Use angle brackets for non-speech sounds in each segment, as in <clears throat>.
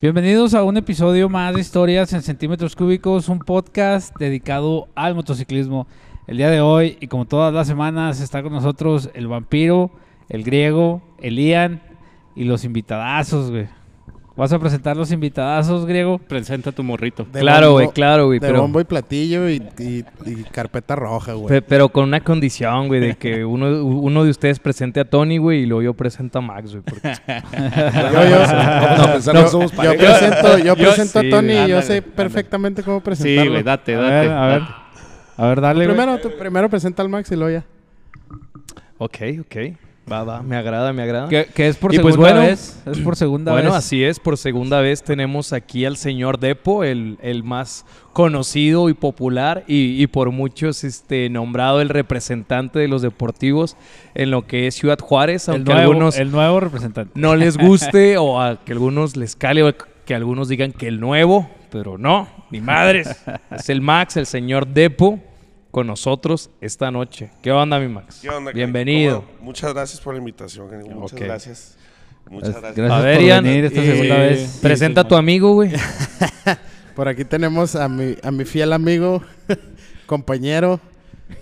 Bienvenidos a un episodio más de Historias en Centímetros Cúbicos, un podcast dedicado al motociclismo. El día de hoy, y como todas las semanas, está con nosotros el vampiro, el griego, el Ian y los invitadazos, güey. ¿Vas a presentar los invitadazos, griego? Presenta tu morrito. De Claro, güey, claro, güey, De pero- bombo y platillo y, y- y carpeta roja, güey. Pe- pero con una condición, güey, de que uno, uno de ustedes presente a Tony, güey, y luego yo presento a Max, güey. porque- <laughs> Yo, yo, a pensar que yo- somos yo pareja. presento, yo Yo- presento sí, a Tony y ándale, yo sé ándale. perfectamente cómo presentarlo. Sí, güey, date, A date. ver, a ver. A ver, dale, güey. Primero, tú- primero presenta al Max y luego ya. ok, ok. Va, va. Me agrada, me agrada. Que, que es por Y segunda pues bueno. vez. Es por segunda Bueno, vez. así es. Por segunda vez tenemos aquí al señor Depo, el, el más conocido y popular y, y por muchos este, nombrado el representante de los deportivos en lo que es Ciudad Juárez, El aunque nuevo, algunos el nuevo representante. no les guste o a que algunos les cale o que algunos digan que el nuevo, pero no, ni madres. Es el Max, el señor Depo, con nosotros esta noche. ¿Qué onda, mi Max? ¿Qué onda, Craig? Bienvenido. ¿Cómo? Muchas gracias por la invitación, Craig. Muchas Ok. gracias. Muchas gracias. Gracias A ver, por Ian, venir esta y- segunda sí. vez. Presenta a tu amigo, güey. Por aquí tenemos a mi, a mi fiel amigo, <laughs> compañero.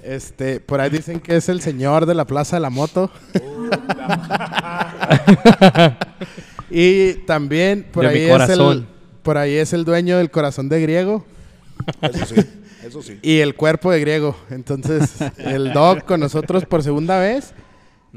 Este, por ahí dicen que es el señor de la Plaza de la Moto. <laughs> y también por De mi ahí es el corazón. por ahí es el dueño del corazón de griego Eso sí, eso sí. y el cuerpo de griego. Entonces, el Doc con nosotros por segunda vez.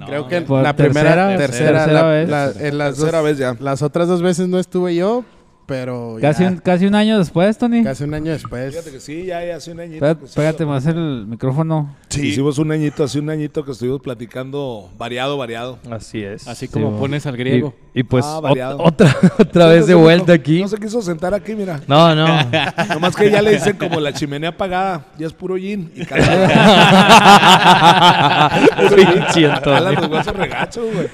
Creo que Por la tercera, primera, tercera, tercera la- vez. la- en las Tercera dos- vez ya. Las otras dos veces no estuve yo, pero Casi ya, un, casi un año después, Tony. casi pues, un año después. Fíjate que sí, ya, ya hace un añito. Pégate, que sí, pégate lo- más el micrófono. Sí. Hicimos un añito, hace un añito que estuvimos platicando variado, variado. Así es. Así como Sí, pones al griego. Y, y pues Ah, ot- variado. <laughs> otra, otra vez de <laughs> No se vuelta quiso- aquí. No se quiso sentar aquí, mira. No, <laughs> no. Nomás que ya le dicen como la chimenea apagada, ya es puro gin. Y <laughs> Pinche Cala Antonio. los huesos regachos, güey.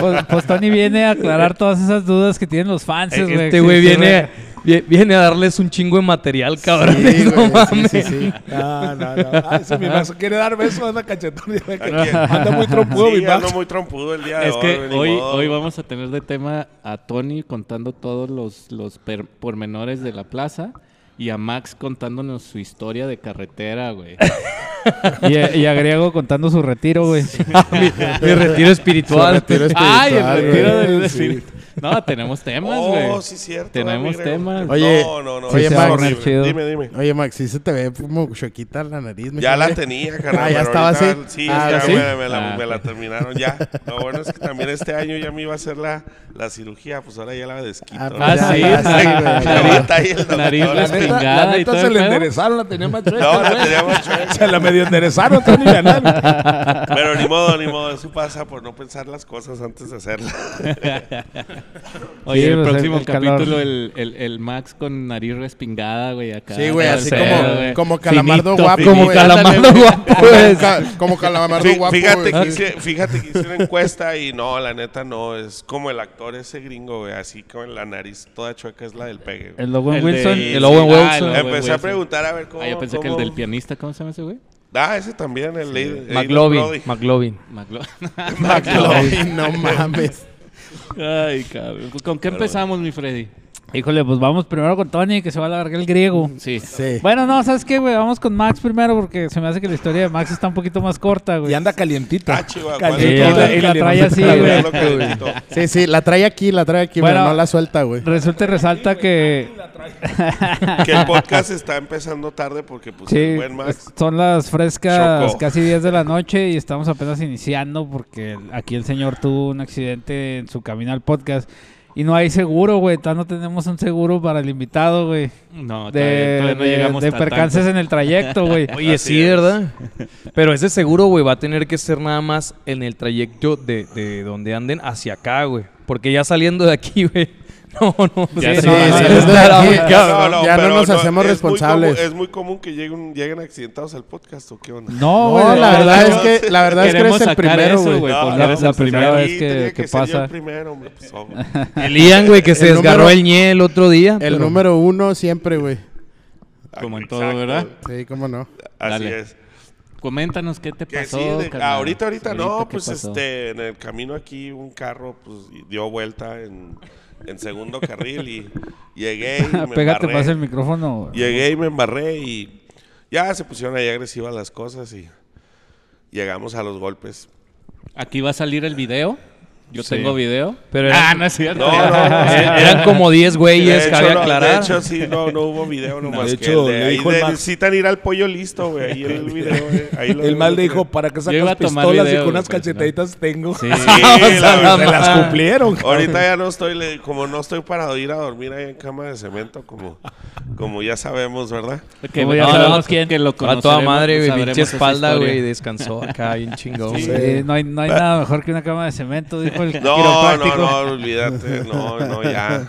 Pues, pues Tony viene a aclarar todas esas dudas que tienen los fans. Eh, güey. Este Sí, güey sí, viene, vie- viene a darles un chingo de material, cabrón. Sí, <laughs> no güey, sí, mames. sí, sí. No, no, no. Ah, ese mi Max quiere dar besos, anda cachetón. Anda muy trompudo, mi Sí, ando Max. muy trompudo el día de Es que hoy. ni hoy, modo. hoy vamos a tener de tema a Tony contando todos los, los per- pormenores de la plaza y a Max contándonos su historia de carretera, <laughs> güey. Y, y a Griego contando su retiro, güey. Mi retiro espiritual. Su retiro es- ¡Ay, el Espiritual, retiro güey. del decir! No, tenemos temas, güey. Oh, sí, cierto. Tenemos amigo. temas. Oye, no, no, no. oye, es Max. horrible. Chido. Dime, dime. Oye, Max, sí se te ve como chuequita la nariz. mi Ya la chavo. tenía, carnal. Ah, ya pero estaba ahorita- así. Sí, Ah, ya ¿sí? Me, me la, Ah. me la terminaron ya. Lo bueno es que también este año ya me iba a hacer la, la cirugía, pues ahora ya la desquito. Ah, ¿no? pues Ah, ya, sí, ya, sí, güey, güey. ya, Nariz. güey. Ahorita ahí el doctor. Nariz la La neta- neta, Respingada la y todo neta se el le ¿Eh? pedo. enderezaron, la tenía más chueca. No, la güey. tenía más chueca. Se la medio enderezaron, Tony Galán. Pero ni modo, ni modo. Eso pasa por no pensar las cosas antes de hacerlas. Oye, Sí, el pues, el- próximo el calor. capítulo, el, el, el Max con nariz respingada, güey, acá. Sí, güey, así Sí, como, güey. como calamardo Finito, guapo. Como Pues, güey. <laughs> calamardo guapo. Como, es. ca- como calamardo Fí- guapo. Fíjate güey. que, hice, fíjate que hice una encuesta y no, la neta no. Es como el actor ese gringo, güey. Así con la nariz toda chueca es la del pegue. güey. El Logan El de- Wilson. sí, el Owen ah, Owen Wilson. Empecé a Wilson. preguntar a ver cómo. Ah, yo pensé que el cómo- del pianista, ¿cómo se llama ese güey? Ah, ese también, el Lady- Lady McLovin. Brody. McLovin. McLo- <laughs> Ay, no mames. Ay, cabrón. ¿Con qué empezamos, mi Freddy? Híjole, pues vamos primero con Tony, que se va a largar el griego. Sí. Sí. <laughs> Bueno, no, ¿sabes qué, güey? Vamos con Max primero porque se me hace que la historia de Max está un poquito más corta, güey. Y anda calientito. Ah, chihuahua, Sí, y la, y la trae <laughs> así, güey. Lo calentito. Sí, sí, la trae aquí, la trae aquí, pero Bueno. no la suelta, güey. Resulta y resalta que... Que el podcast está empezando tarde porque, pues, Sí, el buen Max. son las frescas Chocó. casi 10 de la noche y estamos apenas iniciando porque el- aquí el señor tuvo un accidente en su camino al podcast y no hay seguro, güey. Todavía no tenemos un seguro para el invitado, güey. No, De, todavía, todavía no de- llegamos de tan- percances en el trayecto, <laughs> güey. Oye, Así sí, es. <laughs> ¿verdad? Pero ese seguro, güey, va a tener que ser nada más en el trayecto de, de donde anden hacia acá, güey. Porque ya saliendo de aquí, <laughs> güey. No, no. Ya sí, sí, sí, sí, sí, sí. estará muy Sí. cabrón. Ya no nos hacemos es muy responsables. común- es muy común que lleguen, lleguen accidentados al podcast o qué onda. No, No, güey. la de- verdad de- es que, la verdad es que Queremos eres el sacar eso, primero, güey. güey. no, Pues, la- eres la el primera primero. vez que- tenía que ser yo pasa. el primero, hombre, pues, oh, güey. <laughs> El Ian, güey, que se El desgarró número- el ñe el otro día. El número uno siempre, güey. Como en todo, Exacto. ¿verdad? Sí, cómo no. Así Dale. es. Coméntanos qué te Que pasó. sí, de- carnal. ahorita, ahorita no, ¿qué pues pasó? este, en el camino aquí un carro pues dio vuelta en, en segundo carril y llegué <laughs> y <laughs> me Pégate embarré. más el micrófono. güey. Llegué y me embarré y ya se pusieron ahí agresivas las cosas y llegamos a los golpes. Aquí va a salir el video. Yo Sí. tengo video. Pero ah, eran- no es cierto. No, no. Eh, Eran como 10 güeyes, De cabe hecho, no, aclarar. de hecho, sí, no, no hubo <laughs> video nomás. De que hecho, el de le ahí dijo de- el mal- necesitan ir al pollo listo, güey. Ahí <laughs> el video. eh, ahí lo- El mal le dijo, ¿para qué iba a sacas tomar pistolas video, y con unas güey, pero no. cachetaditas tengo? <laughs> Sí. Sí, la verdad. Se las cumplieron. cabrón. Ahorita ya no estoy, le- como no estoy para ir a dormir ahí en cama de cemento, como, como ya sabemos, ¿verdad? Que, Como ya no, sabemos no, que lo A toda conoceremos, pues, madre, güey. sabremos Pinche esa espalda, historia. güey. Descansó acá, bien chingón. Sí, güey. no hay, no hay nada mejor que una cama de cemento, dijo <laughs> el No, no, quiropráctico. no, olvídate. No, no, ya.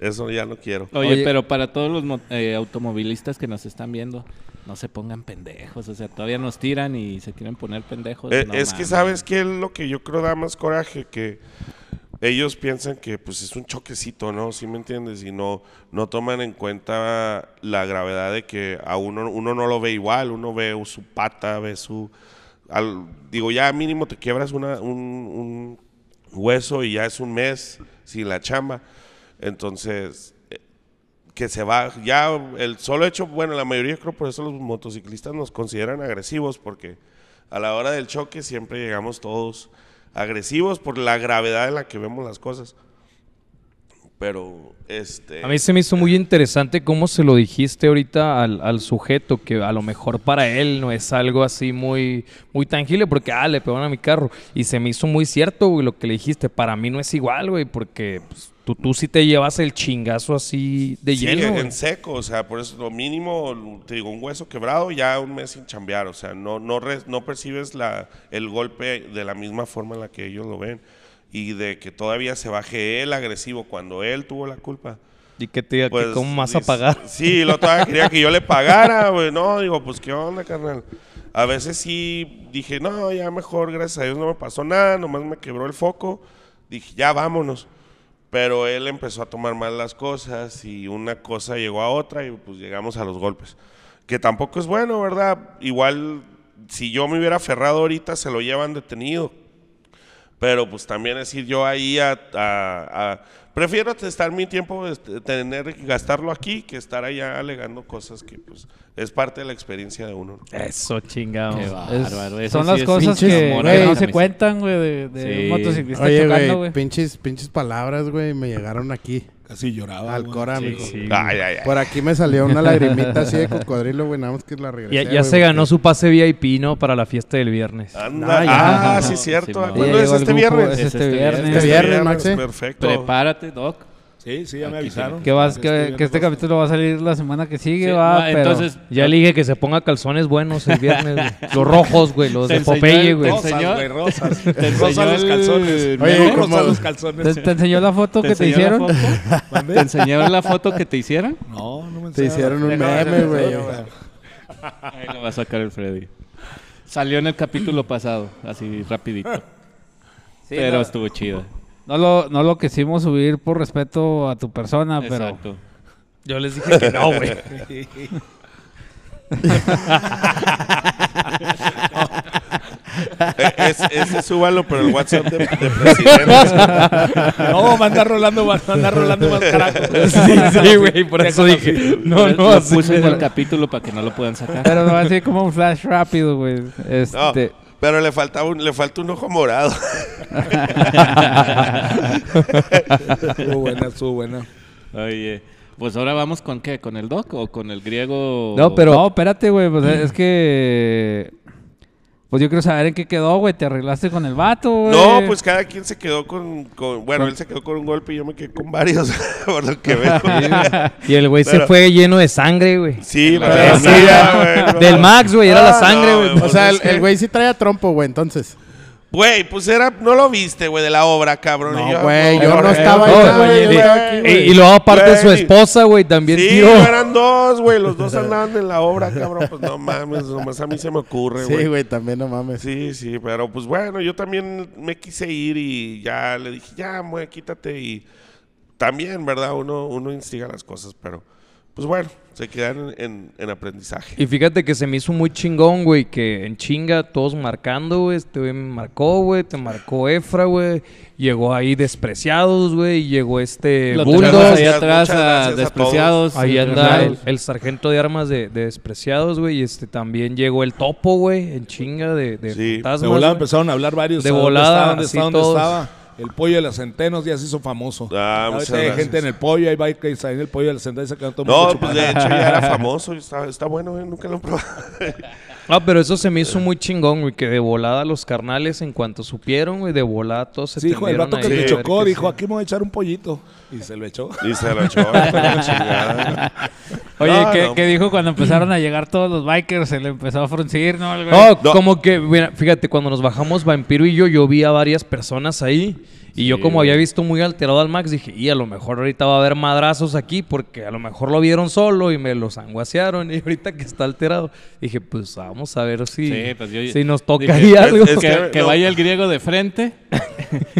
Eso ya no quiero. Oye, Oye. pero para todos los mo- eh, automovilistas que nos están viendo, no se pongan pendejos. O sea, todavía nos tiran y se quieren poner pendejos. Eh, No es que mames. sabes qué es lo que yo creo da más coraje que ellos piensan que pues es un choquecito, ¿no? ¿Sí me entiendes? Y no no toman en cuenta la gravedad de que a uno uno no lo ve igual, uno ve su pata, ve su al- digo ya mínimo te quiebras una, un, un hueso y ya es un mes sin la chamba, entonces eh, que se va, ya el solo hecho, bueno, la mayoría creo por eso los motociclistas nos consideran agresivos porque a la hora del choque siempre llegamos todos agresivos por la gravedad en la que vemos las cosas. Pero, este... A mí se me hizo muy interesante cómo se lo dijiste ahorita al, al sujeto, que a lo mejor para él no es algo así muy, muy tangible, porque, ah, le pegaron a mi carro. Y se me hizo muy cierto, güey, lo que le dijiste. Para mí no es igual, güey, porque pues, tú, tú sí te llevas el chingazo así de Sí, lleno. en- güey. en seco, o sea, por eso lo mínimo, te digo, un hueso quebrado ya un mes sin chambear, o sea, no, no, re- no percibes la, el golpe de la misma forma en la que ellos lo ven y de que todavía se baje él agresivo cuando él tuvo la culpa. Y que te diga, que Pues, ¿cómo vas a dice- pagar? <laughs> Sí, lo todavía quería que yo <laughs> le pagara, güey, no, digo, pues qué onda, carnal. A veces sí dije, no, ya mejor, gracias a Dios no me pasó nada, nomás me quebró el foco, dije, ya vámonos. Pero él empezó a tomar mal las cosas y una cosa llegó a otra y pues llegamos a los golpes. Que tampoco es bueno, ¿verdad? Igual si yo me hubiera aferrado ahorita se lo llevan detenido. Pero pues también es ir yo ahí a... a- a- prefiero estar mi tiempo, este, tener gastarlo aquí que estar allá alegando cosas que pues es parte de la experiencia de uno. ¿no? Eso, chingado. Qué Es- bárbaro. eso son sí las es cosas pinche que, amor que a la no se camisa. cuentan, güey, de, de Sí. un motociclista Oye, chocando, güey, güey. pinches, pinches palabras, güey, me llegaron aquí. Casi lloraba. Al Ah, güey. Cora, Sí. mijo. Sí, Ay, ay, ay. Por aquí me salió una lagrimita así de cocodrilo, güey, nada más que la regresé. Ya, ya güey, se ganó porque- su pase VIP, ¿no? Para la fiesta del viernes. Anda, Ah, ah, ya. sí, cierto. Simón. ¿Cuándo Ya llegó es el este grupo, viernes? es este Este viernes. viernes. Este viernes, viernes, Maxi. perfecto. Prepárate, Doc. Sí, sí, ya me Aquí se- avisaron. Que, vas, Este que, que viernes este vas a- capítulo va a salir la semana que sigue, Sí, va, no, pero... Entonces, Ya le dije que se ponga calzones buenos el viernes, güey. Los rojos, güey, los Se de enseñó Popeye, el güey. top. Rosas, Señor. güey, rosas. Te enseñó Rosas los el- calzones. Oye, Memo, ¿cómo- rosas los ¿Te, calzones. te enseñó la foto que te enseñó la hicieron? <laughs> foto? ¿Mande? ¿Te enseñó la foto que te hicieron? No, no me Te hicieron un enseñaron. meme, güey. Ahí lo va a sacar el Freddy. Salió en el capítulo pasado, así rapidito. Sí, pero no. estuvo chido. No lo, no lo quisimos subir por respeto a tu persona, Ah, pero... <laughs> Exacto. Yo les dije que no, güey. Eh, <laughs> es- ese súbalo, pero el WhatsApp de, de presidente. No, va a andar rolando, va a andar <laughs> rolando más carajo. Sí, sí, güey, por eso dije. No, Lo- no, lo así puse en era. el capítulo para que no lo puedan <laughs> sacar. <laughs> Pero no va a ser como un flash rápido, güey. No, Este... pero le faltaba un, le falta un ojo morado. <laughs> Estuvo buena, estuvo buena. Oye, pues ahora vamos con qué, con el doc o con el griego. No, pero... No, espérate, güey, pues es que... Pues yo quiero saber en qué quedó, güey. ¿Te arreglaste con el vato, güey? No, pues cada quien se quedó con, con- bueno, él se quedó con un golpe y yo me quedé con varios, <laughs> por lo que veo. Y el güey se Pero- fue lleno de sangre, güey. Sí, la Pero verdad, sí, sí, era- ya, güey, no. Del Max, güey, era Ah, la sangre, no, güey. güey, O sea, el- Es que- el güey sí traía trompo, güey, entonces. Güey, pues era, no lo viste, güey, de la obra, cabrón. No, Y güey, yo güey, no estaba güey, ahí, güey, güey, yo de- estaba aquí, Y- güey. y luego aparte su Güey. esposa, güey, también Sí, tiró. eran dos, güey, los dos andaban en la obra, cabrón. Pues no mames, nomás a mí se me ocurre, Sí, güey. güey, también no mames. Sí, sí, pero pues bueno, yo también me quise ir y ya le dije, ya, mue, quítate. Y también, ¿verdad? Uno, uno instiga las cosas, pero pues bueno, se quedan en, en- en aprendizaje. Y fíjate que se me hizo muy chingón, güey, que en chinga todos marcando, güey. Este güey me marcó, güey, te marcó Efra, güey. Llegó ahí despreciados, güey. Llegó este Lo Bulldog. tenemos ahí Muchas atrás gracias a a despreciados. Ahí anda el, Despreciados. el sargento de armas de, de despreciados, güey. Y este también llegó el topo, güey, en chinga de, de Sí. De fantasmas, volada pues. güey. empezaron a hablar varios. De ¿dónde volada, está? ¿Dónde así está? ¿Dónde todos. estaba? El pollo de las centenas ya se hizo famoso. Ah, muchas Ahorita hay gracias. gente en el pollo, ahí va y que sale en el pollo de las centenas y se quedan todo No, mundo pues chupando. de hecho ya <laughs> era famoso, y está, está bueno, eh, nunca lo he probado. Ah, pero eso se me hizo muy chingón, güey. Que de volada los carnales, en cuanto supieron, güey, de volada todos se Sí, hijo, el tendieron vato que ahí a me ver chocó que dijo, sí. aquí me voy a echar un pollito. Y se lo <laughs> echó. Y se lo echó la chingada. Oye, No, ¿qué, no. qué dijo cuando empezaron a llegar todos los bikers? Se le empezó a fruncir, ¿no? El güey? No, No. como que, mira, fíjate, cuando nos bajamos Vampiro y yo, yo vi a varias personas ahí. Y yo, como había visto muy alterado al Max, dije, y a lo mejor ahorita va a haber madrazos aquí, porque a lo mejor lo vieron solo y me lo sanguasearon. <laughs> Y ahorita que está alterado, dije, pues vamos a ver si, Sí, pues yo- si nos toca dije, ahí es- algo. es que, que No. vaya el griego de frente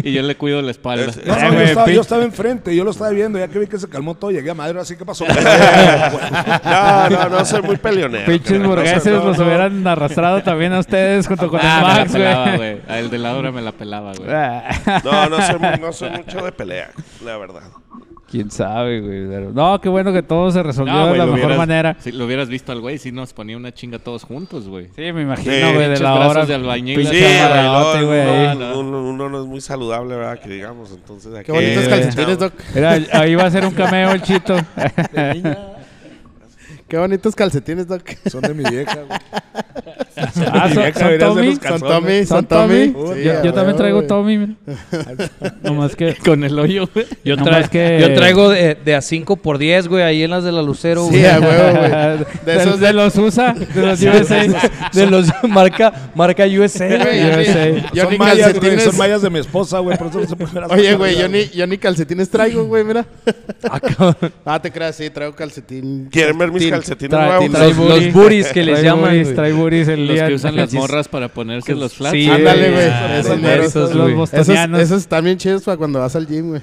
y yo le cuido la espalda. Es- No, no, Eh, yo, güey, estaba, yo pinche- estaba enfrente, yo lo estaba viendo, ya que vi que se calmó todo, llegué a madre, así <laughs> que pasó. <laughs> No, no, no, soy muy peleonero. Pinches cabrón. No soy- burgueses no, los no. hubieran arrastrado también a ustedes junto con Ah, el me la Max, pelaba, güey. güey. A El de la obra me la pelaba, güey. Ah, No, no soy, mu- no soy mucho de pelea, la verdad. <laughs> ¿Quién sabe, güey? Pero- No, qué bueno que todo se resolvió No, de güey, la lo mejor hubieras- manera. Si lo hubieras visto al güey, si nos ponía una chinga todos juntos, güey. Sí, me imagino, Sí. güey, de Pinches la brazos hora. de albañil, pinche así, Sí, güey, amarradote, no, güey. no, ahí. no, uno, uno no es muy saludable, ¿verdad? Que digamos, entonces aquí... Qué bonitos Eh, calcetines, Doc. Mira, ahí va a ser un cameo el chito. Qué bonitos calcetines, Doc. Son de mi vieja, güey. Ah, son- Mi vieja son debería hacer Tommy. los Son calzones. Tommy, son ¿Son Tommy. Tommy? Sí, yo, a yo también huevo, traigo güey. Tommy. <laughs> mira. Nomás que. Con el hoyo, güey. Yo, Tra- eh, Yo <laughs> traigo de, de a 5 por 10, güey, ahí en las de la Lucero, güey. Sí, a huevo, güey. <laughs> De, De esos de de- los USA, de los USA. <laughs> de los <laughs> marca, marca USA, güey. Güey, yo ni- sé. yo son ni mayas, güey, calcetines- son mayas de mi esposa, güey, por eso no se pueden ver hasta Oye, la güey, yo vida, ni, yo ni calcetines traigo, güey, mira. Ah, cabrón. Ah, te creas, sí, traigo calcetín. ¿Quieren ver mis calcetines Tra- nuevos? trae Los, booty. los buris <laughs> que les Trae llaman. buris, güey. trae buris el Los día. que usan las Sí, morras para ponerse los flats. Sí, Ándale, güey. ah, Esos de meros. esos, Los güey. bostonianos. Esos, esos están bien chidos para cuando vas al gym, güey.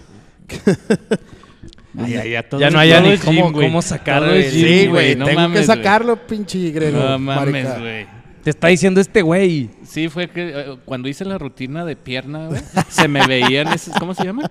Ay, ay, todo- Ya no haya todo ni es gym, cómo- güey. cómo sacarlo Todo del es gym, gym, Sí, güey, no tengo mames, que güey. sacarlo, pinche grego. No mames, marica. güey. Te está diciendo este güey. Sí, fue que eh, cuando hice la rutina de pierna, güey, se me veían esos, ¿cómo se llama?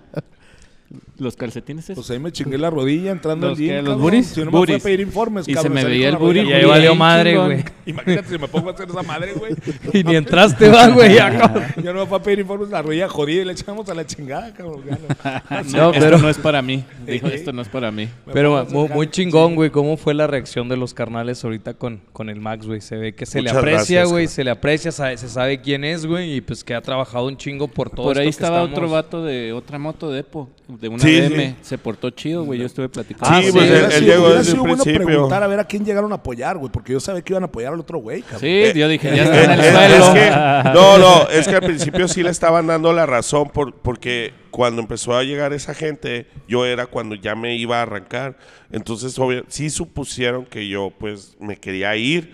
Los calcetines esos. Pues ahí me chingué la rodilla entrando ¿Los al gym, qué? ¿Los cabrón. buris? Si no me fui a Buris. pedir informes, Y se cabrón, me salí veía el con la rodilla Y booty, jodida. ahí Bien, valió madre, chingón. güey. Imagínate si me pongo a hacer esa madre, güey. <laughs> Y ni entraste, va, güey. ya, cabrón. Yo no me fui a pedir informes, la rodilla jodida y le echamos a la chingada, cabrón. ya no. <laughs> Ah, No, no, pero- esto no es para mí. Dijo, Sí. esto no es para mí. Me pongo Pero a mu- muy, sacar- chingón, güey. ¿Cómo fue la reacción de los carnales ahorita con, con el Max, güey? Se ve que se le Muchas aprecia, gracias, güey. carnal. Se le aprecia, sabe- se sabe quién es, güey. Y pues que ha trabajado un chingo por todo Por ahí esto que estaba estamos- otro vato de otra moto de Epo, de una Sí, BM. sí. Se portó chido, güey. Yo estuve platicando. Ah, Sí, con pues, él. él- hubiera él sido- llegó hubiera desde sido un bueno principio. preguntar a ver a quién llegaron a apoyar, güey, porque yo sabía que iban a apoyar al otro güey, cabrón. Sí, yo dije, ya Eh, está en el es- suelo. es que- no, no, es que al principio sí le estaban dando la razón por, porque cuando empezó a llegar esa gente, yo era cuando ya me iba a arrancar. Entonces, obvio, sí supusieron que yo pues me quería ir,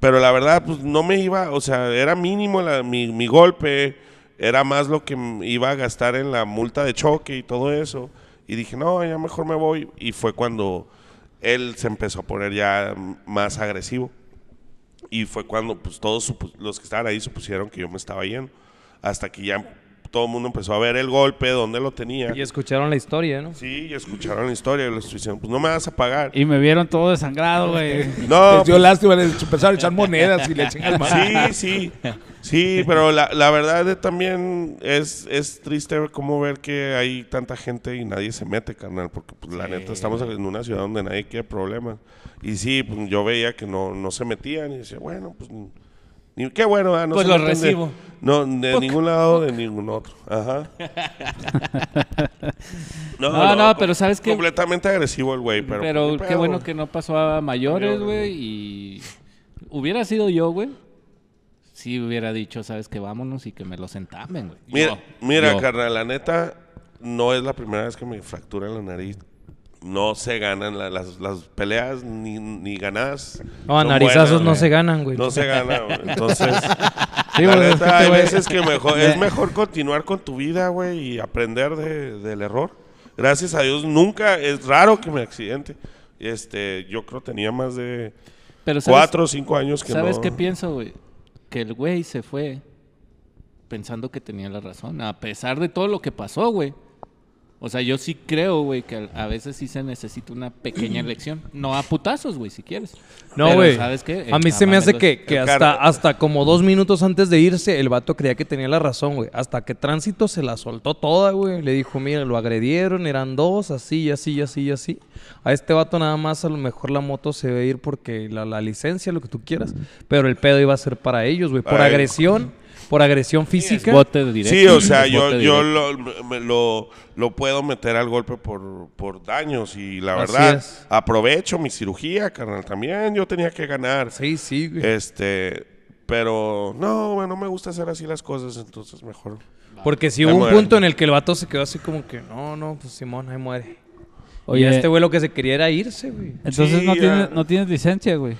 pero la verdad pues no me iba, o sea, era mínimo la- mi, mi golpe, era más lo que m- iba a gastar en la multa de choque y todo eso. Y dije, no, ya mejor me voy. Y fue cuando él se empezó a poner ya mm, más agresivo. Y fue cuando pues, todos supu- los que estaban ahí supusieron que yo me estaba yendo. Hasta que ya todo el mundo empezó a ver el golpe, dónde lo tenía. Y escucharon la historia, ¿no? Sí, y escucharon la historia y les dijeron, pues no me vas a pagar. Y me vieron todo desangrado, güey. No, pues. Les dio lástima, les empezaron a echar monedas <laughs> y le chingan más. sí, sí. Sí, pero la, la verdad eh, también es, es triste ver cómo ver que hay tanta gente y nadie se mete, carnal, porque pues, la neta estamos en una ciudad donde nadie quiere problemas. Y sí, pues, yo veía que no, no se metían y decía, bueno, pues ni- ni- qué bueno, ah, no Pues se lo meten de- recibo. no, de ningún lado, de ningún otro. <laughs> Ajá. No, no, pero ¿sabes qué? Completamente agresivo el güey, pero... Pero pues, ni qué pedo. bueno que no pasó a mayores, güey. Y hubiera sido yo, güey. Sí hubiera dicho, sabes que vámonos y que me los entamen, güey. Mira, Yo, mira yo. carnal, la neta, no es la primera vez que me fractura la nariz. No se ganan la- las, las peleas ni, ni ganadas. No, a son narizazos buenas, no güey. se ganan, güey. No se gana, güey. Entonces, Sí, la pues, es que neta, este hay güey- veces que mejor, es mejor continuar con tu vida, güey, y aprender de- del error. Gracias a Dios, nunca, es raro que me accidente. Este, yo creo tenía más de Pero ¿sabes, cuatro o cinco años que ¿sabes no. qué pienso, güey? Que el güey se fue pensando que tenía la razón, a pesar de todo lo que pasó, güey. O sea, yo sí creo, güey, que a a veces sí se necesita una pequeña elección. No a putazos, güey, si quieres. No, Pero, güey. ¿Sabes qué? Eh, El A mí se cabrón me hace los- que, que el hasta, carro. hasta como dos minutos antes de irse, el vato creía que tenía la razón, güey. Hasta que tránsito se la soltó toda, güey. Le dijo, mira, lo agredieron, eran dos, así, y así, y así, y así. A este vato nada más a lo mejor la moto se ve ir porque la, la licencia, lo que tú quieras. Pero el pedo iba a ser para ellos, güey. Por Ay. agresión, por agresión física. Bote directo. Sí, o sea, Es yo, bote yo directo. lo, me- lo, lo puedo meter al golpe por, por daños y la Así verdad, es. aprovecho mi cirugía, carnal, también yo tenía que ganar. Sí, sí, güey. Este, pero no, güey, no me gusta hacer así las cosas, entonces mejor. Porque si Ahí hubo un muere. punto en el que el vato se quedó así como que, no, no, pues Simón, ahí muere. Oye, Oye, este güey lo que se quería era irse, güey. entonces Sí, no, ya. tienes, no tienes licencia, güey.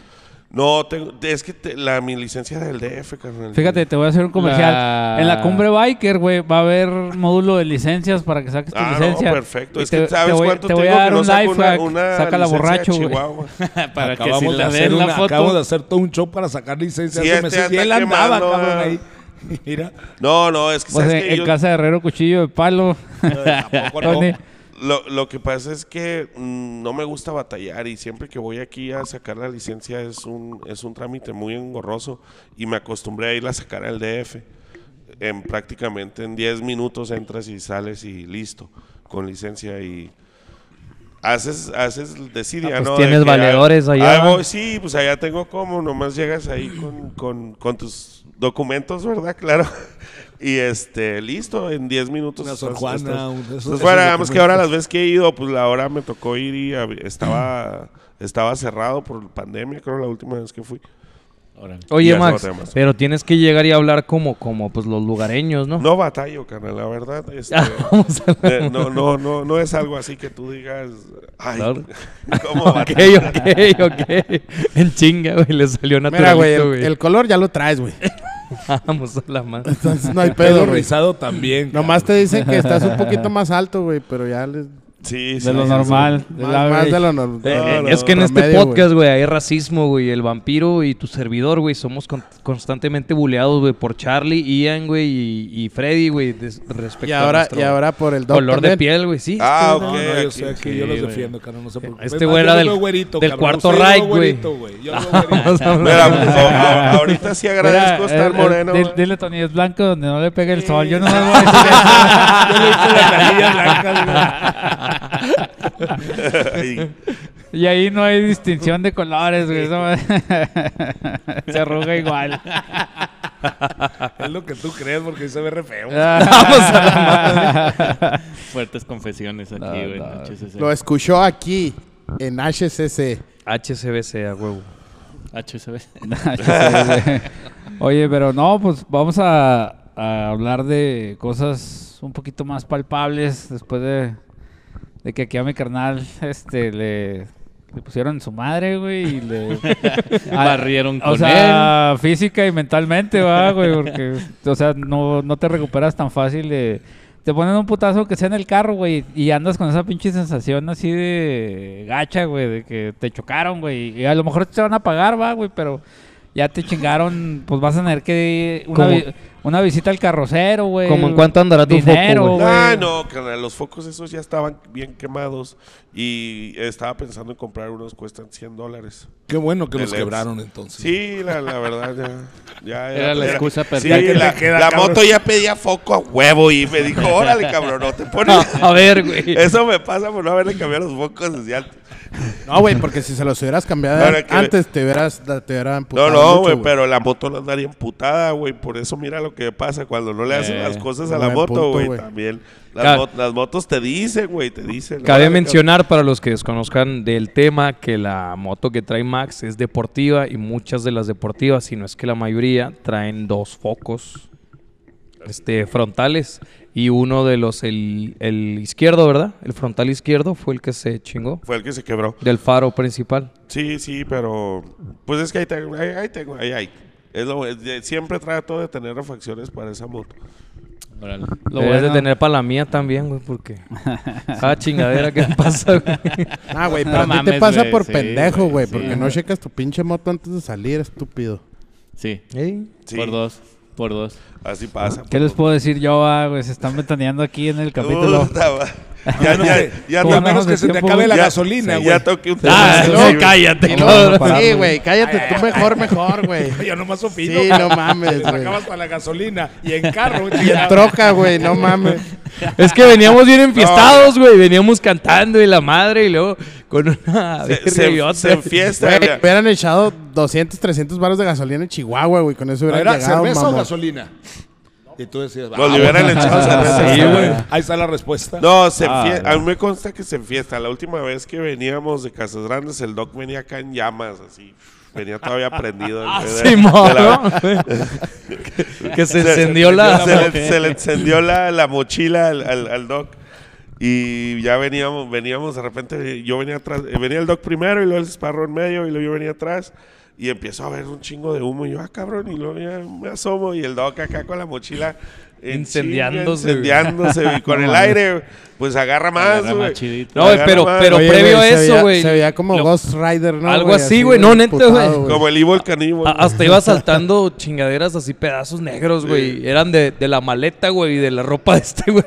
No, tengo, es que te- la, mi licencia del DF, carnal. Fíjate, te voy a hacer un comercial. La- En la cumbre biker, güey, va a haber módulo de licencias para que saques tu Ah, licencia. no, perfecto. Y Es te- que sabes te voy, cuánto te voy tengo a dar que no un saco life hack. una, una Sácala licencia de borracho, güey. Chihuahua. Para que Acabamos si de la hacer den la una- Acabo de foto. hacer todo un show para sacar licencia Sí, hace este meses, ya y está él andaba, quemando, cabrón, ah. ahí. <laughs> Mira, No, <laughs> no, es que Pues sabes en, que en yo- casa de Herrero, cuchillo de <laughs> palo. tampoco no. Tony. Lo, lo que pasa es que mm, no me gusta batallar y siempre que voy aquí a sacar la licencia es un, es un trámite muy engorroso y me acostumbré a ir a sacar al DF. En prácticamente en 10 minutos entras y sales y listo, con licencia y haces, haces decidia, Ah, pues ¿no? tienes De que, ah, valedores allá. ah, voy, sí, pues allá tengo como, nomás llegas ahí con, con, con tus documentos, ¿verdad? <laughs> Claro. Y este, listo, en 10 minutos. Una Sor estás- Juana, estás- un- esos- entonces, esos bueno, digamos pues que ahora documentos. las veces que he ido, pues la hora me tocó ir y ab- estaba, <clears throat> estaba cerrado por pandemia, creo la última vez que fui. Órale. Y Oye, eso Max, no tenemos. pero tienes que llegar y hablar como, como pues los lugareños, <laughs> ¿no? No batallo, carnal, la verdad. este, Vamos a la- eh, no, no, no, no es algo así que tú digas, ay, Claro. <laughs> ¿cómo Ok, batallo? ok, ok. En chinga, güey, le salió Mira, natural, güey, güey. el, el color ya lo traes, güey. <laughs> Vamos a la madre. Entonces no hay Pedro pedo, güey. Rizado también. Nomás te dicen que estás un poquito más alto, güey, pero ya les... Sí, sí. De lo sí, normal. sí. del Más, más average. de lo normal. Eh, eh, no, es que en este promedio, podcast, güey, hay racismo, güey. El vampiro y tu servidor, güey, somos con- constantemente buleados, güey, por Charlie, Ian, güey, y, y Freddy, güey, des- respecto Y ahora, a nuestro y ahora por el color de también. piel, güey, sí. Ah, No, ok. no, yo aquí. sé que yo los defiendo, carnal, no sé por qué. Este Es más, güey yo era lo del- veo güerito, del cabrón, cuarto usted lo Reich, veo güey. güerito, <laughs> Yo lo veo <laughs> Vamos güerito. a Mira, hablar- pues, a- a- ahorita sí agradezco Mira, estar el- el- moreno. dil- güey. dile, Tony, es blanco donde no le pegue el sol. Yo no me voy <laughs> a decir eso. <laughs> Yo le hice las rejillas blancas, güey. <laughs> Y- Y ahí no hay distinción de colores, güey. eso- Se arruga igual. Es lo que tú crees, porque ahí se ve re feo. <laughs> Ah. Vamos a Fuertes confesiones aquí, güey. no. HCC. Lo escuchó aquí, en HCC. HCBC, a huevo. HCB. <laughs> Oye, pero no, pues vamos a, a hablar de cosas un poquito más palpables después de, de que aquí a mi carnal este, le, le pusieron su madre, güey, y le... a- <laughs> Barrieron con o sea, física y mentalmente, va, güey, porque, o sea, no, no te recuperas tan fácil de... Te ponen un putazo que sea en el carro, güey, y andas con esa pinche sensación así de gacha, güey, de que te chocaron, güey, y a lo mejor te van a pagar, va, güey, pero ya te chingaron, pues vas a tener que una, Como- vi- una visita al carrocero, güey. ¿Cómo en cuánto andará tu Dinero, foco, güey? Ah, güey. no, carnal, los focos esos ya estaban bien quemados y estaba pensando en comprar unos, cuestan 100 dólares. Qué bueno que De los leds. quebraron entonces. Sí, la, la verdad, ya, ya Era la excusa Sí, perfecta. Ya que la, te queda, la cabrón. moto ya pedía foco a huevo y <laughs> me dijo, órale, cabrón, no te pones. <laughs> A ver, güey. Eso me pasa por no haberle cambiado los focos desde antes. No, güey, porque si se los hubieras cambiado Ahora que- antes, te hubieras, te hubieran No, amputado no, mucho, güey, pero la moto no andaría emputada, güey. Por eso mira lo que pasa cuando no le hacen Eh, las cosas a buen la moto, punto, güey. güey. También. Las, Ca- mot- las motos te dicen, güey, te dicen. Cabe Órale, cabrón. mencionar para los que desconozcan del tema que la moto que trae Max es deportiva y muchas de las deportivas, si no es que la mayoría, traen dos focos este, frontales y uno de los, el, el izquierdo, ¿verdad? El frontal izquierdo fue el que se chingó Fue el que se quebró. del faro principal. Sí, sí, pero pues es que ahí tengo, ahí, ahí tengo, ahí hay. Es lo, es de- siempre trato de tener refacciones para esa moto. Órale. Lo Deberías de bueno- tener para la mía también, güey, <laughs> porque... Ah, chingadera, ¿qué pasa, güey? Ah, <laughs> güey, pero No a ti te mames, pasa güey, por sí, pendejo, güey, güey. sí, porque no checas tu pinche moto antes de salir, estúpido. Sí, Ey. Sí, por dos, por dos. así pasa. ¿Qué les puedo decir yo? ah, güey? se están ventaneando aquí en el capítulo. Puta, va. Ya, ya, ya, Como to- A andamos menos de que se te tiempo. acabe la ya- gasolina, sí, güey. ya toqué un Ah, tema. no, Sí, güey. <laughs> cállate. Sí, güey, cállate, tú mejor, mejor, güey. <laughs> Yo nomás opino. Sí, no mames, <laughs> Te güey. sacabas para la gasolina y en <laughs> carro. <laughs> Y en troca, güey, no mames. Es que veníamos bien enfiestados, güey. Veníamos cantando y la madre y luego con una... <laughs> Se, birria y se, otra. se enfiesta. Güey, güey. hubieran echado 200, 300 baros de gasolina en Chihuahua, güey. Con eso hubieran ¿Era llegado, cerveza o mamón. gasolina? Y tú decías, Nos liberan echados a "Ah, <laughs> Sí, rezar. güey. Ahí está la respuesta. No, se Ah, enfie- a mí me consta que se enfiesta. La última vez que veníamos de Casas Grandes, el Doc venía acá en llamas, así. Venía todavía prendido. el güey de- Simón, de la- ¿no? que <laughs> se encendió la... <laughs> Se le, se le encendió la, la mochila al, al- al Doc. Y ya veníamos, veníamos de repente, yo venía atrás, eh, venía el Doc primero y luego el Sparrow en medio y luego yo venía atrás. Y empiezo a ver un chingo de humo y yo, ah, cabrón, y luego ya me asomo y el Doc acá con la mochila. en Incendiándose, chinga, Incendiándose, y <laughs> con el aire, pues agarra más, Agarra más güey. chidito. No, güey, Agarra pero- más. pero- Oye, previo a se eso, veía- güey, Se veía como lo- Ghost Rider, ¿no? algo así, güey, no, de neta, emputado, güey. Como el Evil Caníbal. A- Hasta iba saltando chingaderas así, pedazos negros, güey. Eran de, de la maleta, güey, y de la ropa de este, <laughs> güey.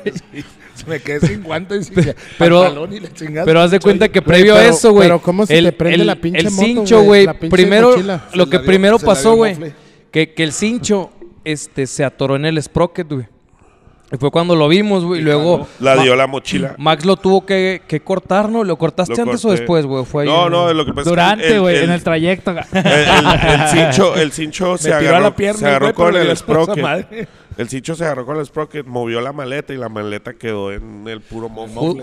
Me quedé sin guantes y sin pero- pantalón y la chingada. Pero haz de cuenta que previo a pero- eso, güey. pero ¿cómo se te prende la pinche El moto, cincho, güey? güey. La pinche Primero, mochila. lo Se que la dio- primero se la dio pasó, güey. mofle. Que, que el cincho este, se atoró en el sprocket, güey. Y fue cuando lo vimos, güey. Y luego. La Ma- dio la mochila. Max lo tuvo que, que cortar, ¿no? ¿Lo cortaste Lo antes o corté. después, güey? Fue ahí No, en- no, lo que pasa es que Durante, pues el- güey, el- en el trayecto. El, el- <laughs> el cincho, el cincho se tiró a agarró, la pierna, se agarró güey, pero con le dio el esa puta sprocket. madre. El cincho se agarró con el sprocket, movió la maleta y la maleta quedó en el puro mofle.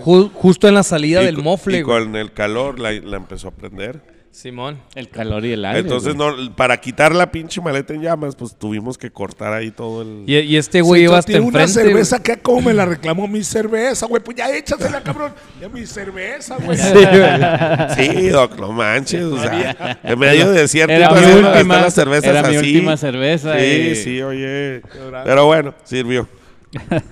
Ju- ju- justo en la salida Y del co- mofle, Y güey. con el calor la, la empezó a prender. Simón. El calor y el aire. Entonces, güey. no, para quitar la pinche maleta en llamas, pues tuvimos que cortar ahí todo el. Y, y este güey iba hasta tiene enfrente. una güey. cerveza que como me la reclamó mi cerveza, güey. Pues ya échasela, cabrón. Ya mi cerveza, güey. <laughs> Sí, Doc, no manches. O sea, en medio de cierto, Era mi última, las cervezas era mi así. última cerveza. Sí, y- sí, oye. Pero bueno, sirvió.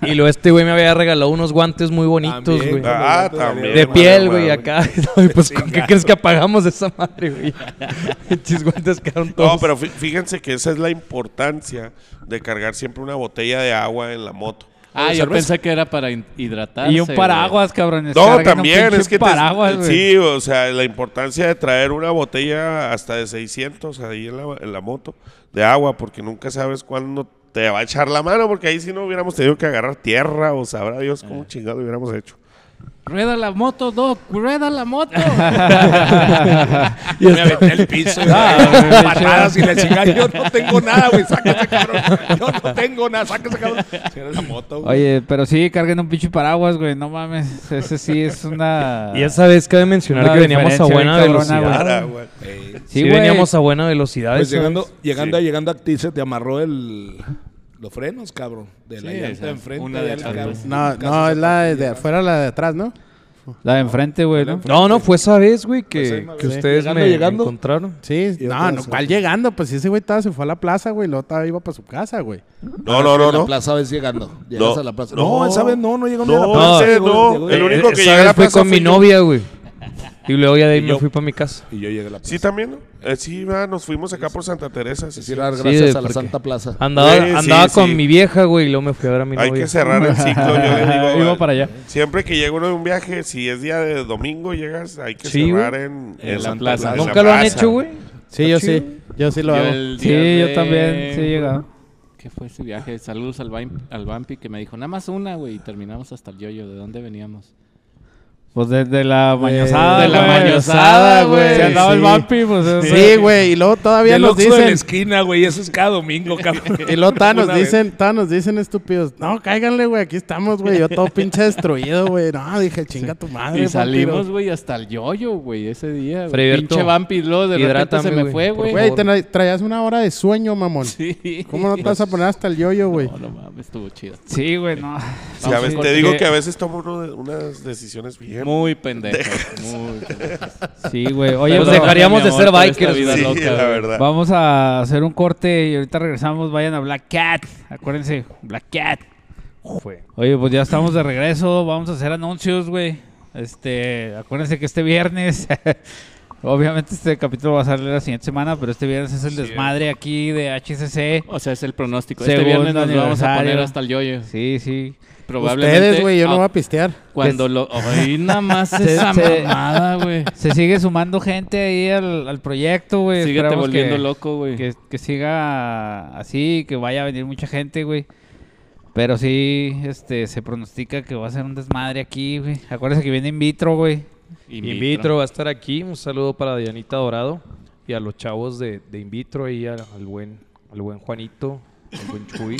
Y luego este güey me había regalado unos guantes muy bonitos, También, güey. güey. Ah, Bueno, también. De madre, piel, güey, madre. acá. <laughs> No, y pues, ¿con qué crees que apagamos esa madre, güey? <laughs> Pinches guantes quedaron todos. No, pero fí- fíjense que esa es la importancia de cargar siempre una botella de agua en la moto. Ah, yo cerveza. pensé que era para hin- hidratarse. y un güey. paraguas, cabrones. No, carguen un también pinche es que te- paraguas, güey. sí, o sea, la importancia de traer una botella hasta de 600 ahí en la, en la moto de agua, porque nunca sabes cuándo te va a echar la mano, porque ahí si no hubiéramos tenido que agarrar tierra o sabrá Dios Ah. cómo chingado hubiéramos hecho. Rueda la moto, Doc. Rueda la <laughs> moto. Y me aventé el piso, güey. Ah, Patadas y la chingada. Yo no tengo nada, güey. Sáquese, cabrón. Yo no tengo nada. Sáquese, cabrón. Si era la moto, güey. <laughs> Oye, pero sí, carguen un pinche paraguas, güey. No mames. Ese sí es una. Y esa vez cabe mencionar Una que veníamos a diferencia buena bien cabrona, velocidad. güey. Para, güey. Sí, güey. veníamos a buena velocidad. Pues esa llegando, vez. llegando, Sí. a, llegando a ti se te amarró el, los frenos, cabrón. De Sí, la llanta esa, de enfrente. una de ahí al esas, cabrón. güey. No, Casi no, se es la te de, de afuera, la de atrás, ¿no? La de enfrente, güey, ¿no? No, no, fue esa vez, güey, que, misma que vez. ustedes Pues Llegando, me llegando. encontraron. Sí, Y no, otra no, vez, ¿cuál llegando? Pues ese güey estaba, se fue a la plaza, güey, luego estaba iba para su casa, güey. No, no, no, En la no. plaza ves llegando. Llegas No. a la plaza. No. No, esa vez no, eh, no llegó ni a la No, plaza. ese llegó- no. llegó- El único que Eh, Esa llega a la vez fue plaza con mi fui yo. novia, güey. Y luego ya de ahí me fui para mi casa. Y yo llegué a la plaza. Sí, también, ¿no? Eh, sí, va, nos fuimos acá por Santa Teresa. sí, Es sí. decir, dar Sí, gracias a la porque- Santa Plaza. Andaba, Sí, sí, andaba con sí. mi vieja, güey, y luego me fui a ver a mi Hay novia. que cerrar el ciclo, yo le digo. <laughs> Iba güey. para allá. Siempre que llega uno de un viaje, si es día de domingo, llegas, hay que Sí, cerrar güey. en, En la Santa plaza. en la ¿Nunca lo han plaza. hecho, güey? Sí, yo sí, yo sí lo Yo hago. el Sí, día yo de- también. Sí, he llegado. ¿Qué fue ese viaje? Saludos al, Vaim- al Vampi que me dijo, nada más una, güey, y terminamos hasta el yoyo. ¿De dónde veníamos? Pues desde la mañosada. de la güey. mañosada, güey. Se andaba el Sí. vampi, pues. eso- Sí, güey, y luego todavía el nos Oxxo de la dicen, esquina, güey. Eso es cada domingo, cabrón. <laughs> y luego todavía Una nos vez. dicen, todavía nos dicen estúpidos, no, cáiganle, güey, aquí estamos, güey, yo todo pinche destruido, güey, no, dije, chinga tu madre. Y salimos, vampiro". güey, hasta el yoyo, güey, ese día. güey. Freiberto, Pinche Vampi, luego de repente hidrátame, se me güey, fue, por güey. Güey, te tra- traías una hora de sueño, mamón. <laughs> Sí. ¿Cómo no te vas a poner hasta el yoyo, güey? No, no mames, estuvo chido. Sí, güey, no. Sí, a veces- Porque- te digo que a veces tomo uno de- unas decisiones bien. Muy pendejo. muy pendejo. Sí, güey. Oye, Nos pues pero- dejaríamos mi de amor, ser por esta bikers, vida güey. <laughs> loca, sí, la güey. verdad. Vamos a hacer un corte y ahorita regresamos. Vayan a Black Cat. Acuérdense, Black Cat. Fue. Oye, pues ya estamos de regreso. Vamos a hacer anuncios, güey. Este, acuérdense que este viernes. <laughs> Obviamente este capítulo va a salir la siguiente semana, pero este viernes es el desmadre aquí de HCC. O sea, es el pronóstico. Segundo este viernes nos vamos a poner aniversario. hasta el yoyo. Sí, sí. Probablemente. Ustedes, güey, yo no ah, voy a pistear. Cuando lo. Ay, <laughs> nada más esa se- mamada, güey. Se sigue sumando gente ahí al, al proyecto, güey. Síguete Pues, Esperamos volviendo que- loco, güey. que, que siga así, que vaya a venir mucha gente, güey. Pero sí, este, se pronostica que va a ser un desmadre aquí, güey. Acuérdense que viene in vitro, güey. In Invitro va a estar aquí. Un saludo para Dianita Dorado y a los chavos de, de Invitro y al, al buen, al buen Juanito, al buen Chuy.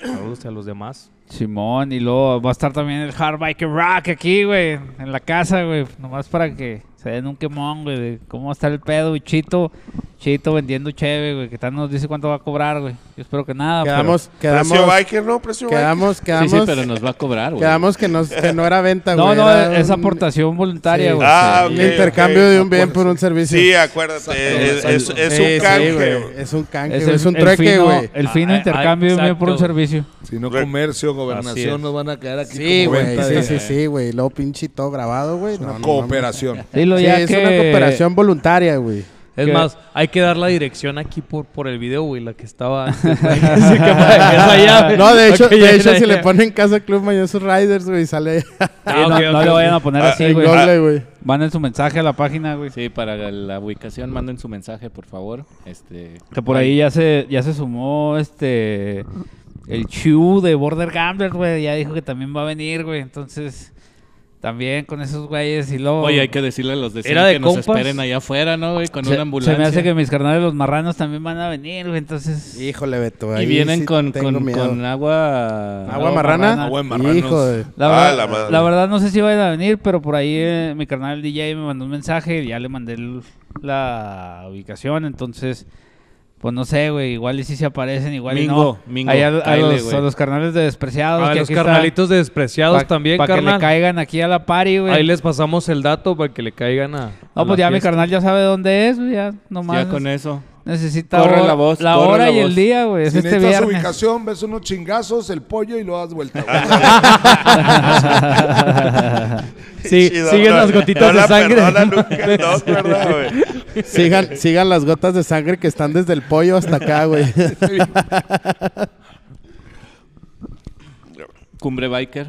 Saludos a los demás. Simón, y luego va a estar también el Hard Biker Rock aquí, güey, en la casa, güey. Nomás para que se den un quemón, güey, de cómo va a estar el pedo. Y Chito, Chito vendiendo cheve, güey, que tal nos dice cuánto va a cobrar, güey. Yo espero que nada, Ah, pero- Quedamos, Precio quedamos, biker, ¿no? Precio biker. quedamos, Sí, quedamos, sí, pero nos va a cobrar, güey. quedamos que, no, que no era venta, No, güey. no, era es un- aportación voluntaria, Sí. güey. Ah, Un ok, intercambio ok. de un bien por un servicio. Sí, acuérdate. Es, es- es Sí, sí, un canje. güey, <laughs> güey. es un canje, Es güey, el- es un el trueque, fino- güey. El fino Ah, ah, intercambio mío por un exacto. servicio. Si no Re- comercio, Así es. gobernación, nos van a quedar aquí Sí, como güey, venta sí, de- sí, sí, güey. Luego pinche y todo grabado, güey. No, no, no, Cooperación. Dilo mames. Sí, ya es que- una cooperación voluntaria, güey. Es ¿Qué? más, hay que dar la dirección aquí por, por el video, güey, la que estaba antes, güey. Así que para <laughs> dejarla allá, güey. No, de hecho, Ok, ya, de hecho ya, si ya. le ponen Casa Club Mañosos Riders, güey, sale Sí, Ah, no, ok, no ok, le ok. vayan a poner <laughs> Ah, así, en güey. Google, güey. Manden su mensaje a la página, güey. Sí, para la, la ubicación manden su mensaje, por favor. Este, Que por ahí ya se, ya se sumó este el Chu de Border Gamblers, güey. Ya dijo que también va a venir, güey. Entonces, también con esos güeyes y luego. Oye, hay que decirle a los de Era de que nos compas. esperen allá afuera, ¿no, güey? Con se, una ambulancia. Se me hace que mis carnales los marranos también van a venir, güey. Entonces. Híjole, Beto, Y ahí vienen sí con, tengo con, miedo. con agua... ¿Agua marrana? Agua de marranos. Hijo de... La Ah, verdad, la madre. la verdad no sé si vayan a venir, pero por ahí eh, mi carnal DJ me mandó un mensaje y ya le mandé el- la ubicación, entonces pues no sé, güey, igual y si se aparecen, igual Mingo, y no. mingo, Ahí a, a cáele, los, güey. a los carnales de despreciados, que A Ah, los aquí está, carnalitos de despreciados pa- también, pa' que le carnal. caigan aquí a la party, güey. Ahí les pasamos el dato para que le caigan a. a No, pues la ya mi fiesta. carnal ya sabe dónde es, güey, ya nomás Ya con eso. necesita Corre hora- la voz, la corre hora la y el voz. día, güey, es Si este necesitas viernes. <laughs> ubicación, ves unos chingazos, el pollo y lo das vuelta. güey. Sí, Chido, siguen no, las gotitas no la de sangre. perdona <laughs> nunca <laughs> el doc, ¿verdad, güey? Sigan, <laughs> sigan las gotas de sangre que están desde el pollo hasta acá, güey. <laughs> Cumbre Biker.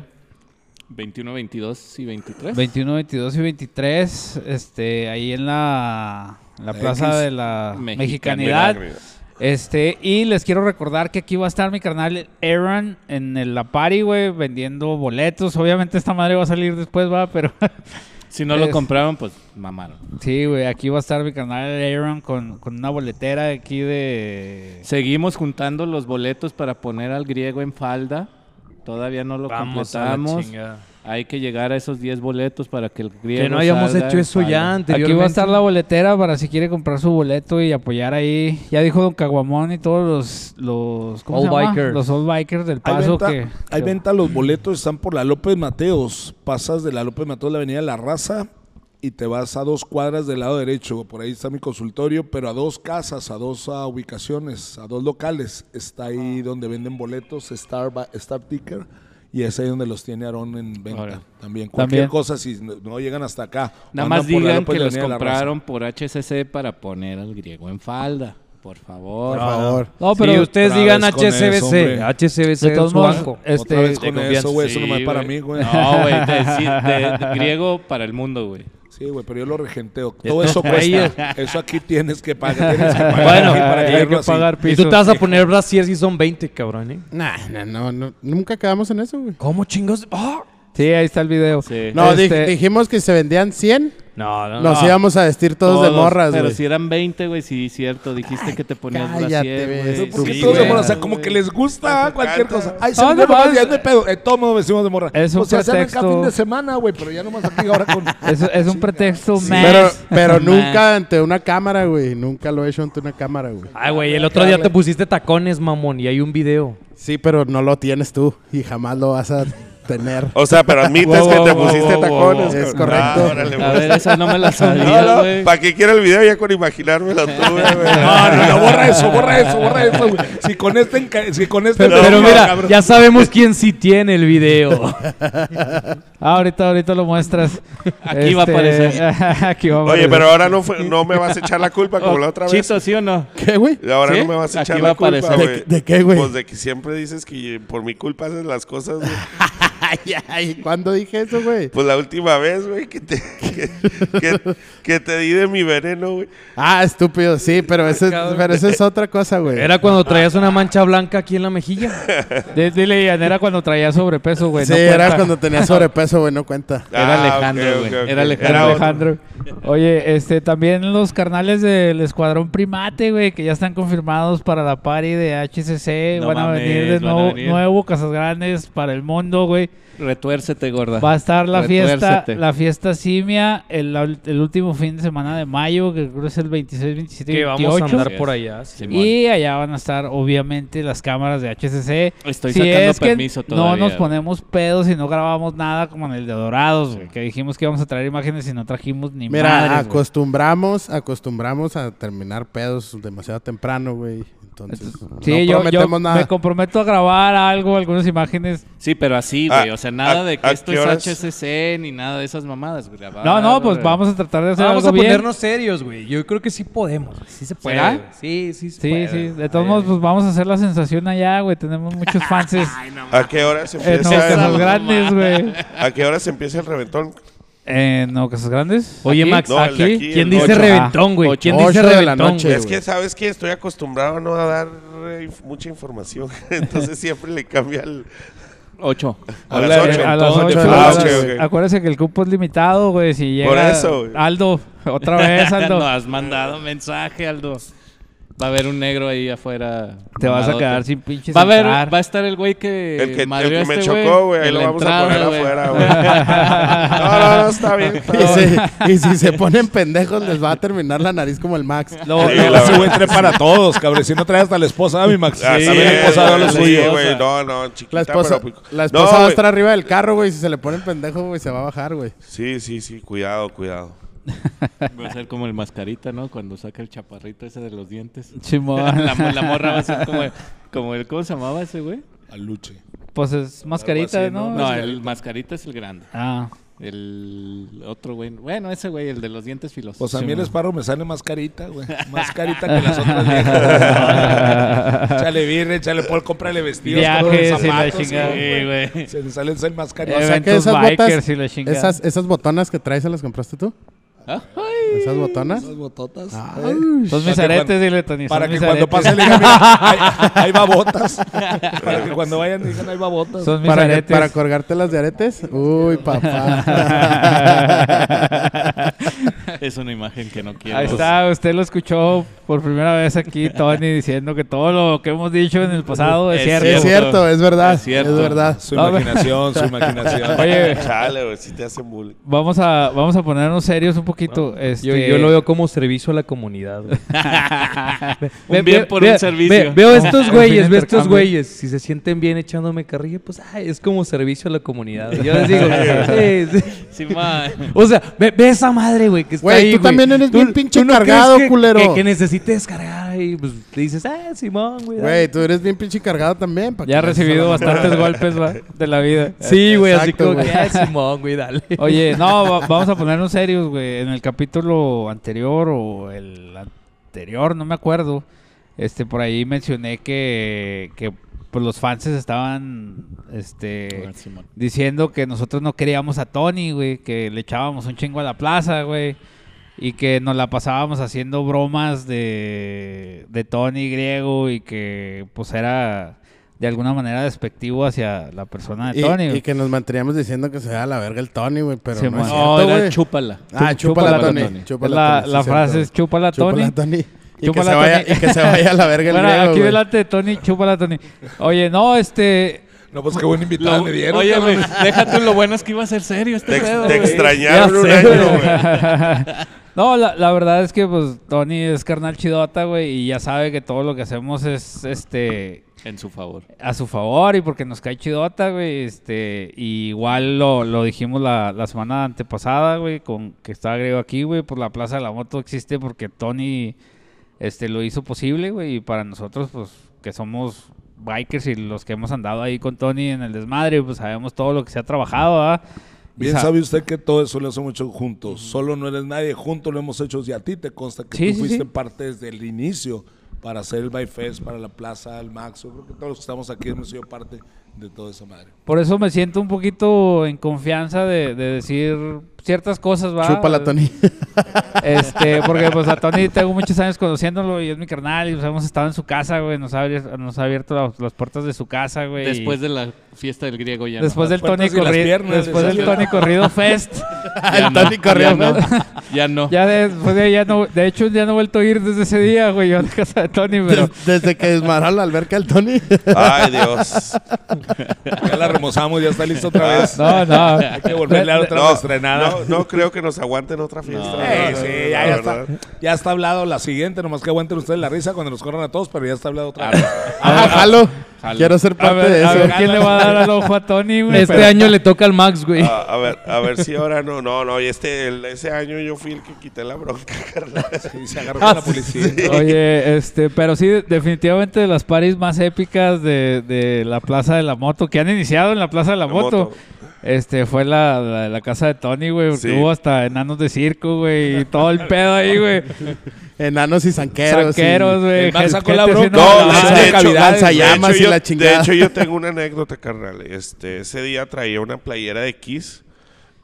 21, 22 y 23. 21, 22 y 23, este, ahí en la, en la plaza de la Mexicanidad. mexicanidad. Este, y les quiero recordar que aquí va a estar mi carnal Aaron en el la party, güey, vendiendo boletos. Obviamente esta madre va a salir después, va, pero <laughs> Si no lo Es- compraron, pues mamaron. sí, güey, aquí va a estar mi carnal Aaron con, con una boletera aquí de Seguimos juntando los boletos para poner al griego en falda. Todavía no lo Vamos a la completamos. chingada. Hay que llegar a esos 10 boletos para que el griego. Que no hayamos salga hecho en eso ya Aquí falda. anteriormente. va a estar la boletera para si quiere comprar su boleto y apoyar ahí. Ya dijo Don Caguamón y todos los los ¿cómo All se llama? bikers. Los old bikers del Hay paso venta, que hay que- venta, los boletos están por la López Mateos. Pasas de la López Mateos, la avenida La Raza, y te vas a dos cuadras del lado derecho. Por ahí está mi consultorio, pero a dos casas, a dos ah, ubicaciones, a dos locales. Está Ah. ahí donde venden boletos, Star, Ba- Star Ticker, y es ahí donde los tiene Aarón en venta Ahora. también. Cualquier También. cosa, si no, no llegan hasta acá. Nada andan más por la digan López que de la los avenida La Raza. compraron por HCC para poner al griego en falda. Por favor. Por favor. No, pero pero ustedes otra digan vez con eso, HCBC. hombre. HCBC de es todos su modos, banco. Otra este vez con confianza. eso, güey. Eso Sí, nomás para mí, güey. güey. No, güey. <laughs> de- sí, de- de griego para el mundo, güey. Sí, güey, pero yo lo <laughs> regenteo. Todo eso ahí cuesta. Eso aquí tienes que pagar. Tienes que pagar Bueno, aquí para hay tenerlo que así. pagar Y tú te vas a poner brasier si son 20, cabrón, ¿eh? Nah, nah, no, no, nunca quedamos en eso, güey. ¿Cómo chingos? ¡Ah! Sí, ahí está el video. Sí. No, Este- dij- dijimos que se vendían 100, No, no, nos no. íbamos a vestir todos, de morras, Pero güey. si eran 20, güey, sí, cierto. Dijiste que te ponías cállate, brasier, güey. güey. ¿Por qué Sí, todos de güey. morra? O sea, como que les gusta Nos cualquier encanta. cosa. Ay, se No, me nomás- ya no hay pedo. Eh, todo mundo decimos de morra. Es un o sea, se acá pretexto. fin de semana, güey, pero ya nomás aquí ahora con... Es, es un pretexto más. Pero, pero nunca ante una cámara, güey. Nunca lo he hecho ante una cámara, güey. Ay, güey, el otro día te pusiste tacones, mamón, y hay un video. Sí, pero no lo tienes tú y jamás lo vas a sostener. O sea, pero admites Wow, que te wow, pusiste wow, wow, tacones. wow. Es cabrón. correcto. Ah, órale, A güey. ver, esa no me la No, sabía, no, güey. ¿Para qué quiero el video ya con imaginarme la tuve, güey? <laughs> No, no, no, borra eso, borra eso, borra eso, güey. Si con este, enca- si con este Pero, No, pero no, mira, cabrón. ya sabemos quién sí tiene el <laughs> video. Ah, ahorita, ahorita lo muestras. Este, Aquí va a aparecer. <laughs> aquí va a Oye, aparecer. pero ahora no, fue- no me vas a echar la culpa como la otra vez. Chito, ¿sí o no? ¿Qué, güey? Y Ahora ¿Sí? no me vas a Aquí echar va la a culpa, aparecer. güey. ¿De- de qué, güey? Pues de que siempre dices que por mi culpa haces las cosas, güey. Ay, ay, ¿Cuándo dije eso, güey? Pues la última vez, güey, que te, <laughs> que, que- que te di de mi veneno, güey. Ah, estúpido, sí, pero eso, es- pero eso es otra cosa, güey. Era cuando traías una mancha blanca aquí en la <laughs> mejilla. D- Dile, Ian, era cuando traía sobrepeso, güey. sí, no era cuenta. cuando tenía sobrepeso, güey, no cuenta. Era Ah, Alejandro, ok, güey. ok, ok. Era Alejandro. Era otro. Alejandro. Oye, este, también los carnales del Escuadrón Primate, güey, que ya están confirmados para la party de HCC. No van a mames, venir de van a nuevo, venir. nuevo Casas Grandes para el mundo, güey. Retuércete, gorda. Va a estar la fiesta, Ah, Retuércete. la fiesta simia el, el último fin de semana de mayo, que creo que es el 26, 27 Que vamos a 28. andar Sí, por es. allá. sí. Simón. Y allá van a estar, obviamente, las cámaras de HCC. Estoy sacando permiso No todavía, nos güey. ponemos pedos y no grabamos nada como en el de Dorados, güey. Que dijimos que íbamos a traer imágenes y no trajimos ni Mira, ah, madres, güey. acostumbramos, acostumbramos a terminar pedos demasiado temprano, güey. Entonces, Entonces, no sí, yo- yo, prometemos nada. me comprometo a grabar algo, algunas imágenes. Sí, pero así, Ah, güey. O sea, nada ¿a- de que a esto qué es horas? HCC ni nada de esas mamadas, güey. Grabar, No, no, pues güey. vamos a tratar de hacer Ah, Vamos a algo bien. ponernos serios, güey. Yo creo que sí podemos. Sí se puede. ¿Será? güey. Sí, sí se Sí, puede. sí. De A todos ver. modos, pues vamos a hacer la sensación allá, güey. Tenemos <laughs> muchos fans en ¿A qué hora se los empieza, Casas el, Grandes, <laughs> güey. ¿a qué hora se empieza el reventón? En no, Casas Grandes. Oye, Aquí, Max, no, el de pues, aquí, aquí, ¿quién el dice ocho. reventón, güey? ¿Quién Ocho dice de la reventón, noche, güey? es que sabes que estoy acostumbrado no a dar eh, mucha información, entonces siempre le cambia al- Ocho. a Habla las de- Eh, ocho. a las entonces, 8 de de la flash, noche. güey. Acuérdense que el cupo es limitado, güey. Si llega Por eso, güey. Aldo, otra <laughs> vez Aldo. no has mandado mensaje, Aldo. Va a haber un negro ahí afuera. te vas a mamadote. quedar sin pinches Va a, haber, entrar. va a estar el güey que. El que, el madrió que a me este chocó, güey, ahí en lo la vamos a entrada, <laughs> poner afuera, güey. No, no, no, está bien. está Y bien. si, y si se ponen pendejos, les va a terminar la nariz como el Max. Lo- Sí, lo- la Ese güey trae para todos, cabrón. Si no trae hasta la esposa, mi Max. Ah, También también la esposa da lo sí, suyo. güey, no, no, chiquita, La esposa, pero- pues, la No, esposa va a güey. estar arriba del carro, güey. Si se le ponen pendejo, güey, se va a bajar, güey. Sí, sí, sí, cuidado, cuidado. Va a ser como el mascarita, ¿no? Cuando saca el chaparrito ese de los dientes. <laughs> Simón. la, mo- la morra va a ser como, como el. ¿Cómo se llamaba ese güey? Al luche. Pues es mascarita, así, ¿no? ¿no? No, el mascarita es el grande. Ah, El otro güey. Bueno, ese güey, el de los dientes filosos. Pues a Sí, mí el güey. esparro me sale más carita, güey. Más carita que <laughs> las otras viejas. Échale birra, échale pol, cómprale vestidos, Viajes y la sí, chingada. güey. Sí, güey. Se le sale el más <laughs> carita. O sea que Eventos esas botas, bikers y la chingada. esas, esas botonas que traes, ¿se las compraste tú? Ay. ¿Esas botonas? bototas. Ah, son mis Para que aretes, cuando- dile, Tony. son Para que mis cuando <laughs> aretes. pase le digan, mira, ahí, ahí va botas. Para que cuando vayan digan, ahí va botas. Son mis Para, que- aretes. para colgarte las de aretes. Uy, <laughs> papá. Es una imagen que no <laughs> quiero. Ahí está, usted lo escuchó por primera vez aquí, Tony, diciendo que todo lo que hemos dicho en el pasado es, Es cierto. Sí, es cierto, es verdad. Es Es, cierto. verdad. Su No, me- imaginación, su imaginación. Oye, Chale, güey, si te hacen bullying. vamos a, vamos a ponernos serios un poquito. este, Yo, yo lo veo como servicio a la comunidad, <laughs> güey. Un bien por un servicio. veo estos Un güeyes, fin veo estos intercambio. güeyes. Si se sienten bien echándome carrilla, pues ay, es como servicio a la comunidad. güey. Yo les digo, <laughs> sí, sí. Sí, man. O sea, ve, ve esa madre, güey, que está Güey, ahí, tú también eres bien pinche cargado, crees que- culero? Que, que necesites descargar y pues le dices, ah, Simón, güey. dale". Güey, tú eres bien pinche cargado también. ¿pa' Ya ha qué? recibido bastantes golpes va, de la vida. Sí, güey, así eh, Exacto, como que, güey. ah, Simón, <laughs> güey, dale. Oye, no, va- vamos a ponernos serios, güey. En el capítulo anterior o el anterior, no me acuerdo, este, por ahí mencioné que, que pues, los fans estaban, este, Simón. diciendo que nosotros no queríamos a Tony, güey, que le echábamos un chingo a la plaza, güey, y que nos la pasábamos haciendo bromas de, de Tony griego y que pues era de alguna manera despectivo hacia la persona de Y, Tony. y güey. que nos manteníamos diciendo que se da la verga el Tony, güey, pero Sí, no man. es No, cierto, era güey. chúpala. Ah, chúpala, chúpala, Tony. Tony. Es chúpala, la, Tony, la sí, cierto, frase es güey. chúpala, Tony. Chúpala, Tony. Y que, Chúpala, se vaya, Tony. y que se vaya a la verga el Bueno, griego, aquí güey. delante de Tony, chúpala, Tony. Oye, no, este. No, pues qué buen invitado Lo- me dieron. oye, cabrón. güey, deja tú lo bueno es que iba a ser serio este Te, ex- pedo, te güey. extrañaron Ya un sé, año, güey. güey. No, la, la verdad es que pues Tony es carnal chidota, güey, y ya sabe que todo lo que hacemos es este En su favor. a su favor y porque nos cae chidota, güey. Este, y igual lo, lo dijimos la, la semana antepasada, güey, con que estaba Grego aquí, güey, por la Plaza de la Moto existe porque Tony este, lo hizo posible, güey, y para nosotros, pues, que somos bikers y los que hemos andado ahí con Tony en el desmadre, pues sabemos todo lo que se ha trabajado, ¿verdad? Y Bien sa- sabe usted que todo eso lo hemos hecho juntos. Solo no eres nadie, juntos lo hemos hecho. Y a ti te consta que Sí, tú sí, fuiste sí. parte desde el inicio para hacer el Byfest, para la plaza, el Max. Yo creo que todos los que estamos aquí hemos sido parte de toda esa madre. Por eso me siento un poquito en confianza de, de decir ciertas cosas, ¿va? Chúpala, Tony. <laughs> Este, porque pues a Tony tengo muchos años conociéndolo y es mi carnal y pues, hemos estado en su casa, güey, nos ha abierto, nos ha abierto las, las puertas de su casa, güey. y Después de la fiesta del griego ya. no. después del Las Tony puertas y las corrido, piernas, después les del hace- Tony <laughs> corrido fest, Ya el no, Tony corrió, ya no, ¿no? Ya no. ya de- después de ahí ya no, de hecho ya no he vuelto a ir desde ese día, güey, yo a la casa de Tony, <laughs> pero Des- Desde que desmararon la alberca el Tony. Ay, Dios. Ya la remozamos, ya está listo otra vez. no, no. Hay que volverle a dar otra No, estrenada. no, no creo que nos aguanten otra fiesta. Eh, sí, ya, ya La está, verdad. ya está hablado la siguiente, nomás que aguanten ustedes la risa cuando nos corran a todos, pero ya está hablado otra vez. <laughs> Ah, <laughs> jalo. jalo. Quiero ser A parte de ver, a eso. ver, ¿quién le va a dar al ojo a Tony, güey? Este Pero- año le toca al Max, <laughs> güey. Ah, a ver, a ver si ahora no, no, no, y este, el- ese año yo fui el que quité la bronca, <laughs> carnal. Y se agarró con la policía. Oye, este, pero sí, definitivamente de las paris más épicas de, de la Plaza de la Moto, que han iniciado en la Plaza de la, La moto, moto. este, fue la, la, la casa de Tony, güey, porque Sí. hubo hasta enanos de circo, güey, y todo el pedo ahí, <laughs> güey. Enanos y zanqueros. y- Sanqueros, güey. El Mar gente sacó la haciendo bronca. No, malabares. de hecho, cavidades, de hecho, llamas y yo- la chingada. De hecho, yo tengo una anécdota, carnal. Este, ese día traía una playera de Kiss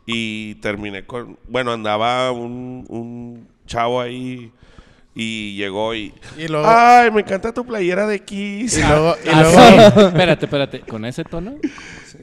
y terminé con. Bueno, andaba un, un chavo ahí y llegó y. Y luego- ¡Ay, me encanta tu playera de Kiss! Y luego, y Ah, luego- sí. espérate, espérate. ¿Con ese tono?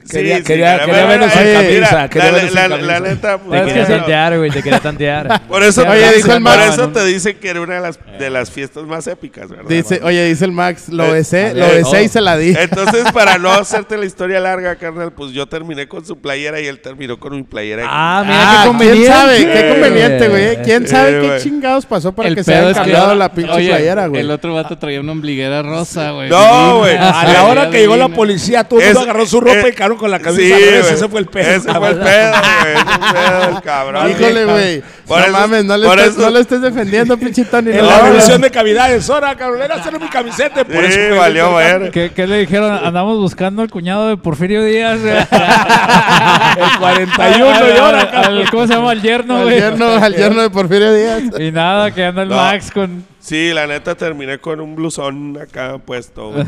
Quería- quería- cara, quería mira, verlo sin mira, camisa, la- quería la- verlo sin la- camisa. la neta, pues, Te quería bueno, tantear, güey, te <laughs> quería tantear. Por eso, Oye, te dijo el dicen- por Max. eso te dicen que era una de las, de las fiestas más épicas, ¿verdad? dice, oye, dice el Max, lo Eh, besé, a lo ver, besé y no. se la di. Entonces, para no hacerte la historia larga, carnal, pues yo terminé con su playera y él terminó con mi playera. de Ah, mira Ah, qué ¿quién conveniente. sabe? Qué conveniente, güey. ¿Quién Eh, sabe qué güey. chingados pasó para El que se pedo haya es que- cambiado la pinche Oye, playera, güey? El otro vato traía una ombliguera rosa, güey. Ah, No, güey. A la hora que llegó la policía, todo el mundo Es- agarró su ropa eh, y cagaron con la sí, camisa. al revés. güey. ese fue el pedo. Ese <laughs> fue el pedo, güey. Ese fue el pedo, el cabrón. Híjole, güey. No Por eso- mames, no le, por estés, eso- no le estés defendiendo, pinche Tony. En no, la no, revisión de cavidades, ahora, cabrón, era hacerle mi camiseta. Por Sí, eso fue el valió intercambio. ver. ¿Qué, qué le dijeron? Andamos buscando al cuñado de Porfirio Díaz. güey. El 41 y ahora, Al- cabrón. al- ¿Cómo se llama? Al yerno, Al güey. yerno, al yerno de Porfirio Díaz. Y nada, que anda el No. Max con... Sí, la neta terminé con un blusón acá puesto. güey.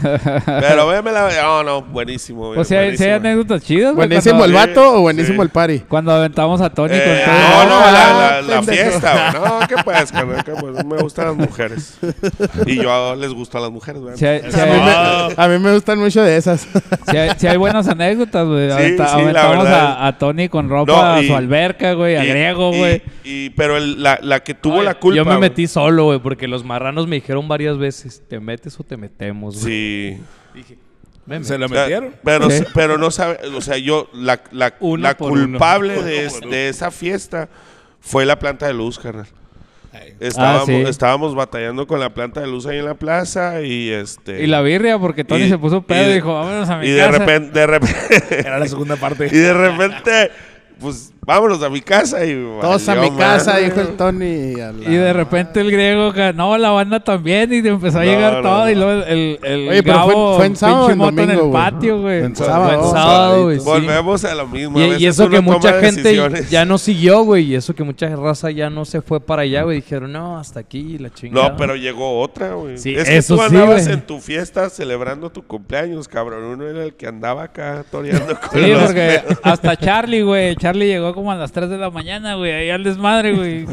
Pero véme la. No, no, buenísimo. güey, O sea, hay- sí hay buenísimo. anécdotas chidas, güey. Buenísimo cuando- el vato o buenísimo sí. el party. Cuando aventamos a Tony Eh, con todo. no, no, la, la- la Ah, pendejo. fiesta. <laughs> güey. No, ¿qué pues, carnal? ¿Qué pues? Me gustan las mujeres. Y yo les gusto a las mujeres, güey. Si hay, si A hay- mí, Ah. me, a mí me gustan mucho de esas. si hay- si hay buenas anécdotas, güey. Sí, Aventa- sí, la aventamos verdad. a, a Tony con ropa No, a y- su alberca, güey. A Y- Griego, y- güey. y- Pero el- la, la que tuvo la culpa. Eh, Yo me güey. metí solo, güey, porque los marranos me dijeron varias veces, ¿te metes o te metemos, güey? Sí. Se lo O sea, metieron. Pero, Sí. pero no sabe, o sea, yo, la, la, Uno la por <laughs> uno. culpable de, es- de esa fiesta fue la planta de luz, carnal. Estábamos, Ah, sí. estábamos batallando con la planta de luz ahí en la plaza y este. Y la birria, porque Tony y- se puso pedo y, de- dijo, vámonos a mi y casa. de repente, de repente, Era la segunda parte. <laughs> y de repente, pues vámonos a mi casa y Todos a valió mi casa, madre. dijo el Tony. a la- Y de repente el griego, que, no, la banda también, y empezó a No, llegar no, todo, no. y luego el, el Oye, pero fue- Gabo, fue en pinche sábado o en moto en el domingo, güey. patio, güey. En sábado. Fue en sábado, güey. sí. Volvemos a lo mismo. Y, a y veces eso uno que toma mucha gente decisiones. ya no siguió, güey. Y eso que mucha raza ya no se fue para allá, güey. Dijeron, no, hasta aquí, la chingada. No, pero llegó otra, güey. Sí, es que eso tú sí, andabas güey. en tu fiesta celebrando tu cumpleaños, cabrón. Uno era el que andaba acá toreando con Sí, los porque pedos. hasta Charlie, güey. Charlie llegó como a las 3 de la mañana, güey, ahí al desmadre, güey.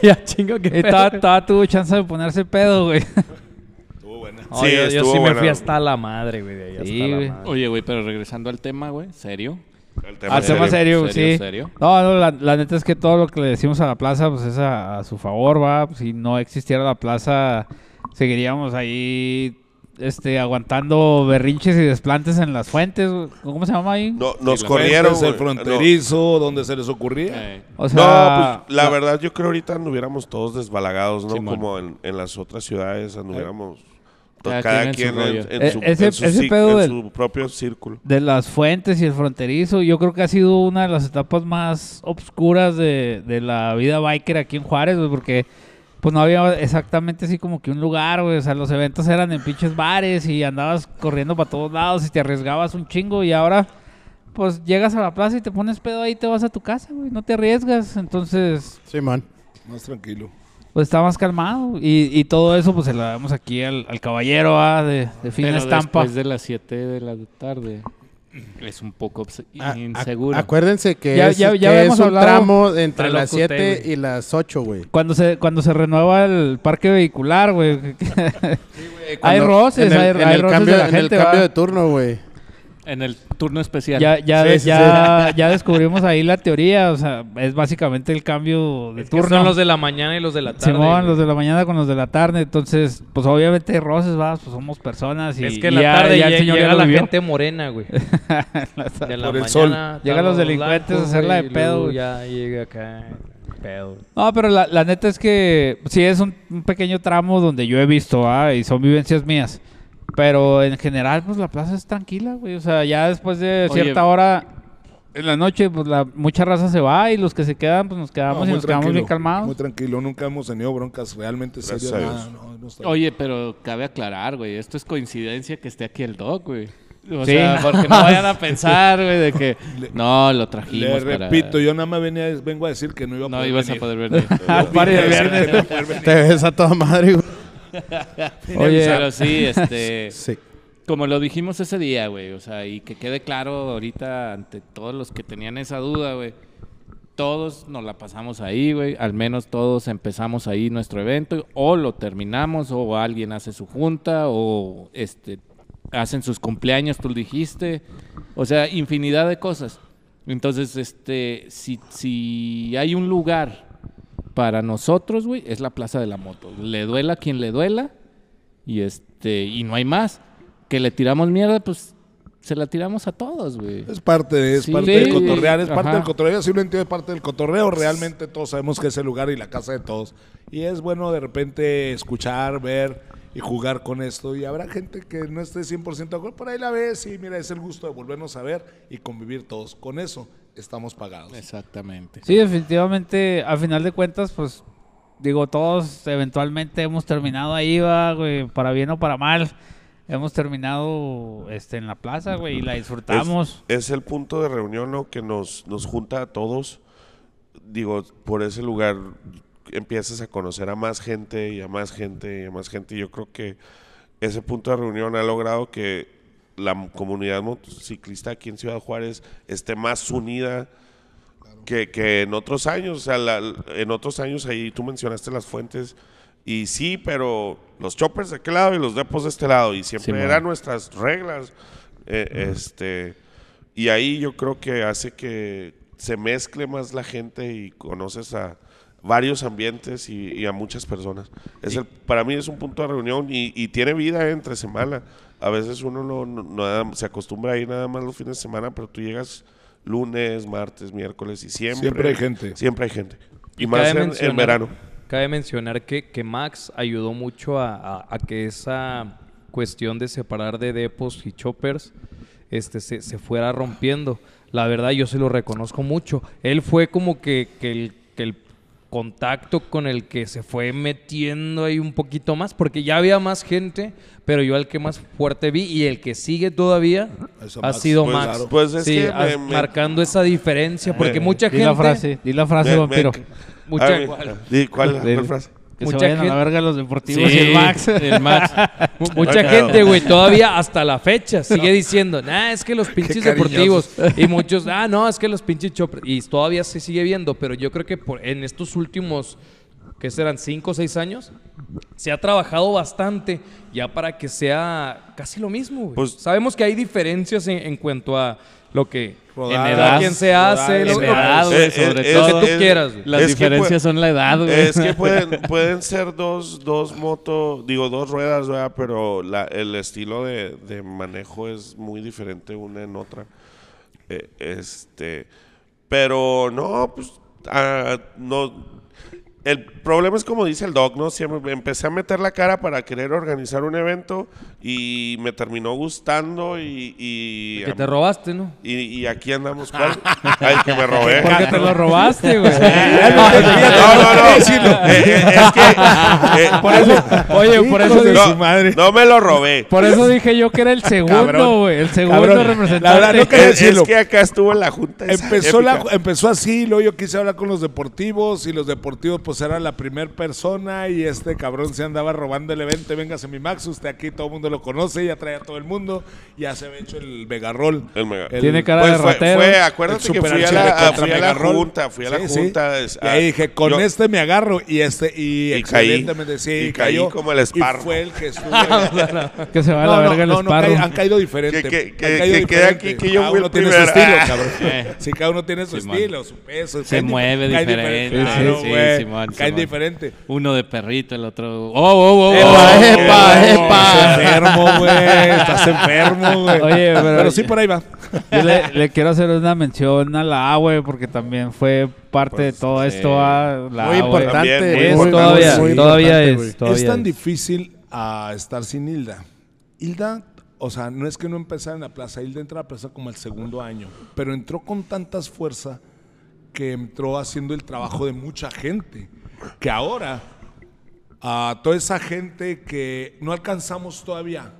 ya chingo que... y toda, toda tuvo chance de ponerse pedo, güey. No, Sí, yo, yo estuvo sí me buena. fui hasta la madre, güey, de ahí, Sí, hasta güey. la madre. Oye, güey, pero regresando al tema, güey. ¿Serio? <laughs> El Al tema serio, serio, sí. serio. No, no, la, la neta es que todo lo que le decimos a la plaza, pues es a, a su favor, va. Pues, si no existiera la plaza, seguiríamos ahí este, aguantando berrinches y desplantes en las fuentes. güey. ¿Cómo se llama ahí? No, nos Sí, la corrieron. Fuentes, el güey. No. fronterizo, donde se les ocurría. Eh, O No, sea, pues la verdad yo creo ahorita anduviéramos todos desbalagados, ¿no? Simón. Como en, en las otras ciudades anduviéramos Cada quien Cada, en quien, su rollo. en, en E- su, ese- en su ese cic- pedo en del- su propio círculo. de las fuentes y el fronterizo, yo creo que ha sido una de las etapas más obscuras de, de la vida biker aquí en Juárez, güey, porque pues no había exactamente así como que un lugar, güey, o sea, los eventos eran en pinches bares y andabas corriendo para todos lados y te arriesgabas un chingo y ahora pues llegas a la plaza y te pones pedo ahí y te vas a tu casa, güey, no te arriesgas, entonces Simón. Más tranquilo. pues está más calmado y, y todo eso pues se lo damos aquí al, al caballero ¿ah? de, de fina Pero estampa. después de las 7 de la tarde Ah, es un poco obs- A- a- inseguro. Ah, Acuérdense que Ya- es, ya- ya que habíamos es un hablado. tramo entre Está las loco usted, 7 güey. y las 8, güey. Cuando se, cuando se renueva el parque vehicular, güey. <laughs> hay Cuando- roces, en el, hay, en hay el roces cambio, de la en gente. el cambio ¿va? de turno, güey. en el turno especial. Ya, ya, Sí, sí, ya, <laughs> ya descubrimos ahí la teoría. O sea, es básicamente el cambio de Es que turno. Son los de la mañana y los de la tarde. Simón, los güey. de la mañana con los de la tarde. Entonces, pues obviamente hay roces, va, pues somos personas. Y, Es que en y la ya- tarde ya el lle- señor ya llega lo la vivió. <laughs> gente morena, güey. <laughs> De la Por el mañana sol. están Llegan los delincuentes a blancos, hacerla de güey, y pedo, luego güey. Ya llega acá. Pedo. No, pero la, la neta es que sí es un, un pequeño tramo donde yo he visto, ah, y son vivencias mías. Pero en general, pues la plaza es tranquila, güey. O sea, ya después de Oye. cierta hora en la noche, pues la mucha raza se va y los que se quedan, pues nos quedamos No, y muy nos quedamos bien tranquilo, calmados. <laughs> Muy tranquilo, nunca hemos tenido broncas realmente Gracias a serias. nada, Dios. no, no está- Oye, pero cabe aclarar, güey, esto es coincidencia que esté aquí el doc, güey. O Sí. sea, porque no vayan <laughs> a pensar, güey, de que no, lo Le trajimos para- repito, yo nada más venía, vengo a decir que no iba a no poder ibas venir. a poder <laughs> venir. Al party de viernes. Te ves a toda madre, güey. Oye, pero sí, este, Sí. como lo dijimos ese día, güey, o sea, y que quede claro ahorita ante todos los que tenían esa duda, güey. Todos nos la pasamos ahí, güey. Al menos todos empezamos ahí nuestro evento o lo terminamos o alguien hace su junta o este hacen sus cumpleaños, tú dijiste. O sea, infinidad de cosas. Entonces, este si si hay un lugar para nosotros, güey, es la Plaza de la Moto. Le duela a quien le duela y este y no hay más. Que le tiramos mierda, pues se la tiramos a todos, güey. Es parte, de- es Sí. parte del Sí. cotorrear, es parte Ajá. del cotorreo, sí lo entiendo, es parte del cotorreo, realmente todos sabemos que es el lugar y la casa de todos. Y es bueno de repente escuchar, ver y jugar con esto. Y habrá gente que no esté 100% de acuerdo, por ahí la ves y mira, es el gusto de volvernos a ver y convivir todos. Con eso estamos pagados. Exactamente. Sí, definitivamente, a final de cuentas, pues, digo, todos eventualmente hemos terminado ahí, va, güey, para bien o para mal. Hemos terminado este, en la plaza, güey, y la disfrutamos. Es, es el punto de reunión ¿no? que nos, nos junta a todos. Digo, por ese lugar empiezas a conocer a más gente y a más gente y a más gente. Y yo creo que ese punto de reunión ha logrado que la m- comunidad motociclista aquí en Ciudad Juárez esté más unida que, que en otros años. O sea, la- en otros años ahí tú mencionaste las fuentes. Y sí, pero los choppers de aquel lado y los depos de este lado. Y siempre Simón. eran nuestras reglas. Eh, Este. Y ahí yo creo que hace que se mezcle más la gente y conoces a varios ambientes y, y a muchas personas. Es el, para mí es un punto de reunión y, y tiene vida ¿eh? entre semana. A veces uno no, no- nada- se acostumbra a ir nada más los fines de semana, pero tú llegas lunes, martes, miércoles y siempre, Siempre hay gente. Siempre hay gente. Y, Cabe más en- en, mencionar- verano. Cabe mencionar que, que Max ayudó mucho a, a- a que esa cuestión de separar de depos y choppers este, se, se fuera rompiendo. La verdad, yo se lo reconozco mucho. Él fue como que, que el, que el contacto con el que se fue metiendo ahí un poquito más, porque ya había más gente, pero yo al que más fuerte vi y el que sigue todavía Es a ha Max. sido Pues- Max. pues es Sí, que has- me- me- Eh, marcando esa diferencia, porque Me- mucha Di gente... la frase, di la frase, Me- Eh, me- vampiro. Mucha- a ver, di, ¿Cuál, Del- cuál frase? Que mucha se vayan a gente- la verga los deportivos Sí, y el Max. <laughs> el Max. Mu- Mucha Claro. gente, güey, todavía hasta la fecha sigue diciendo, nah, es que <laughs> los pinches deportivos. Y muchos, ah, no, es que los pinches choppers. Y todavía se sigue viendo, pero yo creo que por, en estos últimos, ¿qué serán? ¿Cinco o seis años? Se ha trabajado bastante ya para que sea casi lo mismo, güey. Pues- Sabemos que hay diferencias en, en cuanto a lo que Rodadas, en edad, quién se rodadas, hace, lo, en lo- edad, lo güey, Eh, sobre eh, todo. es- que tú es- quieras, güey. Las es que pues, diferencias puede- son la edad, güey. <laughs> Es que pueden, pueden ser dos, dos motos, digo, dos ruedas, ¿verdad? pero la- el estilo de, de manejo es muy diferente una en otra. E, Eh, este, pero no, pues, ah, no, El problema es como dice el doc, ¿no? Siempre empecé a meter la cara para querer organizar un evento y me terminó gustando y... y Que te robaste, ¿no? y, y aquí andamos. ¿cuál? Ay, que me robé. Porque te lo robaste, <laughs> güey. No, no, no. Eh, eh, <laughs> es que, eh, Por eso, oye, por eso, no, dije, no me lo robé. por eso dije yo que era el segundo, Cabrón. güey. El segundo Cabrón. La representante. verdad, no quería Es, decirlo. es que acá estuvo en la junta. esa Empezó, la, épica. empezó así, luego yo quise hablar con los deportivos y los deportivos pues eran la primer persona y este cabrón se andaba robando el evento, véngase mi Max, usted aquí todo el mundo lo conoce, ya trae a todo el mundo, ya se había hecho el Vegarrol. El mega- Tiene cara Pues de fue, ratero. fue- acuérdate El que fui a la, superarchivo a- contra fui a la Megarol. junta, fui a la Sí, sí. junta. es- Y ahí ah, dije, con yo- este me agarro y este, y, Y caí. excelentemente, sí, Y caí cayó. como el esparro. Y fue el que <laughs> estuvo. no, que se va a la verga el esparro. caí- han caído diferente. Que- que- han que- que caído quede diferente. aquí que yo Cada fui el uno tiene primero. su estilo, Ah. <laughs> cabrón. Eh. Si cada uno tiene su Simón. estilo, su peso. Se caen di- mueve caen diferente. Claro, Sí, sí, güey. Simón, Caen Simón. diferente. Uno de perrito, el otro. ¡Oh, oh, oh! Epa, oh, epa, oh, Estás oh. enfermo, güey. Estás enfermo, güey. Oye, pero- sí por ahí va. <laughs> Yo le, le quiero hacer una mención a la A, güey, porque también fue parte de todo esto a la Muy A, güey. importante. También, muy güey, Es muy- todavía, muy todavía importante, es, güey. todavía es tan es. difícil a estar sin Hilda. Hilda, o sea, no es que no empezara en la plaza, Hilda entra a la plaza como el segundo año, pero entró con tantas fuerza que entró haciendo el trabajo de mucha gente, que ahora a toda esa gente que no alcanzamos todavía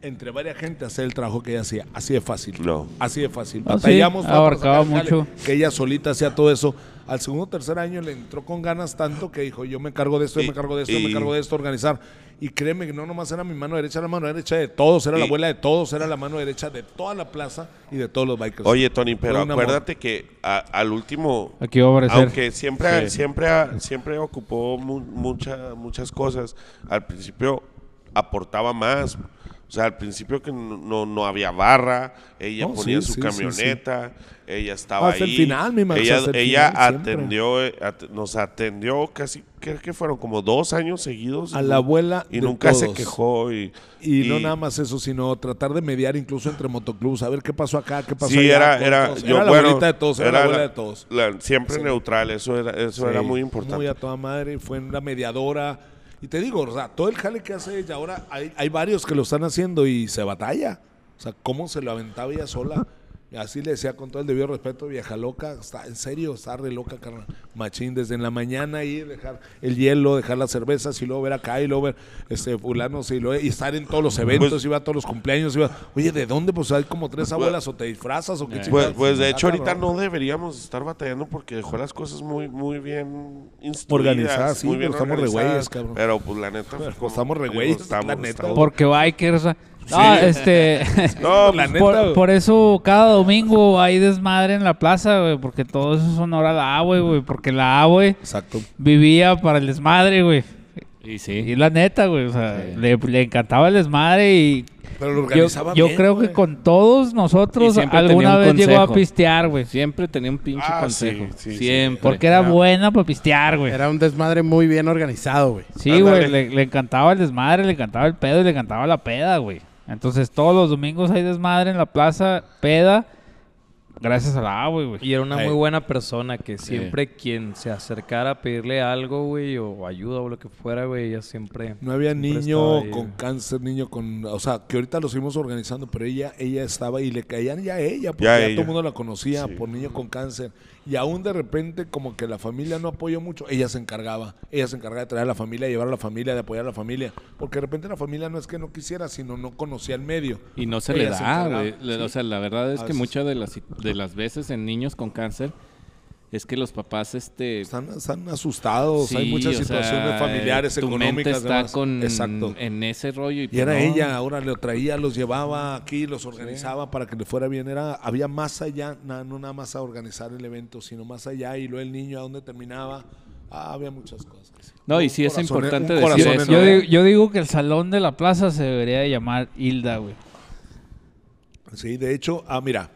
entre varias gente a hacer el trabajo que ella hacía, así de fácil. No. Así de fácil. Ah, sí, Batallamos más para abarcaba sacar el jale, mucho. Que ella solita hacía todo eso. Al segundo o tercer año le entró con ganas tanto que dijo, yo me encargo de esto, yo Y- me encargo de esto, yo y- me encargo de esto, organizar. Y créeme que no nomás era mi mano derecha, era la mano derecha de todos, era la Y- abuela de todos, era la mano derecha de toda la plaza y de todos los bikers. Oye, Tony, pero Fue un amor. acuérdate que a- al último, Aquí va a aparecer. aunque siempre, siempre, siempre ocupó mu- mucha- muchas cosas, al principio aportaba más. O sea, al principio que no, no, no había barra, ella No, ponía sí, su sí, sí, sí. camioneta, ella estaba Hasta el ahí. final, mi Max, ella hasta el ella final, siempre. atendió, eh, at- nos atendió casi, creo que fueron como dos años seguidos. A y la nu- abuela Y de nunca se todos. quejó. Y, Y, no nada más eso, sino tratar de mediar incluso entre motoclubs, a ver qué pasó acá, qué pasó Sí, allá, era, con era, todos. yo, Era la bueno, abuelita de todos, era, la abuela de todos. la- siempre neutral, eso era, eso era Sí, muy importante. Muy a toda madre, fue una mediadora. Y te digo, o sea, todo el jale que hace ella, ahora hay, hay varios que lo están haciendo y se batalla. O sea, cómo se lo aventaba ella sola. Y Así le decía con todo el debido respeto, vieja loca, está en serio, está re loca, carnal. Machín, desde en la mañana ir, dejar el hielo, dejar las cervezas y luego ver acá y luego ver este fulano sí, luego- y estar en todos los eventos, Pues- iba a todos los cumpleaños, iba, oye, ¿de dónde? Pues hay como tres abuelas o te disfrazas o qué Pues, chingados. pues, de Ah, hecho ahorita cabrón. no deberíamos estar batallando porque dejó las cosas muy muy bien instruidas, Organizadas, sí, muy pero estamos re güeyes, cabrón. Pero pues la neta pues, como- estamos re digo, güeyes, la neta. Porque bikers. o sea, No, este. No, La pues, neta, Por, güey. por eso cada domingo hay desmadre en la plaza, güey, porque todo eso es honor a la A, güey, güey, porque la A, güey, Exacto. vivía para el desmadre, güey. Y Y sí. la neta, güey, o sea, le, le encantaba el desmadre y Pero lo yo, organizaba yo bien, creo güey. que con todos Y nosotros siempre alguna tenía un vez llegó a consejo. pistear, güey. Siempre tenía un pinche Ah, consejo. sí, sí, sí. Siempre. Porque era buena para pistear, güey. Era un desmadre muy bien organizado, güey. Sí, güey, le, le encantaba el desmadre, le encantaba el pedo y le encantaba la peda, güey. Entonces todos los domingos hay desmadre en la plaza, peda, gracias a la A, güey, güey. Y era una Ey. muy buena persona que siempre quien se acercara a pedirle algo, güey, o ayuda o lo que fuera, güey, ella siempre... No había siempre niño estaba ahí, con güey. cáncer, niño con... O sea, que ahorita lo seguimos organizando, pero ella ella estaba y le caían ya a ella, porque Ya ya, ella. todo el mundo la conocía Sí. por niño con cáncer. Y aún de repente, como que la familia no apoyó mucho, ella se encargaba. Ella se encargaba de traer a la familia, de llevar a la familia, de apoyar a la familia. Porque de repente la familia no es que no quisiera, sino no conocía el medio. Y no se Ella le se da, encargaba, güey. Le- sí. O sea, la verdad es A que veces. muchas de las, de las veces en niños con cáncer es que los papás, este... Están, están asustados, Pues, hay sí, muchas o sea, situaciones familiares, tu económicas. mente está demás. con, Exacto. en ese rollo. Y, Y pues, era no. ella, ahora lo traía, los llevaba aquí, los organizaba para que le fuera bien. Era, había más allá, na- no nada más a organizar el evento, sino más allá. Y luego el niño a dónde terminaba. Ah, había muchas cosas. que sí. No, y Un sí es corazón- importante un decir corazón eso. Yo enorme. digo, yo digo que el salón de la plaza se debería de llamar Hilda, güey. Sí, de hecho, ah, mira,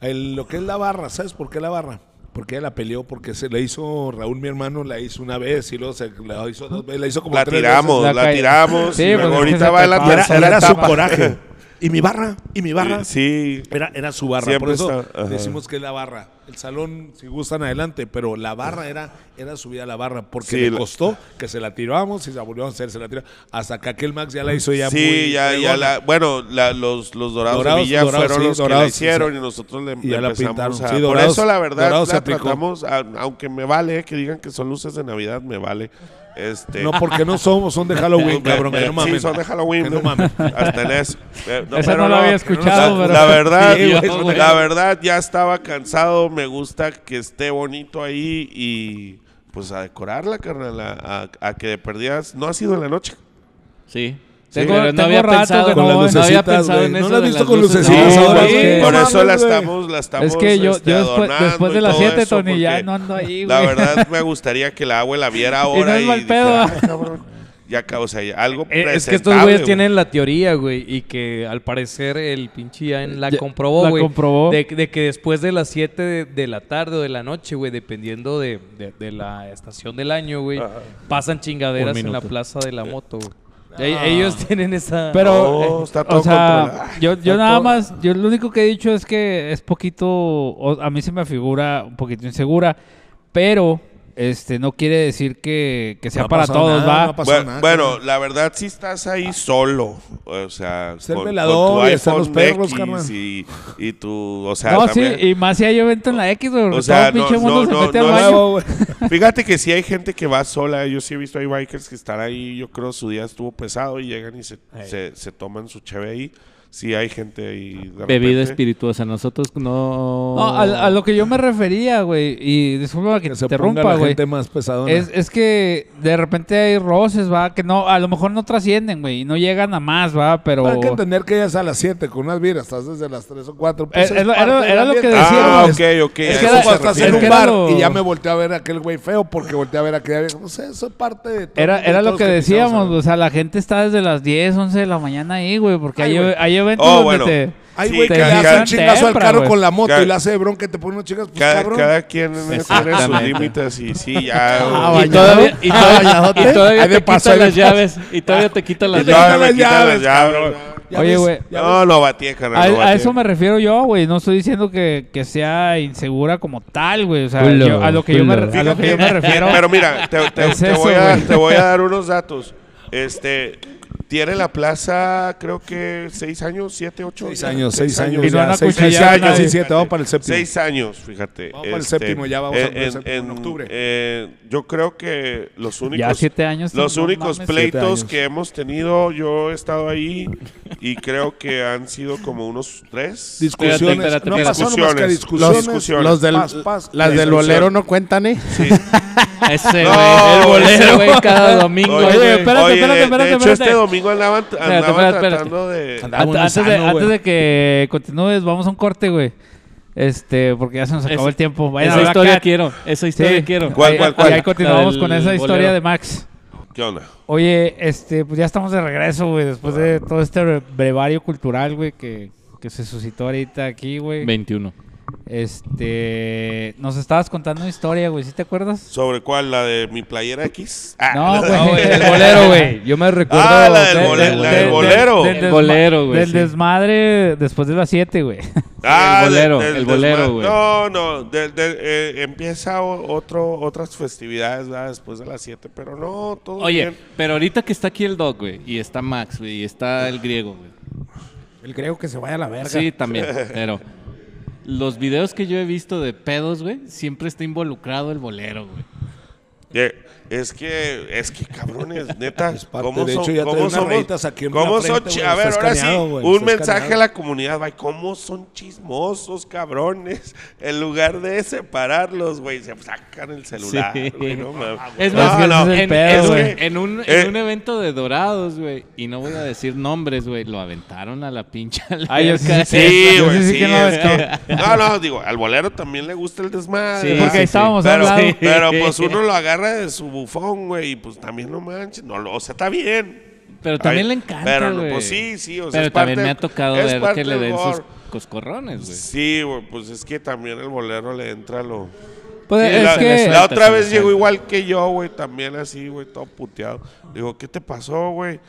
el- lo que es la barra, ¿sabes por qué la barra? Porque ella la peleó, porque se la hizo Raúl, mi hermano, la hizo una vez y luego se la hizo dos veces, la hizo como la tres veces. tiramos, La la, calle. tiramos. Sí, y pues luego es que ahorita se va en la prepara. Era, tercera era su etapa. coraje. <laughs> Y mi barra, y mi barra. Sí. Era, era su barra, Siempre por eso está- ajá. decimos que es la barra. El salón, si gustan, adelante, pero la barra era, era subida a la barra, porque Sí, le la- costó que se la tiramos y se la volvimos a hacer, se la tiró. Hasta que aquel Max ya la hizo ya Sí, muy ya, ya fregona. la, bueno, la- los, los dorados, Dorados, de Villa dorados, fueron sí, los que dorados, la hicieron sí. y nosotros le, Y ya le la empezamos pintaron. a- Sí, por dorados- eso la verdad dorados se la aplicó. tratamos, a- aunque me vale que digan que son luces de Navidad, me vale. Este, No, porque no somos, son de Halloween, cabrón, que no mamen. Sí, son de Halloween. Que no mamen. Hasta en eso. Eh, Esa pero no la había escuchado, la, pero- <laughs> la verdad, Sí, güey, la- güey. la verdad, ya estaba cansado. Me gusta que esté bonito ahí y pues a decorarla, carnal. A, a- a que de perdidas. No ha sido en la noche. Sí. Tengo- Pero tengo rato que Con no las voy. lucecitas, había pensado güey. en ¿No eso la has de visto las con luces? lucecitas No, ahora, güey. güey? Por no eso mames, la güey. estamos, la estamos. Es que yo, este, yo después, adornando después de y las todo 7, eso, Tony, ya porque no ando ahí, güey. La verdad me gustaría que la <laughs> abuela viera ahora es y, mal dijera, pedo. "Ah, cabrón, ya acabo, o sea, ya algo Eh, Es que estos presentable, güeyes güey". tienen la teoría, güey, y que al parecer el pinche Ian Eh, la Ya, comprobó, la güey. comprobó. De, de que después de las 7 de, de la tarde o de la noche, güey, dependiendo de, de- de la estación del año, güey, pasan chingaderas Un en la minuto. plaza de la moto, güey. E- Ellos tienen esa... Pero, No, eh, está todo o sea, controlado. yo, yo Está nada todo- más, yo lo único que he dicho es que es poquito, o- a mí se me figura un poquito insegura, pero este no quiere decir que, que sea ha para pasado todos, nada, ¿va? no ha pasado Bueno, nada, bueno, cabrón. la verdad sí estás ahí solo, o sea, Está el velador y están los perros, X carnal. y, y tu, o sea, no, Ah, también- sí, y más si hay evento en la X, güey, porque o sea, todo no, pinche mundo no, se no, mete no al es- baño. Fíjate que sí hay gente que va sola. Yo sí he visto hay bikers que están ahí. Yo creo su día estuvo pesado y llegan y se, se, se toman su cheve ahí. Sí hay gente ahí. de Bebida repente. espirituosa. Nosotros no... No, a, a lo que yo me refería, güey, y disculpa que Que te se ponga la interrumpa, güey. gente más pesadona. Es, es que de repente hay roces, va, que no, a lo mejor no trascienden, güey, y no llegan a más, va, pero... Hay que entender que ya es a las 7 con unas viras, estás desde las 3 o pues 4. Eh, era- era lo que decía, Ah, güey. ok, ok. Es a que eso era- se es que estás en refiere. era un bar lo- y ya me volteé a ver a aquel güey feo porque volteé a ver a aquella vieja. No sé, eso es parte de todo. Era, de era lo todos que pisamos, decíamos, ¿sabes? o sea, la gente está desde las 10, 11 de la mañana ahí, güey, porque Ay, hay, güey. hay eventos Oh, donde bueno. te... Hay Sí, güey que le cada- hace cada- un chingazo al tempra, carro güey. con la moto Cada- y le hace de bronca y te pone unos chingas. Pues Cada, cabrón. cada quien tiene sus Exactamente. límites y sí, ya. Ah, güey. Y todavía, y todavía, y todavía Ahí de te paso, quita ahí de las paso. llaves. Y todavía te quita Y las llaves. todavía las me quitan las llaves, llaves. Ya Oye, ves, güey, ya No, lo batí, A, carnal. lo a batí. eso me refiero yo, güey, no estoy diciendo que, que sea insegura como tal, güey, o sea, Culo, yo- a, lo que yo me, culo. a lo que yo <laughs> me refiero... Pero mira, te, te- Es te eso, voy a, güey. te voy a dar unos datos. Este, tiene la plaza, creo que seis años, siete, ocho. Seis ya, años, seis años. Y no ya, han seis, acuchillado seis a años, nadie. sí, siete, vamos para el séptimo. Seis años, fíjate. Este, Vamos para el séptimo, ya vamos a por el séptimo en octubre. eh, yo creo que los únicos. Ya siete años. Los no únicos mames. Siete años. pleitos que hemos tenido, yo he estado ahí y creo que han sido como unos tres. Discusiones. Espérate, espérate, no espérate. pasó nomás que Discusiones. discusiones. Discusiones. Los del, Paz, paz, las del discusión. bolero no cuentan, ¿eh? <laughs> Sí. Ese, No, güey, el bolero, Oh, ese güey, cada domingo. Oye, güey. espérate, Oye, espérate, de- espérate, De hecho, espérate. este domingo andaban, andaban espérate, espérate. tratando de. Andaba Ant- uno Antes, de, sano, güey. antes de que continúes, vamos a un corte, güey. Este, porque ya se nos acabó Ese- el tiempo. Vayan a Esa ver historia acá. quiero. Esa Sí. historia quiero. ¿Cuál, Ahí- cuál, cuál? Y ahí continuamos La con del esa historia bolero. de Max. ¿Qué onda? Oye, este, pues ya estamos de regreso, güey, después de todo este bre- brevario cultural, güey, que, que se suscitó ahorita aquí, güey. 21. Este, nos estabas contando una historia, güey, ¿sí te acuerdas? ¿Sobre cuál? ¿La de mi playera X? Ah, No, güey. No, güey, el bolero, güey. Yo me recuerdo... Ah, la del de- de- bolero, la del de- bolero. del El desma- bolero, güey, Del sí. desmadre después de las 7, güey. <laughs> El Ah, de- bolero, del el bolero, desma- güey. No, no, del- del, eh, empieza o- otro, otras festividades ¿verdad? después de las 7, pero no, todo Oye, bien. pero ahorita que está aquí el Doc, güey, y está Max, güey, y está el griego, güey. El creo que se vaya a la verga. Sí, también, pero los videos que yo he visto de pedos, güey, siempre está involucrado el bolero, güey. Ye- Es que, es que <laughs> cabrones, neta, parte, ¿cómo de hecho, son? ya trae ¿Cómo unas rayitas somos? aquí en ¿Cómo la son? frente, chi- güey, A ver, está ahora sí, escaneado, güey, un está mensaje a escaneado. la comunidad, güey, ¿cómo son chismosos, cabrones? <laughs> En lugar de separarlos, güey, se sacan el celular, Sí. güey, no mames. Es No, más, no, ese es el en, pedo, es- güey. en un, en Eh. un evento de dorados, güey, y no voy a decir nombres, güey, lo aventaron a la pinche Ay, Ah, yo sí alberca. sé. Sí, Yo güey, sí sí, que no es ves que- No, no, digo, al bolero también le gusta el desmadre. Sí, ¿verdad? porque ahí estábamos pero, hablando. pero pues uno lo agarra de su bufón, güey, y pues también no manches. No, lo- o sea, está bien. Pero también Ay, le encanta, pero no, güey. pues sí, sí, o sea, Pero es también parte- me ha tocado es ver parte que le del den sus gore. coscorrones, güey. Sí, güey, pues es que también el bolero le entra lo... Pues Sí, es la, que... la Suelta, otra se vez le llegó suelta. igual que yo, güey, también así, güey, todo puteado. Digo, ¿qué te pasó, güey?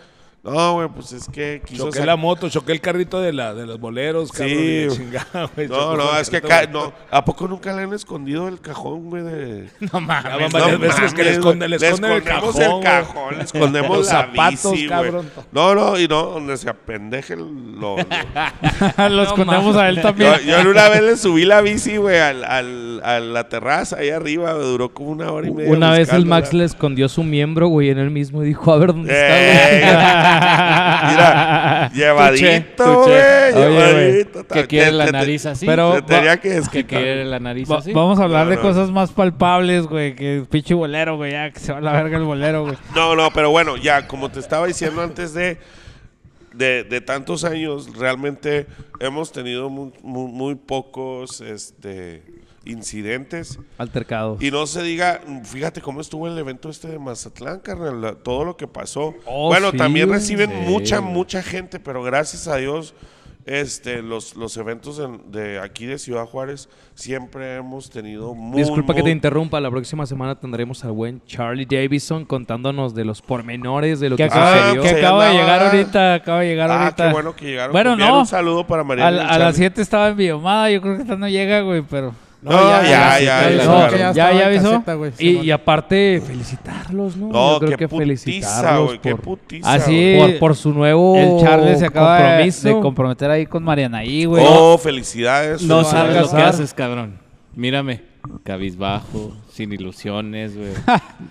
No, güey, pues es que quiso Choqué sac- la moto, choqué el carrito de, la, de los boleros, Sí, cabrón, y la güey. chingada, güey. No, Choqué no, el es que carrito, acá, güey. no, ¿a poco nunca le han escondido el cajón, güey? De... No Ya mames. van varias No veces que le mames, esconden, le güey. esconden el escondemos cajón. el güey. cajón, le escondemos <laughs> Los la zapatos, bici, güey. cabrón. No, no, y no, donde se apendeje el- lo- lo- <laughs> Lo escondemos a él también. Yo, yo en una vez le subí la bici, güey, al, al- a la terraza ahí arriba, güey, duró como una hora y media. Una vez el buscándola. Eh. Max le escondió su miembro, güey, en él mismo y dijo, a ver dónde Ey, está, <laughs> <laughs> Mira, llevadito, tuché. Oye, güey, güey, llevadito. Que tal- quiere te- la te- nariz así. Pero- Te tenía que que desquitar. quiere la nariz Va- así. Vamos a hablar No, de no. cosas más palpables, güey, que pinche bolero, güey, ya que se va a la verga el bolero, güey. No, no, pero bueno, ya, como te estaba diciendo antes de, de, de tantos años, realmente hemos tenido mu- mu- muy, pocos este, incidentes. güey. Altercado. Y no se diga, fíjate cómo estuvo el evento este de Mazatlán, carnal, la- todo lo que pasó. Oh, bueno, sí, también güey. reciben Sí, mucha, güey. mucha gente, pero gracias a Dios, este, los, los eventos en- de aquí de Ciudad Juárez siempre hemos tenido muy, Disculpa que te muy- interrumpa, la próxima semana tendremos al buen Charlie Davison contándonos de los pormenores de lo Que que acaba, sucedió. que se acaba de andaba- llegar ahorita, acaba de llegar Ah, ahorita. qué bueno que llegaron. Bueno, Enviar no. Un saludo para A, María. la- a las 7 estaba en videollamada, yo creo que esta no llega, güey, pero... No, ya, ya, ya, ya, claro. ya, estaba en ya avisó. caseta, güey, Y, Simón. y aparte, felicitarlos, ¿no? No, Yo creo qué que putiza, felicitarlos güey, qué por- putiza, Así- güey. por, por su nuevo el Charles se acaba de, Oh, compromiso. de comprometer ahí con Marianaí, güey. Oh, felicidades. No Felicidades. sabes lo que Salazar. haces, cabrón. Mírame. Cabizbajo, sin ilusiones, <laughs> güey.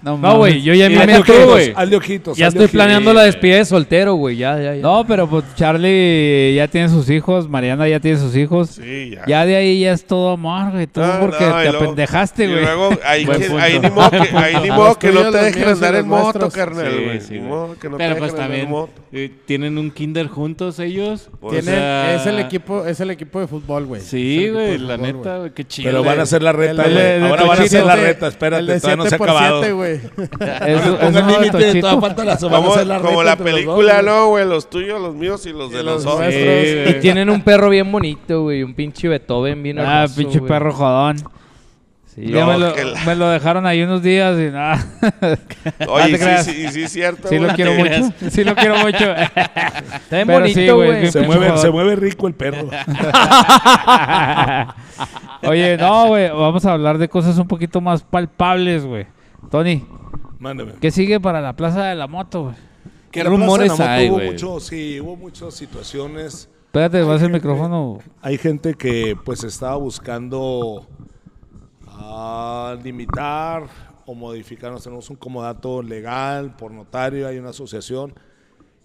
no, güey, yo ya Y me hazle meto, ojitos, güey. Al de ojitos. Ya hazle estoy ojitos. planeando la despedida de soltero, güey. Ya, ya, ya. No, pero pues Charlie ya tiene sus hijos, Mariana ya tiene sus hijos. Sí, ya. Ah, Ya de ahí ya es todo amor, güey. Tú No, porque no, y te luego- apendejaste, Y güey. luego, ahí, Buen que- punto. ahí ni modo que, ahí ni A modo los que no tuyos, te los dejen míos y andar los en moto, nuestros. carnal, Sí, güey. sí, Ni güey. modo que no te Pero pues dejen andar en también moto. eh, tienen un kinder juntos ellos. O Pues, Tienen- sea, es, el equipo, es el equipo de fútbol, güey. Es Sí, el equipo de güey, la fútbol, neta, güey, qué chido. Pero van a hacer la reta, El- el- güey. el Ahora van a hacer la siete- reta, el de espérate, todavía no se ha 7 por acabado. 7, <laughs> güey. Es- No le es pongan un límite, tochito. todavía falta la semana, Como, van a hacer la como reta la entre los dos, película, güey. ¿no, güey? Los tuyos, los míos y los de Y los nosotros. nuestros. Y tienen un perro bien bonito, güey. Un pinche Beethoven bien Ah, hermoso, pinche güey. perro jodón. Sí, Ya No, me, lo, que la- me lo dejaron ahí unos días y <laughs> nada. Oye, No te y sí, creas. sí, y sí es cierto, Sí lo güey. quiero mucho. Sí lo quiero <laughs> mucho. Está bien Pero sí, bonito, güey, güey. es Se Pinche mueve, jugador. se mueve rico el perro. Oye, no, güey. Vamos a hablar de cosas un poquito más palpables, güey. Tony, Mándame. ¿qué sigue para la Plaza de la Moto, güey? ¿Qué En la Plaza rumores de la Moto hay, hubo güey? mucho- Sí, hubo muchas situaciones. Espérate, vas el micrófono. Hay gente que pues estaba buscando ah, limitar o modificar. Nos tenemos un comodato legal por notario, hay una asociación.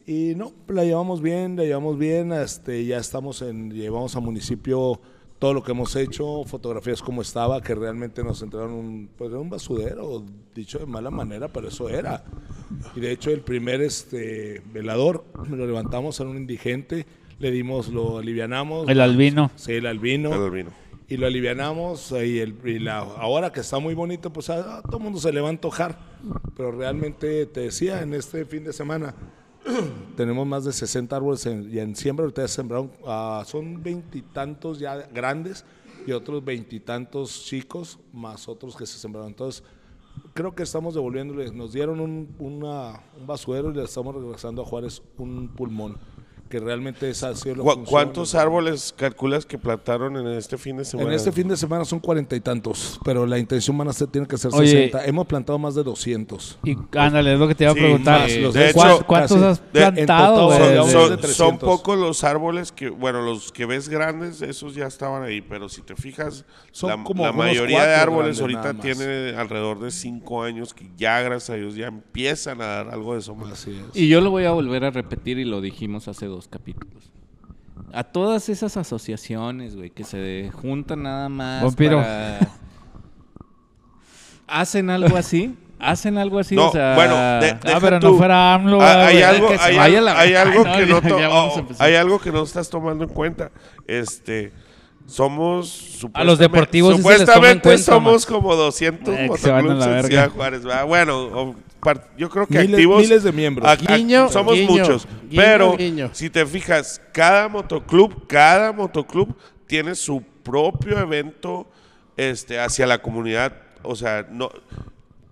Y no, la llevamos bien, la llevamos bien. Este, ya estamos en, llevamos a municipio todo lo que hemos hecho, fotografías como estaba, que realmente nos entraron un, pues, era un basudero, dicho de mala manera, pero eso era. Y de hecho el primer este, velador lo levantamos a un indigente, le dimos, lo alivianamos. El albino. Sí, el albino. El albino. Y lo alivianamos y, el, y la, ahora que está muy bonito, pues a, a todo el mundo se le va a antojar. Pero realmente, te decía, en este fin de semana <clears throat> tenemos más de 60 árboles en, y en siembra ahorita ya sembraron, ah, son veintitantos ya grandes y otros veintitantos chicos, más otros que se sembraron. Entonces, creo que estamos devolviéndoles, nos dieron un, una- un basurero y le estamos regresando a Juárez un pulmón, que realmente esa ha sido la ¿Cu- función. ¿Cuántos árboles calculas que plantaron en este fin de semana? En este fin de semana son cuarenta y tantos, pero la intención van a ser, tiene que ser Oye. 60. Hemos plantado más de 200. Y ándale, es lo que te iba a Sí, preguntar. más los ¿Cuán- de hecho, ¿Cuántos casi. has De- en plantado, total güey? Ah, Son, Hablamos son- de son 300. pocos los árboles que, bueno, los que ves grandes, esos ya estaban ahí, pero si te fijas, Son la, como la unos mayoría de cuatro árboles grandes ahorita nada más. tiene alrededor de cinco años que ya, gracias a Dios, ya empiezan a dar algo de sombra. Así es. Y yo lo voy a volver a repetir y lo dijimos hace dos capítulos. A todas esas asociaciones, güey, que se juntan nada más Vampiro. para- Hacen algo así, hacen algo así, No, o sea... bueno, de- Ah, deja pero tú. no fuera AMLO, güey. Ah, hay, güey, algo, que se hay, vaya al- la- hay algo Ay, no, que no ya- to- ya oh, vamos a empezar. hay algo que no estás tomando en cuenta. Este, somos supuestamente- los deportivos sí se les toma en supuestamente cuenta, somos como 200 Eh, que se van a la motoclubs en verga. Ciudad Juárez. ¿verdad? Bueno, o par- yo creo que Miles- activos miles de miembros. Guiño, somos guiño, muchos, guiño, pero guiño. si te fijas, cada motoclub, cada motoclub tiene su propio evento este hacia la comunidad, o sea, no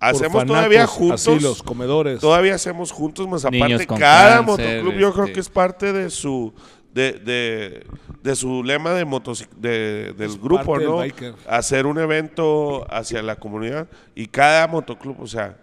Hacemos todavía juntos. Así los comedores. Todavía hacemos juntos, más Pues, Niños aparte, con cada cáncer, motoclub yo creo este. que es parte de su de, de, de su lema de motocic- de- del Es grupo, parte del ¿no? biker. Hacer un evento hacia la comunidad y cada motoclub, o sea,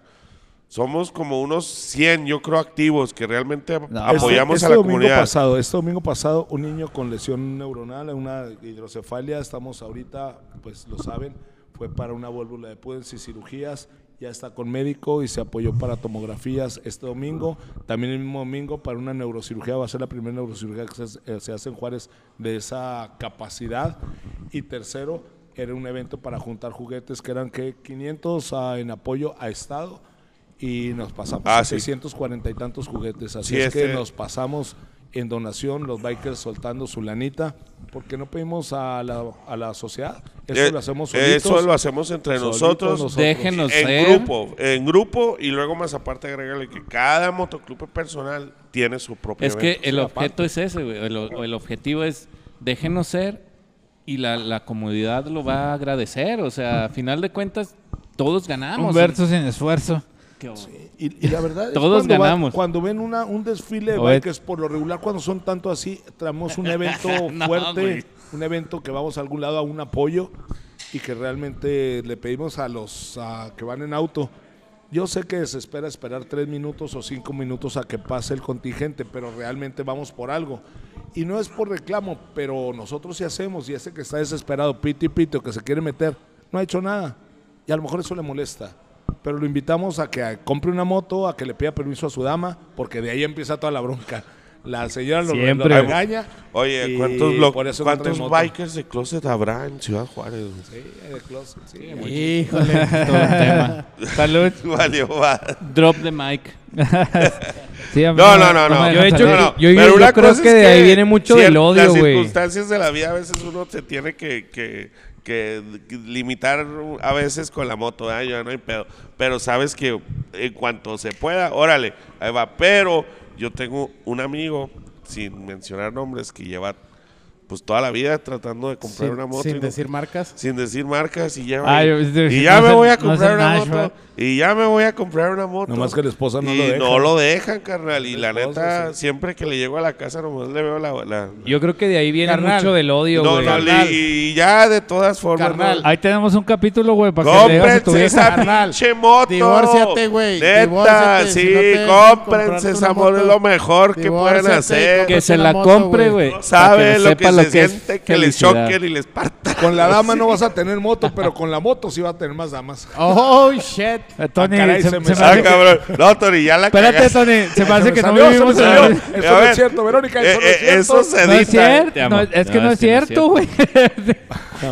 somos como unos 100, yo creo, activos que realmente Este- pues, apoyamos este a la domingo comunidad. Pasado, este domingo pasado, un niño con lesión neuronal, una hidrocefalia, estamos ahorita, pues lo saben, fue para una válvula de Pudens y cirugías, ya está con médico y se apoyó para tomografías este domingo. También el mismo domingo para una neurocirugía, va a ser la primera neurocirugía que se, eh, se hace en Juárez de esa capacidad. Y tercero, era un evento para juntar juguetes que eran que 500 a- en apoyo a Estado. Y nos pasamos Ah, a sí. 640 y tantos juguetes. Así Sí, es este- que nos pasamos en donación, los bikers soltando su lanita, porque no pedimos a la, a la sociedad. Eso Eh, lo hacemos solitos. eso lo hacemos entre solitos nosotros, nosotros. Déjenos en ser. grupo, en grupo y luego más aparte agregarle que cada motoclub personal tiene su propio Es que evento. el objeto es ese, güey. El, o- el objetivo es déjenos ser y la, la comunidad lo va a agradecer. O sea, a final de cuentas, todos ganamos. Un verso sin esfuerzo. Qué bo- Y, y la verdad es Todos cuando va- ganamos. cuando ven una, un desfile de Oye. bikers, por lo regular, cuando son tanto así, traemos un evento <laughs> No, fuerte, güey. un evento que vamos a algún lado a un apoyo y que realmente le pedimos a los a que van en auto. Yo sé que desespera esperar tres minutos o cinco minutos a que pase el contingente, pero realmente vamos por algo. Y no es por reclamo, pero nosotros sí hacemos. Y ese que está desesperado, pito y pito, que se quiere meter, no ha hecho nada. Y a lo mejor eso le molesta. Pero lo invitamos a que compre una moto, a que le pida permiso a su dama, porque de ahí empieza toda la bronca. La señora lo, lo Siempre. regaña. Oye, y ¿cuántos, blo- por eso no ¿cuántos trae moto. bikers de closet habrá en Ciudad Juárez? güey? <laughs> Sí, de closet, sí, mucho. Híjole, todo el tema. Salud. Pues Valió, va. Drop the mic. Sí, a mí No, no, no, me no. dejan Yo he hecho- salir. No, no. yo- yo- Pero yo una creo cosa que es de ahí viene mucho del cier- odio, güey. Las circunstancias de la vida a veces uno se tiene que, que- que limitar a veces con la moto, ¿eh? ya no hay pedo. Pero sabes que en cuanto se pueda, órale, ahí va. Pero yo tengo un amigo, sin mencionar nombres, que lleva pues toda la vida tratando de comprar Sin- una moto. y sin no- decir marcas. sin decir marcas y ya, Ah, y- yo- y no ya es me el- voy no a es el comprar una Nash, ¿verdad? moto y ya me voy a comprar una moto Nomás que la esposa no y lo deja. no lo dejan carnal y la La esposa, neta sí. siempre que le llego a la casa nomás le veo la, la- Yo creo que de ahí viene Carnal. mucho del odio, no, güey. no, carnal. y, y ya de todas formas Carnal. no. Ahí tenemos un capítulo, güey, para que le digas a tu cómprense vieja. esa carnal. pinche moto Divórciate, güey, neta divórciate, sí si no te- cómprense comprarte esa una moto es moto. lo mejor que pueden Divórciate y hacer Que Cómprate se una la moto, compre, güey. güey. no sabe para lo que sepa se es siente que les felicidad. choquen y les partan Con <laughs> la dama no vas a tener moto, pero con la moto sí va a tener más damas. Oh, shit. Eh, Tony, Ah, caray, se, se me se me ah hace que- cabrón no Tori ya la Espérate, cagaste. Tony, se me hace Se me que no salió, se me vivimos en salió. la- Eso no es cierto, Verónica, eso no es Eh, Eso cierto. se No es dice. Te cierto, amo. no, es que No, no es cierto, güey. <laughs>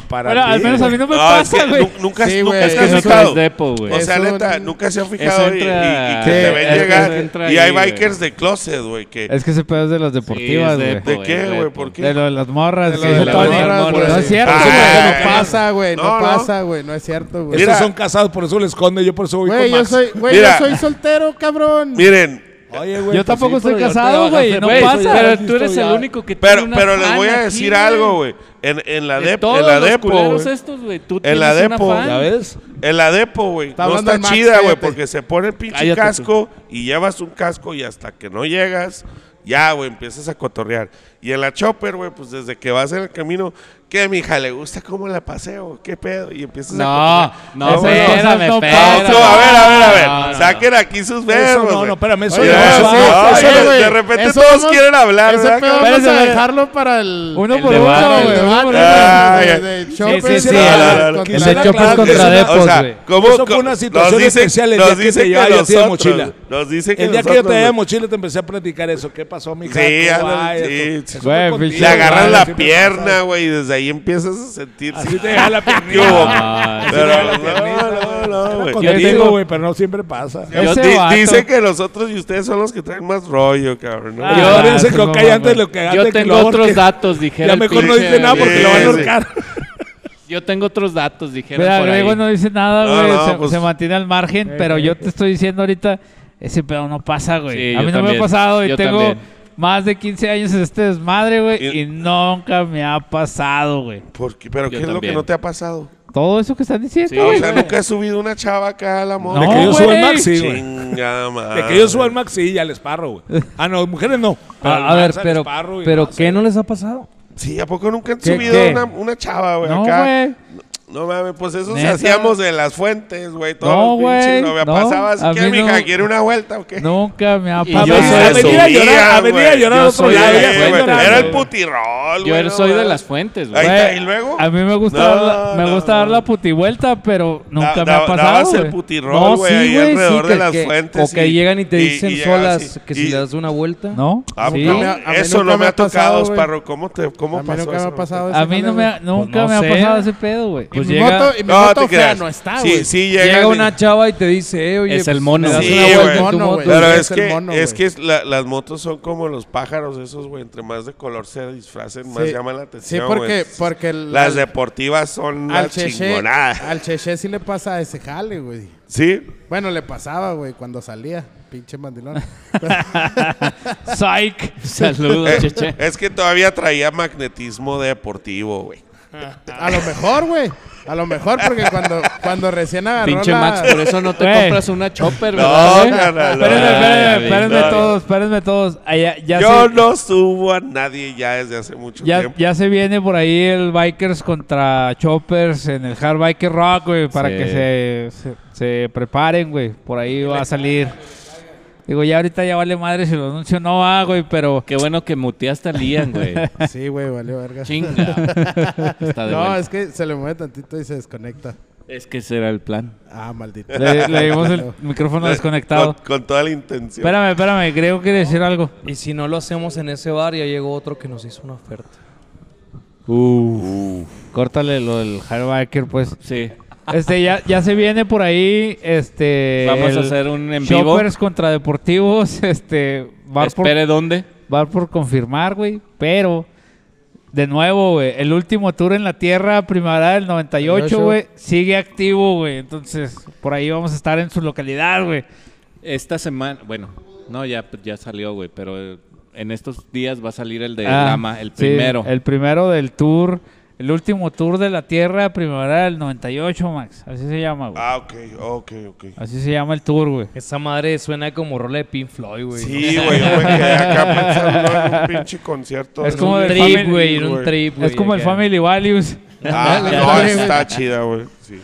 Para Bueno, al ti, menos a güey. mí no me No, es pasa, que güey. nu- nunca, Sí, nunca güey. se ha Eso no fijado. es depo, güey. O sea, Eso neta, no- nunca se ha fijado y, entra- y- y que te Sí, ven es que llegar. eso entra y hay ahí, güey. bikers de closet, güey, que... Es que ese pedo es de las deportivas, Sí, es güey. depo, ¿De qué, es güey? depo. ¿Por qué? De lo de las morras, De lo que de dice las Tony. morras, güey. no es cierto, Ah, güey. No pasa, güey. No, No, no. pasa, güey. No es cierto, güey. Esos Mira. son casados, por eso le esconde. Yo por eso voy Güey, con yo Max. soy, güey, yo Mira. soy soltero, cabrón. Miren, Oye, güey, Yo pues tampoco sí, estoy pero ya casado, güey. No Güey, pasa. Pero tú eres el único que pero, tiene una pero les voy a fan decir aquí, algo, güey. En, en la, De dep- todos en la los depo, culeros güey. estos, güey. Tú En la tienes una depo. fan. ¿Ya ves? En la depo, güey. Está No hablando está el Max, chida, güey, cállate. porque se pone el pinche Cállate tú. casco y llevas un casco y hasta que no llegas, ya, güey, empiezas a cotorrear. Y en la chopper, güey, pues desde que vas en el camino, ¿qué, mija? ¿Le gusta cómo la paseo? ¿Qué pedo? Y empiezas a No, cotorrear. no, Esas cosas espérame, no No, pasan. espérame. no, a ver, a ver, a ver. No, no, Saquen aquí sus Eso verbos. no, güey. no, espérame, eso Oye, no. eso, Eso- no, eso, oye, güey. de repente Eso todos vamos- quieren hablar, Ese ¿verdad? pedo cabrón? vamos a Espérate, dejarlo para el... Uno El por de uno, barra, güey. el uno por uno. Ah, de- ya. de- de Chopper sí, sí. contra- El de contra- El de Chopper claro, contra eso- Depos, o sea, güey. ¿cómo, Eso fue una nos situación dicen- especial el nos día que dicen te llevaba yo así de nosotros- mochila. Nos dicen que El día que yo te nosotros- veía de mochila te empecé a platicar eso. ¿Qué pasó, mi Sí, ándale, sí. Güey, pinche Le agarras Igual, la pierna, güey, y desde ahí empiezas a sentir. Así te agarra <laughs> la ¿Qué hubo? piernita. Ah, Pero Así te agarra la no, no, no, güey. Yo Contigo, tengo- güey, pero no siempre pasa. Yo Di- Ese este vato. Dice que nosotros y ustedes son los que traen más rollo, cabrón. ¿no? Ah, Yo claro, pienso eso no que ok, va, antes güey. lo que antes Yo que tengo lo otros ahorquen. datos, dijera Ya el mejor no pinche dice nada David. porque lo van a Sí, sí. ahorcar. Yo tengo otros datos, dijeron Mira, por ahí. Grego no dice nada, No, güey. no, se, pues- se mantiene al margen, pero yo te estoy diciendo ahorita, ese pedo no pasa, güey. Sí, a mí no yo me ha también. pasado y Yo tengo también. más de 15 años en este desmadre, güey, Y- y nunca me ha pasado, güey. ¿Por qué? ¿Pero Yo qué es lo que también. no te ha pasado? Todo eso que están diciendo, Sí, Ah, güey. o sea, nunca has subido una chava acá a la moda. No, De que yo suba güey. el Max, sí, güey. Chingada madre. De que yo suba el Max, sí, ya les parro, güey. Ah, no, mujeres no. Pero a al ver, Max, al pero, Esparro y pero más, ¿qué no les ha pasado? Sí, ¿a poco nunca han ¿Qué- subido qué? Una, una chava, güey? No, acá. güey. No mames, pues eso Neta. hacíamos de las fuentes, güey. Todos No, los güey, pinches, no me no, pasaba. Así a que, mí no. mija, ¿quiere una vuelta o qué? Nunca me ha Y A yo pasado. venir- soy de a venir a Sofía, llorar, a venir a güey. llorar a Yo otro soy lado. de ya las fue fuentes, llorando, Era el güey. putirol, güey. Yo no soy de mames. las fuentes, Ahí güey. Güey, está, ¿y luego? A mí me gusta, No, dar, la, me no, gusta no. dar la putivuelta, pero nunca Da- me da- ha pasado, dabas el güey. putirrol, No, güey, sí, ahí güey, alrededor sí, de que- las que- fuentes. o que y- llegan y te y- dicen y llegas solas y- que si y- le das una vuelta. ¿No? Ah, sí. nunca me A mí ha- nunca Eso no me me ha ha pasado, tocado, güey. Esparro. ¿Cómo, te, cómo A mí pasó nunca me eso? ha pasado A mí no me ha- ha... nunca no me ha sé. pasado ese pedo, güey. Pues mi llega... moto, y mi No, moto te fea creas. no está, güey. Sí, sí, Llega llegan- una chava y te dice, eh, oye, Es el pues, mono. me das Sí, una vuelta güey. en tu Mono, moto. güey. Pero Ese es es el que, mono, es güey. que es la- las motos son como los pájaros esos, güey. Entre más de color se disfracen, más Sí. llaman la Sí, atención, porque, güey. porque el- Las al- deportivas son al las cheche, chingonadas. al cheche sí le pasa ese jale, güey. ¿Sí? Bueno, le pasaba, güey, cuando salía, pinche mandilón. <laughs> Psych. Saludos, Eh, cheche. es que todavía traía magnetismo deportivo, güey. A lo mejor, güey. A lo mejor porque cuando, cuando recién agarró Pinche la- Max, por eso no te Güey. compras una chopper, No, ¿verdad? güey? carnal, no. Espérenme, Ay, espérenme, espérenme no. todos, espérenme todos. Ah, ya, ya Yo sé- no subo a nadie ya desde hace mucho Ya, tiempo. ya se viene por ahí el Bikers contra Choppers en el Hard Biker Rock, güey, para Sí. que se, se, se preparen, güey. Por ahí va a salir. Digo, ya ahorita ya vale madre si lo anuncio no va, güey, pero... Qué bueno que muteaste a Lian, güey. Sí, güey, valió verga. Chinga. Está de no, vuelta. es que se le mueve tantito y se desconecta. Es que ese era el plan. Ah, maldito. Le, le dimos <laughs> el micrófono desconectado. Con, con toda la intención. Espérame, espérame, creo que decir algo. Y si no lo hacemos en ese bar, ya llegó otro que nos hizo una oferta. Córtale lo del Hard Biker, pues. Sí. Este, ya, ya se viene por ahí, este... Vamos el a hacer un en vivo. Choppers contra Deportivos, <laughs> este... Bar por- Espere dónde. va por confirmar, güey. Pero, de nuevo, güey, el último tour en la Tierra, primavera del 98, 98. güey, sigue activo, güey. Entonces, por ahí vamos a estar en su localidad, güey. Esta semana, bueno, no, ya, pues, ya salió, güey, pero eh, en estos días va a salir el de Ah, Lama, el sí, primero. el primero del tour, el último tour de la Tierra, primavera del 98, Max. Así se llama, güey. Ah, ok, ok, ok. Así se llama el tour, güey. Esa madre suena como rola de Pink Floyd, güey. Sí, güey, yo me quedé acá pensando en un pinche concierto. Es de- Es como como un del trip, family- güey, en güey. un trip, güey. Es como el acá. Family Values. Ah, no, está chida, güey. Sí.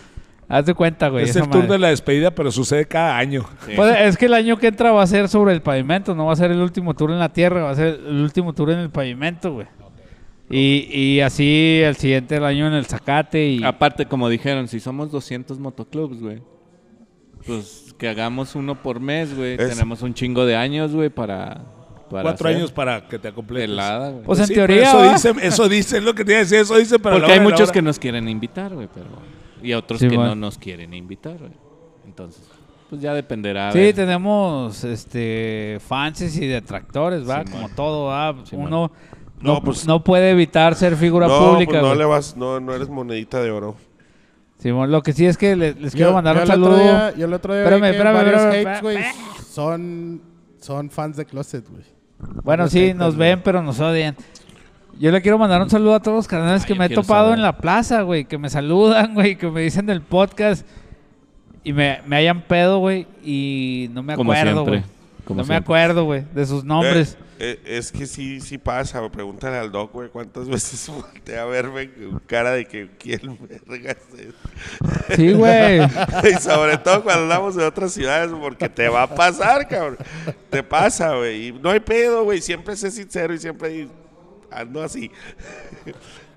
Haz de cuenta, güey. Es esa el tour madre. de la despedida, pero sucede cada año. Sí. Pues, es que el año que entra va a ser sobre el pavimento, no va a ser el último tour en la tierra, va a ser el último tour en el pavimento, güey. Y, y así el siguiente el año en el Zacate y Aparte, como dijeron, si somos 200 motoclubs, güey, pues que hagamos uno por mes, güey. Es- Tenemos un chingo de años, güey, para, para Cuatro hacer años para que te acompletes. pelada, güey. Pues en Sí, pero teoría, Eso ¿va? dicen, eso dicen, es lo que te iba a decir, eso dicen, pero. a la Porque hay hora de la muchos hora- que nos quieren invitar, güey, pero... Y otros Sí, que bueno. no nos quieren invitar, güey. Entonces, pues ya dependerá. a sí ver. tenemos este fans y detractores, va, Simón. como todo, va. Simón. Uno no, No, no, pues- puede evitar ser figura no, pública. pues no güey. le vas, no, no eres monedita de oro. Simón, lo que sí es que le- les, quiero Yo- mandar yo un el otro saludo. día- yo el otro día vi Espérame, que espérame, varios espérame, hates, güey, espérame. son, son fans de Closet, güey. Bueno, sí, pues, nos ven, pero nos odian. Yo le quiero mandar un saludo a todos los canales Ah, que yo me he quiero topado saber. en la plaza, güey, que me saludan, <laughs> güey, que me dicen del podcast y me, me hayan pedo, güey, y no me Como acuerdo, siempre, güey. No como me siempre. acuerdo, güey, de sus nombres. Eh, eh, es que sí, sí pasa. güey. Pregúntale al doc, güey, cuántas <laughs> veces volteé a verme con cara de que quién vergas es. Sí, <laughs> güey. <laughs> Y sobre todo cuando hablamos de otras ciudades, porque te va a pasar, cabrón. Te pasa, güey. Y no hay pedo, güey. Siempre sé sincero y siempre ando así.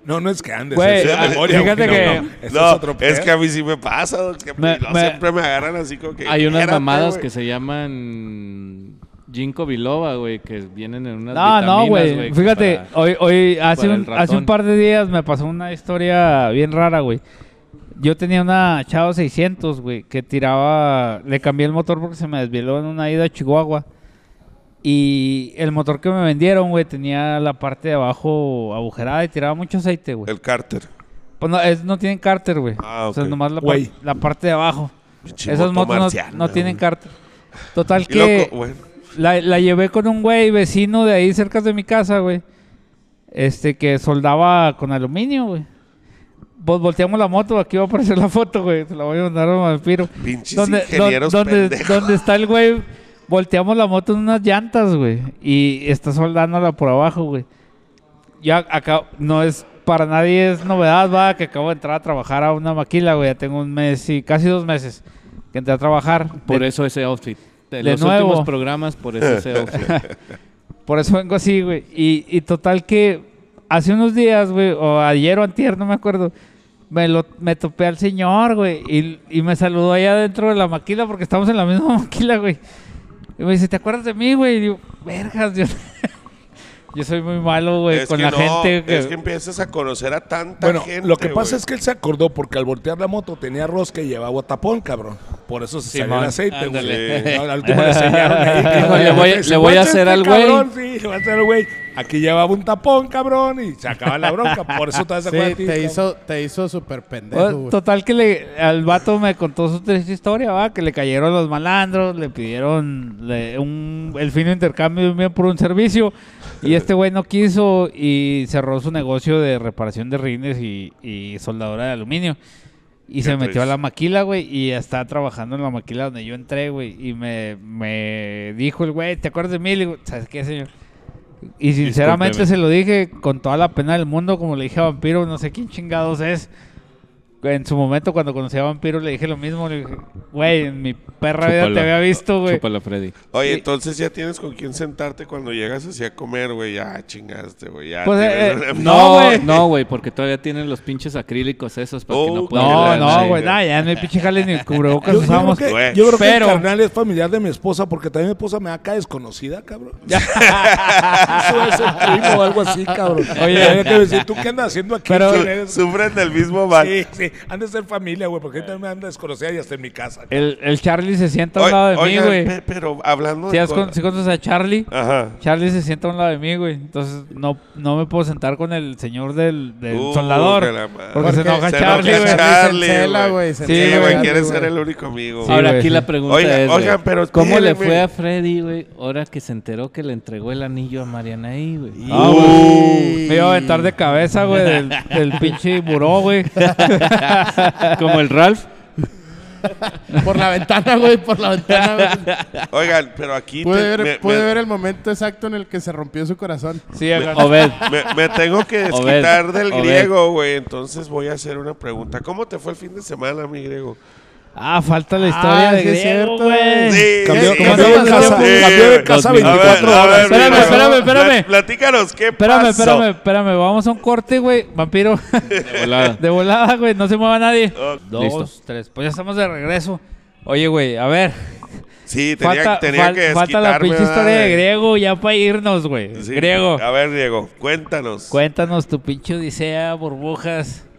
No, no es que andes. Güey, es de ah, memoria, güey, fíjate no, que- no, eso No, es es, otro pedo. que a mí sí me pasa, doc, que Me- no, me- siempre me agarran así como que. Hay unas "Espérate, mamadas güey". que se llaman Ginkgo biloba, güey, que vienen en unas No, no, vitaminas, güey. que Fíjate, para- hoy, hoy hace, para un, el hace un ratón. par de días me pasó una historia bien rara, güey. Yo tenía una Chao 600, güey, que tiraba... Le cambié el motor porque se me desvieló en una ida a Chihuahua. Y el motor que me vendieron, güey, tenía la parte de abajo agujerada y tiraba mucho aceite, güey. El cárter. Pues no, es- no tienen cárter, güey. Ah, O sea, ok. nomás la, par- Güey. la parte de abajo. Pinche Esas moto motos no- no, marciana, tienen güey. cárter. Total Y loco, que... bueno. la, la llevé con un güey vecino de ahí cerca de mi casa, güey. Este que soldaba con aluminio, güey. Vol- volteamos la moto, aquí va a aparecer la foto, güey. Se la voy a mandar a vampiro. Pinches Donde, ingenieros donde, pendejos. donde está el güey, volteamos la moto en unas llantas, güey. Y está soldándola por abajo, güey. Ya acá, no es, para nadie es novedad, va, que acabo de entrar a trabajar a una maquila, güey. Ya tengo un mes y casi dos meses que entré a trabajar. Por De- eso ese outfit. De, de los nuevo. últimos programas, por eso ese outfit. Por eso vengo así, güey. Y, y total que hace unos días, güey, o ayer o antier, no me acuerdo, me, lo, me topé al señor, güey, y, y me saludó allá dentro de la maquila porque estamos en la misma <laughs> maquila, güey. Y me dice, ¿te acuerdas de mí, güey? Y digo, vergas, yo, <laughs> yo soy muy malo, güey, Es con que la no, gente. que- Es que empiezas a conocer a tanta Bueno, gente. lo que pasa güey. es que él se acordó porque al voltear la moto tenía rosca y llevaba tapón, cabrón. Por eso se salió Simón, el aceite, ándale. güey. No, al último le enseñaron <laughs> ahí que- Dijo, le voy- que se le voy a guacha hacer este al güey. cabrón, Sí, le voy a hacer al güey. Aquí llevaba un tapón, cabrón, y se acaba la bronca. Por eso te vas a Sí, acordar te hizo, te hizo súper pendejo, Bueno, Pues, güey. total que le, al vato me contó su triste historia, va, que le cayeron los malandros, le pidieron le- un, el fino intercambio de un bien por un servicio y este güey no quiso y cerró su negocio de reparación de rines y, y soldadura de aluminio. Y se metió a la maquila, güey, y está trabajando en la maquila donde yo entré, güey. Y me, me dijo el güey, ¿te acuerdas de mí? Le digo, ¿sabes qué, señor? Y sinceramente Discúlpeme. se lo dije con toda la pena del mundo, como le dije a Vampiro, no sé quién chingados es. En su momento, cuando conocí a Vampiro, le dije lo mismo. Le dije, güey, en mi perra vida te Chúpala. había visto, <laughs> güey. Chúpala, Freddy. Oye, entonces ya tienes con quién sentarte cuando llegas así a comer, güey. Ya chingaste, güey. Ya. Pues, tienes eh, una- No, No, güey. no, güey, porque todavía tienen los pinches acrílicos esos para que Oh, no puedan No, ver a no, nadie. güey, nada, ya no hay pinche jale ni cubrebocas Yo, yo creo usamos. que, Güey. yo creo que Pero- el carnal es familiar de mi esposa porque también mi esposa me da acá desconocida, cabrón. <laughs> Eso es el primo o algo así, cabrón. Oye. Oye, que decir, ¿tú qué andas haciendo aquí? Pero- ¿Quién eres? Sufren del mismo bar. Sí, sí, han de ser familia, güey, porque ahorita me anda desconocida y hasta en mi casa. Eh, El, el Charlie se sienta a un Oye, lado de oigan, mí, güey. pe- pero hablando Si de. has cosas- con- si conoces a Charlie, Ajá. Charlie se sienta a un lado de mí, güey. Entonces no, no me puedo sentar con el señor del, del Uh, soldador. de la madre. Porque se enoja Charlie, enoja güey. Charlie, Encela, güey. güey, se Sí, encela, güey, güey. quiere ser el único amigo. Sí, güey. Ahora güey, aquí la sí. pregunta Oiga, es, güey, oigan, pero ¿cómo le espérenme. fue a Freddy, güey, ahora que se enteró que le entregó el anillo a Marianaí, güey? <laughs> Uh. Ah, güey. Me iba a aventar de cabeza, güey, del, del pinche buró, güey. Como el Ralph. Por la ventana, güey, por la ventana, güey. Oigan, pero aquí. te- Pude, ver, me- pude me- ver el momento exacto en el que se rompió su corazón. Sí, <laughs> acá. Obed. Me, me tengo que Obed, desquitar del Obed. griego, güey. Entonces voy a hacer una pregunta. ¿Cómo te fue el fin de semana, mi griego? Ah, falta la historia Ah, de sí es Griego, cierto. güey. Cambió- sí, cambió sí, de sí, casa, sí. cambió de casa A ver, 24 a ver, horas. Espérame, Griego, espérame, espérame. pla- Platícanos, ¿qué Espérame, pasó? espérame, espérame. Vamos a un corte, güey. Vampiro. De volada. De volada, güey. No se mueva nadie. Oh, Dos, listo. tres. Pues ya estamos de regreso. Oye, güey, a ver. Sí, tenía, falta, tenía fal- que desquitarme. falta la pinche historia ¿verdad? de Griego ya para irnos, güey. Sí. Ah. Griego, A ver, Griego, cuéntanos. cuéntanos tu pinche odisea, burbujas. <laughs>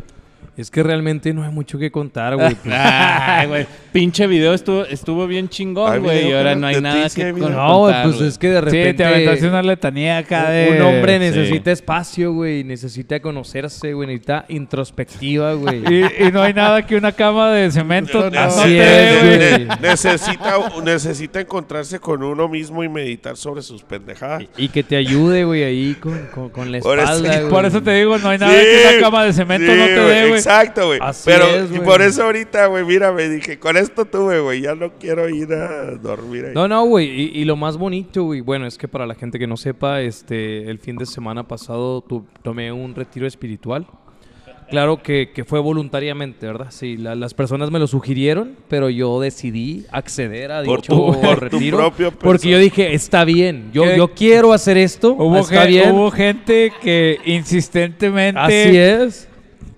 Es que realmente no hay mucho que contar, güey. Ay, güey. Pinche video estuvo, estuvo bien Hay chingón, güey. Y video, ahora ¿no? no hay De nada ti sí que hay video. con- No, contar, pues güey. es que de repente... Sí, te aventaste una letanía acá de... Un hombre necesita necesita espacio, güey. Necesita conocerse, güey. Necesita introspectiva, güey. <laughs> Y, y no hay nada que una cama de cemento. no Así te es, dé, güey. necesita, necesita encontrarse con uno mismo y meditar sobre sus pendejadas. Y que te ayude, güey, ahí con, con- con la Por eso- espalda, güey. Por eso te digo, no hay nada que Sí, una cama de cemento sí, no te dé, güey. Exacto, güey. Así Pero es, y güey. por eso ahorita, güey, mira, me dije, con esto tuve, güey, ya no quiero ir a dormir ahí. No, no, güey. Y, y lo más bonito, güey. Bueno, es que para la gente que no sepa, este, el fin de semana pasado tu- tomé un retiro espiritual. Claro que, que fue voluntariamente, ¿verdad? Sí, la- las personas me lo sugirieron, pero yo decidí acceder a Por dicho tu- por tu retiro. propio porque yo pensar. dije, está bien, yo, ¿Qué? yo quiero hacer esto, Hubo, está gen- bien. hubo gente que insistentemente. Así es.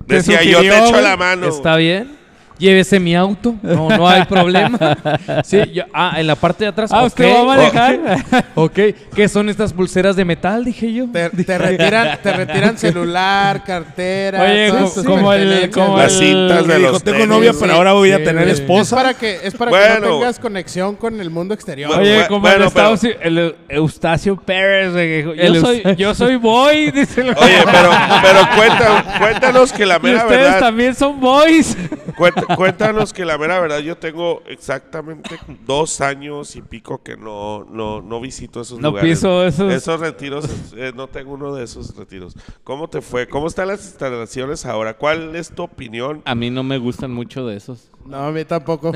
te Decía, sugirió, yo te echo güey, la mano. Está bien. Llévese mi auto. No, no <laughs> hay problema. Sí, yo- ah, en la parte de atrás. Ah, ok, usted va a <laughs> manejar. Ok. ¿Qué son estas pulseras de metal? Dije yo. <laughs> Te, te retiran, te retiran celular, cartera. Oye, todas co- tus como el- pertenencias, como el- güey. Las cintas Que de dijo, los tengo tenis, novia, güey. pero ahora voy a tener Es esposa. para que, es para que Bueno. no tengas conexión con el mundo exterior. Bueno, Oye, bueno, como bueno, el, pero- Estados- el Eustacio Pérez, güey, que dijo, El yo, soy, yo soy <laughs> boy, dice el güey. <laughs> Oye, pero, pero cuenta- cuéntanos que la Y mera ustedes verdad. también son boys. Cuenta- cuéntanos que la mera verdad yo tengo exactamente dos años y pico que no, no, no visito esos No lugares. piso esos- retiros, eh, no tengo uno de esos retiros. ¿Cómo te fue? ¿Cómo están las instalaciones ahora? ¿Cuál es tu opinión? A mí no me gustan mucho de esos. No, a mí tampoco.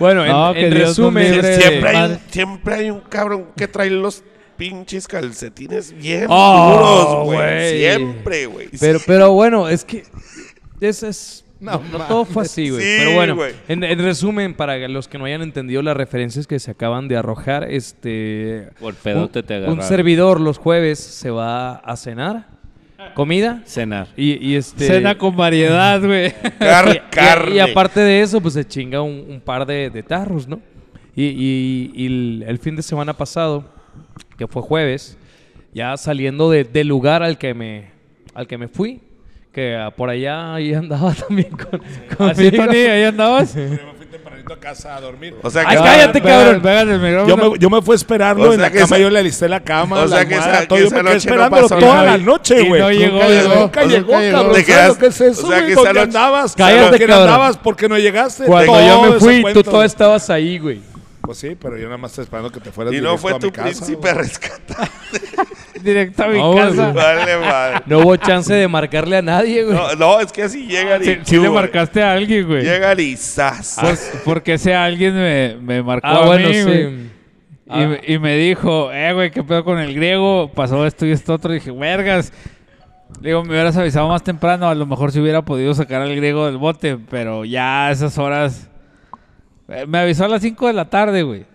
Bueno, en, No, en que Dios nos resumen, libre. Siempre hay, madre. un, siempre hay un cabrón que trae los pinches calcetines bien Oh, duros, güey. güey. Siempre, güey. Pero, pero bueno, es que es, es- no, no todo fue así, güey. Sí, pero bueno, güey. en, en resumen, para los que no hayan entendido las referencias que se acaban de arrojar, este Por pedote un, te un agarraron. servidor los jueves se va a cenar, comida Cenar. y, y este Cena con variedad, güey. <laughs> <laughs> Car- y- y- carne. Y, aparte de eso, pues se chinga un, un par de, de tarros, ¿no? Y, y- y el, el fin de semana pasado, que fue jueves, ya saliendo de- del lugar al que me, al que me fui, que ah, por allá ahí andaba <laughs> también con, Así, conmigo. Tony, ahí <laughs> andabas. Yo me fui tempranito a casa a dormir. o sea, Ay, que- cállate, Pegan- cabrón. pegan el Yo micrófono. me, yo me fui a esperarlo O en sea la que cama, esa- yo le alisté la cama, o la sea que esa- almohada, todo. que Yo esa me quedé noche no esperándolo pasó toda nada. la noche, Y güey. no llegó, Nunca güey. llegó, nunca O sea, llegó, nunca llegó. Te cabrón. ¿Sabes quedas- lo que es eso, o sea, güey? que esa ¿Dónde noche- andabas? Cállate, ¿Con quién cabrón. andabas? ¿Por qué no llegaste? Cuando Todo yo me ese fui, tú cuento. todo estabas ahí, güey. Pues sí, pero yo nada más estaba esperando que te fueras y directo no fue a tu mi casa, príncipe güey. <laughs> rescatado. directo a mi No, casa. güey. Vale, madre. No hubo chance de marcarle a nadie, güey. No, no, es que así llegan y. Si, si le güey. marcaste a alguien, güey. Llegan y zas. Ah. Por- porque ese alguien me, me marcó ah, a bueno, mí, güey. sí. Y, Ah. me- y me dijo, eh, güey, ¿qué pedo con el griego? Pasó esto y esto otro. Y dije, vergas. Le digo, me hubieras avisado más temprano. A lo mejor si hubiera podido sacar al griego del bote. Pero ya a esas horas... Eh, me avisó a las 5 de la tarde, güey.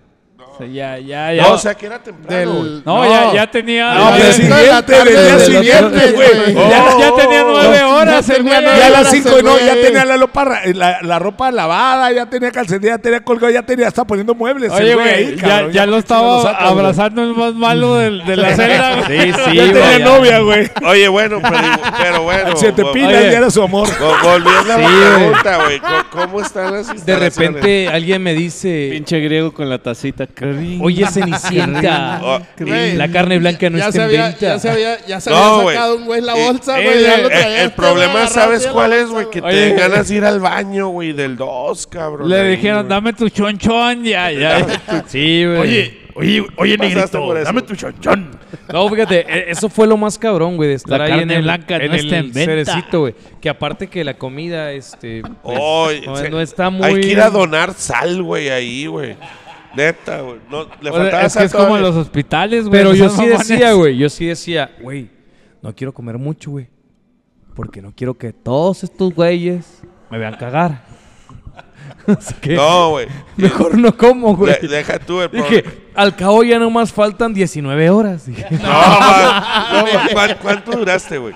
O sea, ya, ya, ya. No, o sea que era temprano. güey. Del- No, ya, ya tenía... No, ya, del de- de la siguiente, tarde, del día de la siguiente, tarde, güey. güey. ya- ya Oh. tenía nueve horas, ya el tenía güey. nueve Ya a horas. las 5 no, ya güey. tenía la, ropa ra- eh, la, la ropa lavada, ya tenía calcetilla, ya tenía colgado, ya tenía, hasta poniendo muebles. el Oye, ahí, güey, ya, cabrón, ya lo qué chingados estaba sacas, güey. abrazando el más malo del- de, la celda, güey. Sí, sí, Ya tenía güey, ya. novia, güey. Oye, bueno, pero, <laughs> pero bueno. Siete vol- pilas, Oye. ya era su amor. vol- Volviendo a la Sí, güey. pregunta, güey. ¿cómo- ¿Cómo están las De instalaciones? repente alguien me dice, Pinche griego con la tacita. Crin. oye, ah, Cenicienta, <laughs> Oh, Güey, la carne blanca no ya está se en había, venta". ya se había, ya se No, había güey. sacado un güey la Eh, bolsa, eh, güey. ya lo eh, traía el este, problema, güey, ¿sabes agarrado cuál de la es, güey? bolsa, Que güey. te <laughs> Oye. ganas de ir al baño, güey, del 2, cabrón. Le ahí, dijeron, güey. dame tu chonchón, ya, ya. Sí, güey. Oye, oye, Pasaste por negrito, eso. dame tu chonchón. No, fíjate, e- eso fue lo más cabrón, güey, de estar La ahí carne en el, blanca en no está el en venta. cerecito, güey. Que aparte que la comida, este, pues, Oy, no, se- no está muy... Hay que ir a donar sal, güey, ahí, güey. Neta, güey. No, le O sea, faltaba es que sal es como en todavía. los hospitales, güey. Pero esos yo sí mamones. decía, güey, yo sí decía, güey, no quiero comer mucho, güey. Porque no quiero que todos estos güeyes <laughs> me vean cagar. Así que <laughs> No, güey. mejor no como, güey. De- deja tú el problema. Dije, al cabo ya nomás faltan 19 horas. <laughs> Dije, <laughs> No, ma- no, ma- ¿cuán- ¿Cuánto duraste, güey?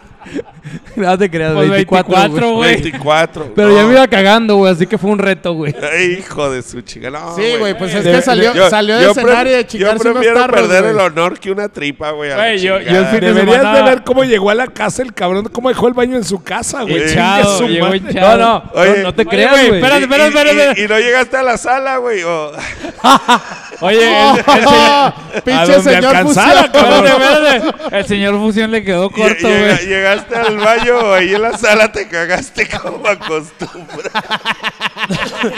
no te creas, Pues 24, 24, güey. güey. 24. Pero no. ya me iba cagando, güey, así que fue un <laughs> reto, güey. Ay, hijo de su chica. No, Sí, güey, pues es Yo- que salió, yo- salió de yo escenario pre- de chingarse Yo unos prefiero tarros, perder güey. <laughs> el honor que una tripa, güey. a la Güey, yo- yo chingada. sí- Deberías de semana- ver cómo llegó a la casa el cabrón, cómo dejó el baño en su casa, güey. Echado, Chingue su llegó madre. hinchado. No, no, Oye, no, no te Oye, creas, güey, güey. espérate, espérate, Y- y- <laughs> espérate. Y, y no llegaste a la sala, güey. o- Oye, <laughs> el, el señor... Pinche señor alcanzara, fusión. <laughs> Espérate, espérate. El señor Fusión le quedó corto, Lle- <laughs> güey. llega- Llegaste al baño, o ahí en la sala te cagaste como acostumbra.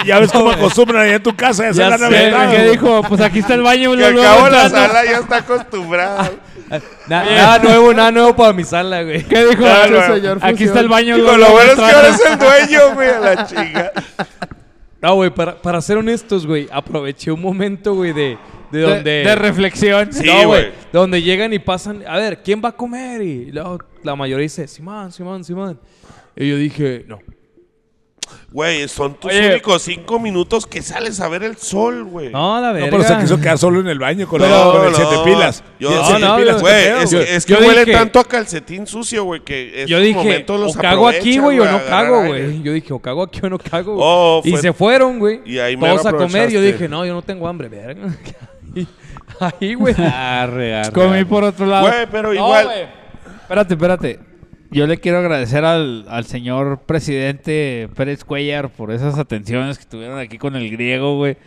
Ya ves cómo acostumbran allá en tu casa, ya, se Ya la han sé, ¿Qué, aventado, qué <laughs> güey. dijo? Pues aquí está el baño. Que luego, al luego cabo la entrando. sala ya está acostumbrada. Ah, <laughs> Na- nada nuevo, nada nuevo para mi sala, güey. ¿Qué dijo? Ah, Pinche bueno. señor Aquí está el baño. Digo, luego, lo luego bueno es que ahora entrando. es el dueño, güey, a la chinga. No, güey, para, para ser honestos, güey, aproveché un momento, güey, de, de De- donde... De reflexión. Sí, no, güey. güey. Donde llegan y pasan, a ver, ¿quién va a comer? Y luego la mayoría dice, Simón, Simón, Simón. Y yo dije, no. Güey, son tus Oye. únicos cinco minutos que sales a ver el sol, güey. No, la verga. No, pero se quiso quedar solo en el baño con, la- Pero- con el no, siete pilas. yo- Y el No, siete no, pilas, yo- ¿qué Güey, pedo, es güey? que, es que Yo huele dije- tanto a calcetín sucio, güey, que Yo estos dije, momentos o los cago aquí, aprovechan, güey, o a no agarrar cago, aire. güey. Yo dije, o cago aquí o no cago, güey. Oh, y fue- se fueron, güey. Y ahí mero Todos a comer. Yo aprovechaste. dije, no, yo no tengo hambre, verga. <laughs> Y- Ahí, güey. Arre, arre, Comí arre. por otro lado. Güey, pero No, igual. güey. Espérate, espérate. Yo le quiero agradecer al, al señor presidente Pérez Cuellar por esas atenciones que tuvieron aquí con el griego, güey.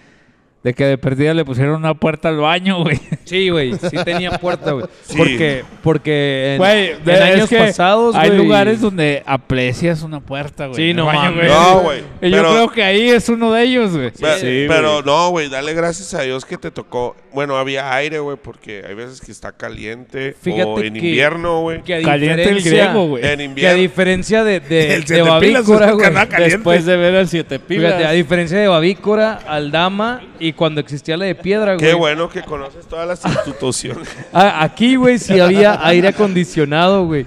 de que de perdida le pusieron una puerta al baño, güey. Sí, güey, sí tenía puerta, güey. <laughs> Sí. Porque, porque en, Güey, en de- es años que pasados, hay güey, lugares donde aprecias una puerta, güey. Sí, en no el baño, mames. No, güey, Y yo pero- creo que ahí es uno de ellos, güey. Pe- Sí, güey. pero no, güey, dale gracias a Dios que te tocó. Bueno, había aire, güey, porque hay veces que está caliente. o Fíjate en que- invierno, güey. que a Caliente el diferencia- griego, güey. En Que a invierno. diferencia de, de, El de siete Bavícora, pilas, güey. carnal, caliente. Después de ver al siete pilas. Fíjate, a diferencia de Bavícora, Aldama y cuando existía la de piedra, güey. Qué bueno que conoces todas las instituciones. A- aquí, güey, sí había aire acondicionado, güey.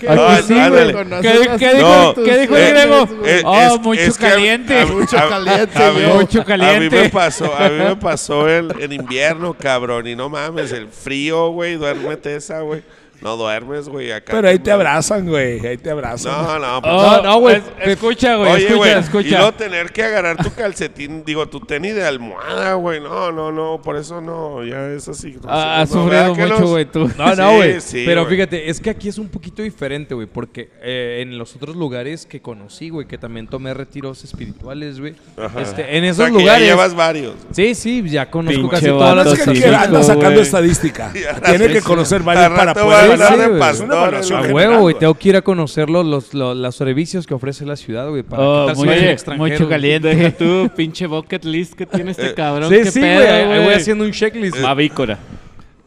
¿Qué, Aquí bueno, sí, ándale. güey. ¿Qué, <laughs> qué dijo, No, qué dijo eh, el griego? Eh, oh, es- mucho es que a- caliente. a- Mucho a- caliente, a mí- yo. Mucho caliente. A mí me pasó, a mí me pasó el, en invierno, cabrón. Y no mames, el frío, güey. Duérmete esa, güey. No duermes, güey. Acá Pero ahí te abrazas. abrazan, güey. Ahí te abrazan. No, no, pues, Oh, No, no, güey. es- Escucha, güey. Oye, Escucha, güey, y escucha. luego tener que agarrar tu calcetín, digo, tu tenis de almohada, güey. No, no, no, por eso no, ya es así. no Ah, sé, has no, sufrido ¿verdad Pues, que mucho, los- güey, tú. No, no, Sí, güey. sí, Pero güey. fíjate, es que aquí es un poquito diferente, güey. Porque eh, en los otros lugares que conocí, güey, que también tomé retiros espirituales, güey. Ajá. Este, en O esos sea, que ya lugares. llevas varios. Sí, sí, ya conozco Pinche casi vato todas las Es que Entonces, aquí sí, anda güey. <laughs> sacando estadística. Tiene que conocer varios Al para rato va a poder. hablar hablar de de pastores, evaluación A güey. general. huevo, güey. güey. Tengo que ir a conocer los, los, los, los servicios que ofrece la ciudad, güey. Para Oh, quitarse muy- el oye, extranjero, mucho güey. caliente. Deja tú, pinche bucket list que tiene este cabrón. Sí, qué sí, güey. pedo, Ahí ahí voy güey. haciendo un <laughs> checklist. Bavícora.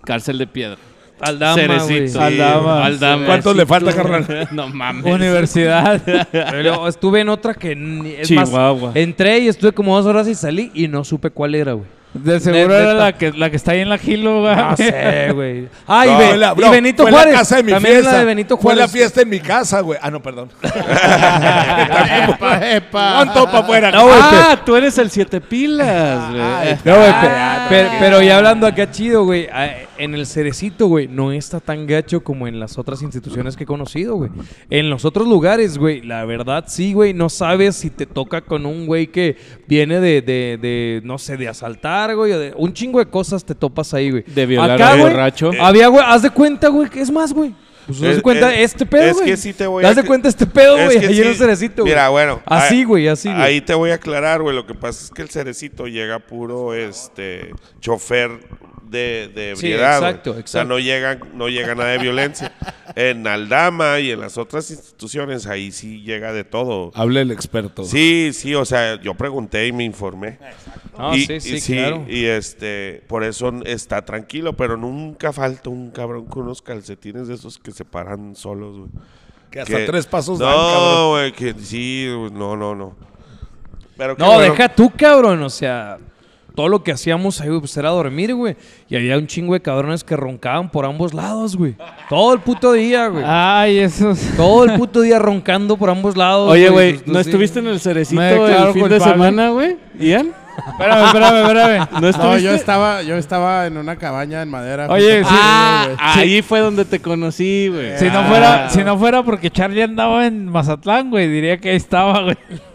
Cárcel de piedra. Aldama, Cerecito. güey. Aldama. Aldama. ¿Cuánto le falta, Cerecito. carnal? <laughs> no mames. <laughs> Universidad. Pero luego estuve en otra que ni- es Chihuahua. más, entré y estuve como dos horas y salí y no supe cuál <laughs> era, güey. De seguro era neta. la que, la que está ahí en la Gilo, güey. No sé, güey. Ah, y, No, Be- fue la- y no, Benito fue Juárez. La casa de mi También fiesta. la de Benito Juárez. Fue la fiesta en mi casa, güey. Ah, <laughs> no, perdón. Epa, epa. Pon todo para afuera. No, güey, Ah, tú eres el siete pilas, güey. pe- no, güey, pe- pe- pero ya hablando acá chido, güey, ah, en el Cerecito, güey, no está tan gacho como en las otras instituciones que he conocido, güey. En los otros lugares, güey, la verdad sí, güey, no sabes si te toca con un güey que viene de, de, de, no sé, de asaltar, güey, o de un chingo de cosas te topas ahí, güey. De violar a un güey, eh, borracho. Había, güey, haz de cuenta, güey, que es más, güey. Pues haz Es- de cuenta es- este pedo, es güey. que sí te voy a Haz de que- cuenta este pedo, Es güey, que ahí en el sí, Cerecito, güey. Mira, bueno. Así, ahí- güey, así, güey. Ahí te voy a aclarar, güey. Lo que pasa es que el cerecito llega puro este chofer de, de Sí, ebriedad. güey. exacto, O sea, exacto. no llega, no llega nada de <laughs> violencia. En Aldama y en las otras instituciones, ahí sí llega de todo. Hable el experto. Sí, sí, o sea, yo pregunté y me informé. Ah, y, sí, y sí, claro. y este, por eso está tranquilo, pero nunca falta un cabrón con unos calcetines de esos que se paran solos, güey. Que hasta Que- tres pasos dan, cabrón. No, güey, que sí, güey, no, no, no. Pero qué No, bueno. deja tú, cabrón. O sea, todo lo que hacíamos ahí, güey, pues era dormir, güey. Y había un chingo de cabrones que roncaban por ambos lados, güey. Todo el puto día, güey. Ah. Ay, esos. Todo el puto día roncando por ambos lados. Oye, güey, Pues, ¿no pues, sí. estuviste en el cerecito Me el declaro fin de culpable. semana, güey? ¿Ian? Espérame, espérame, espérame. ¿No No, estuviste? yo estaba, yo estaba en una cabaña en madera. Oye, junto sí. contigo, Ah, güey. ahí fue donde te conocí, güey. Si no, Ah. fuera, si no fuera porque Charlie andaba en Mazatlán, güey, diría que ahí estaba, güey. <laughs>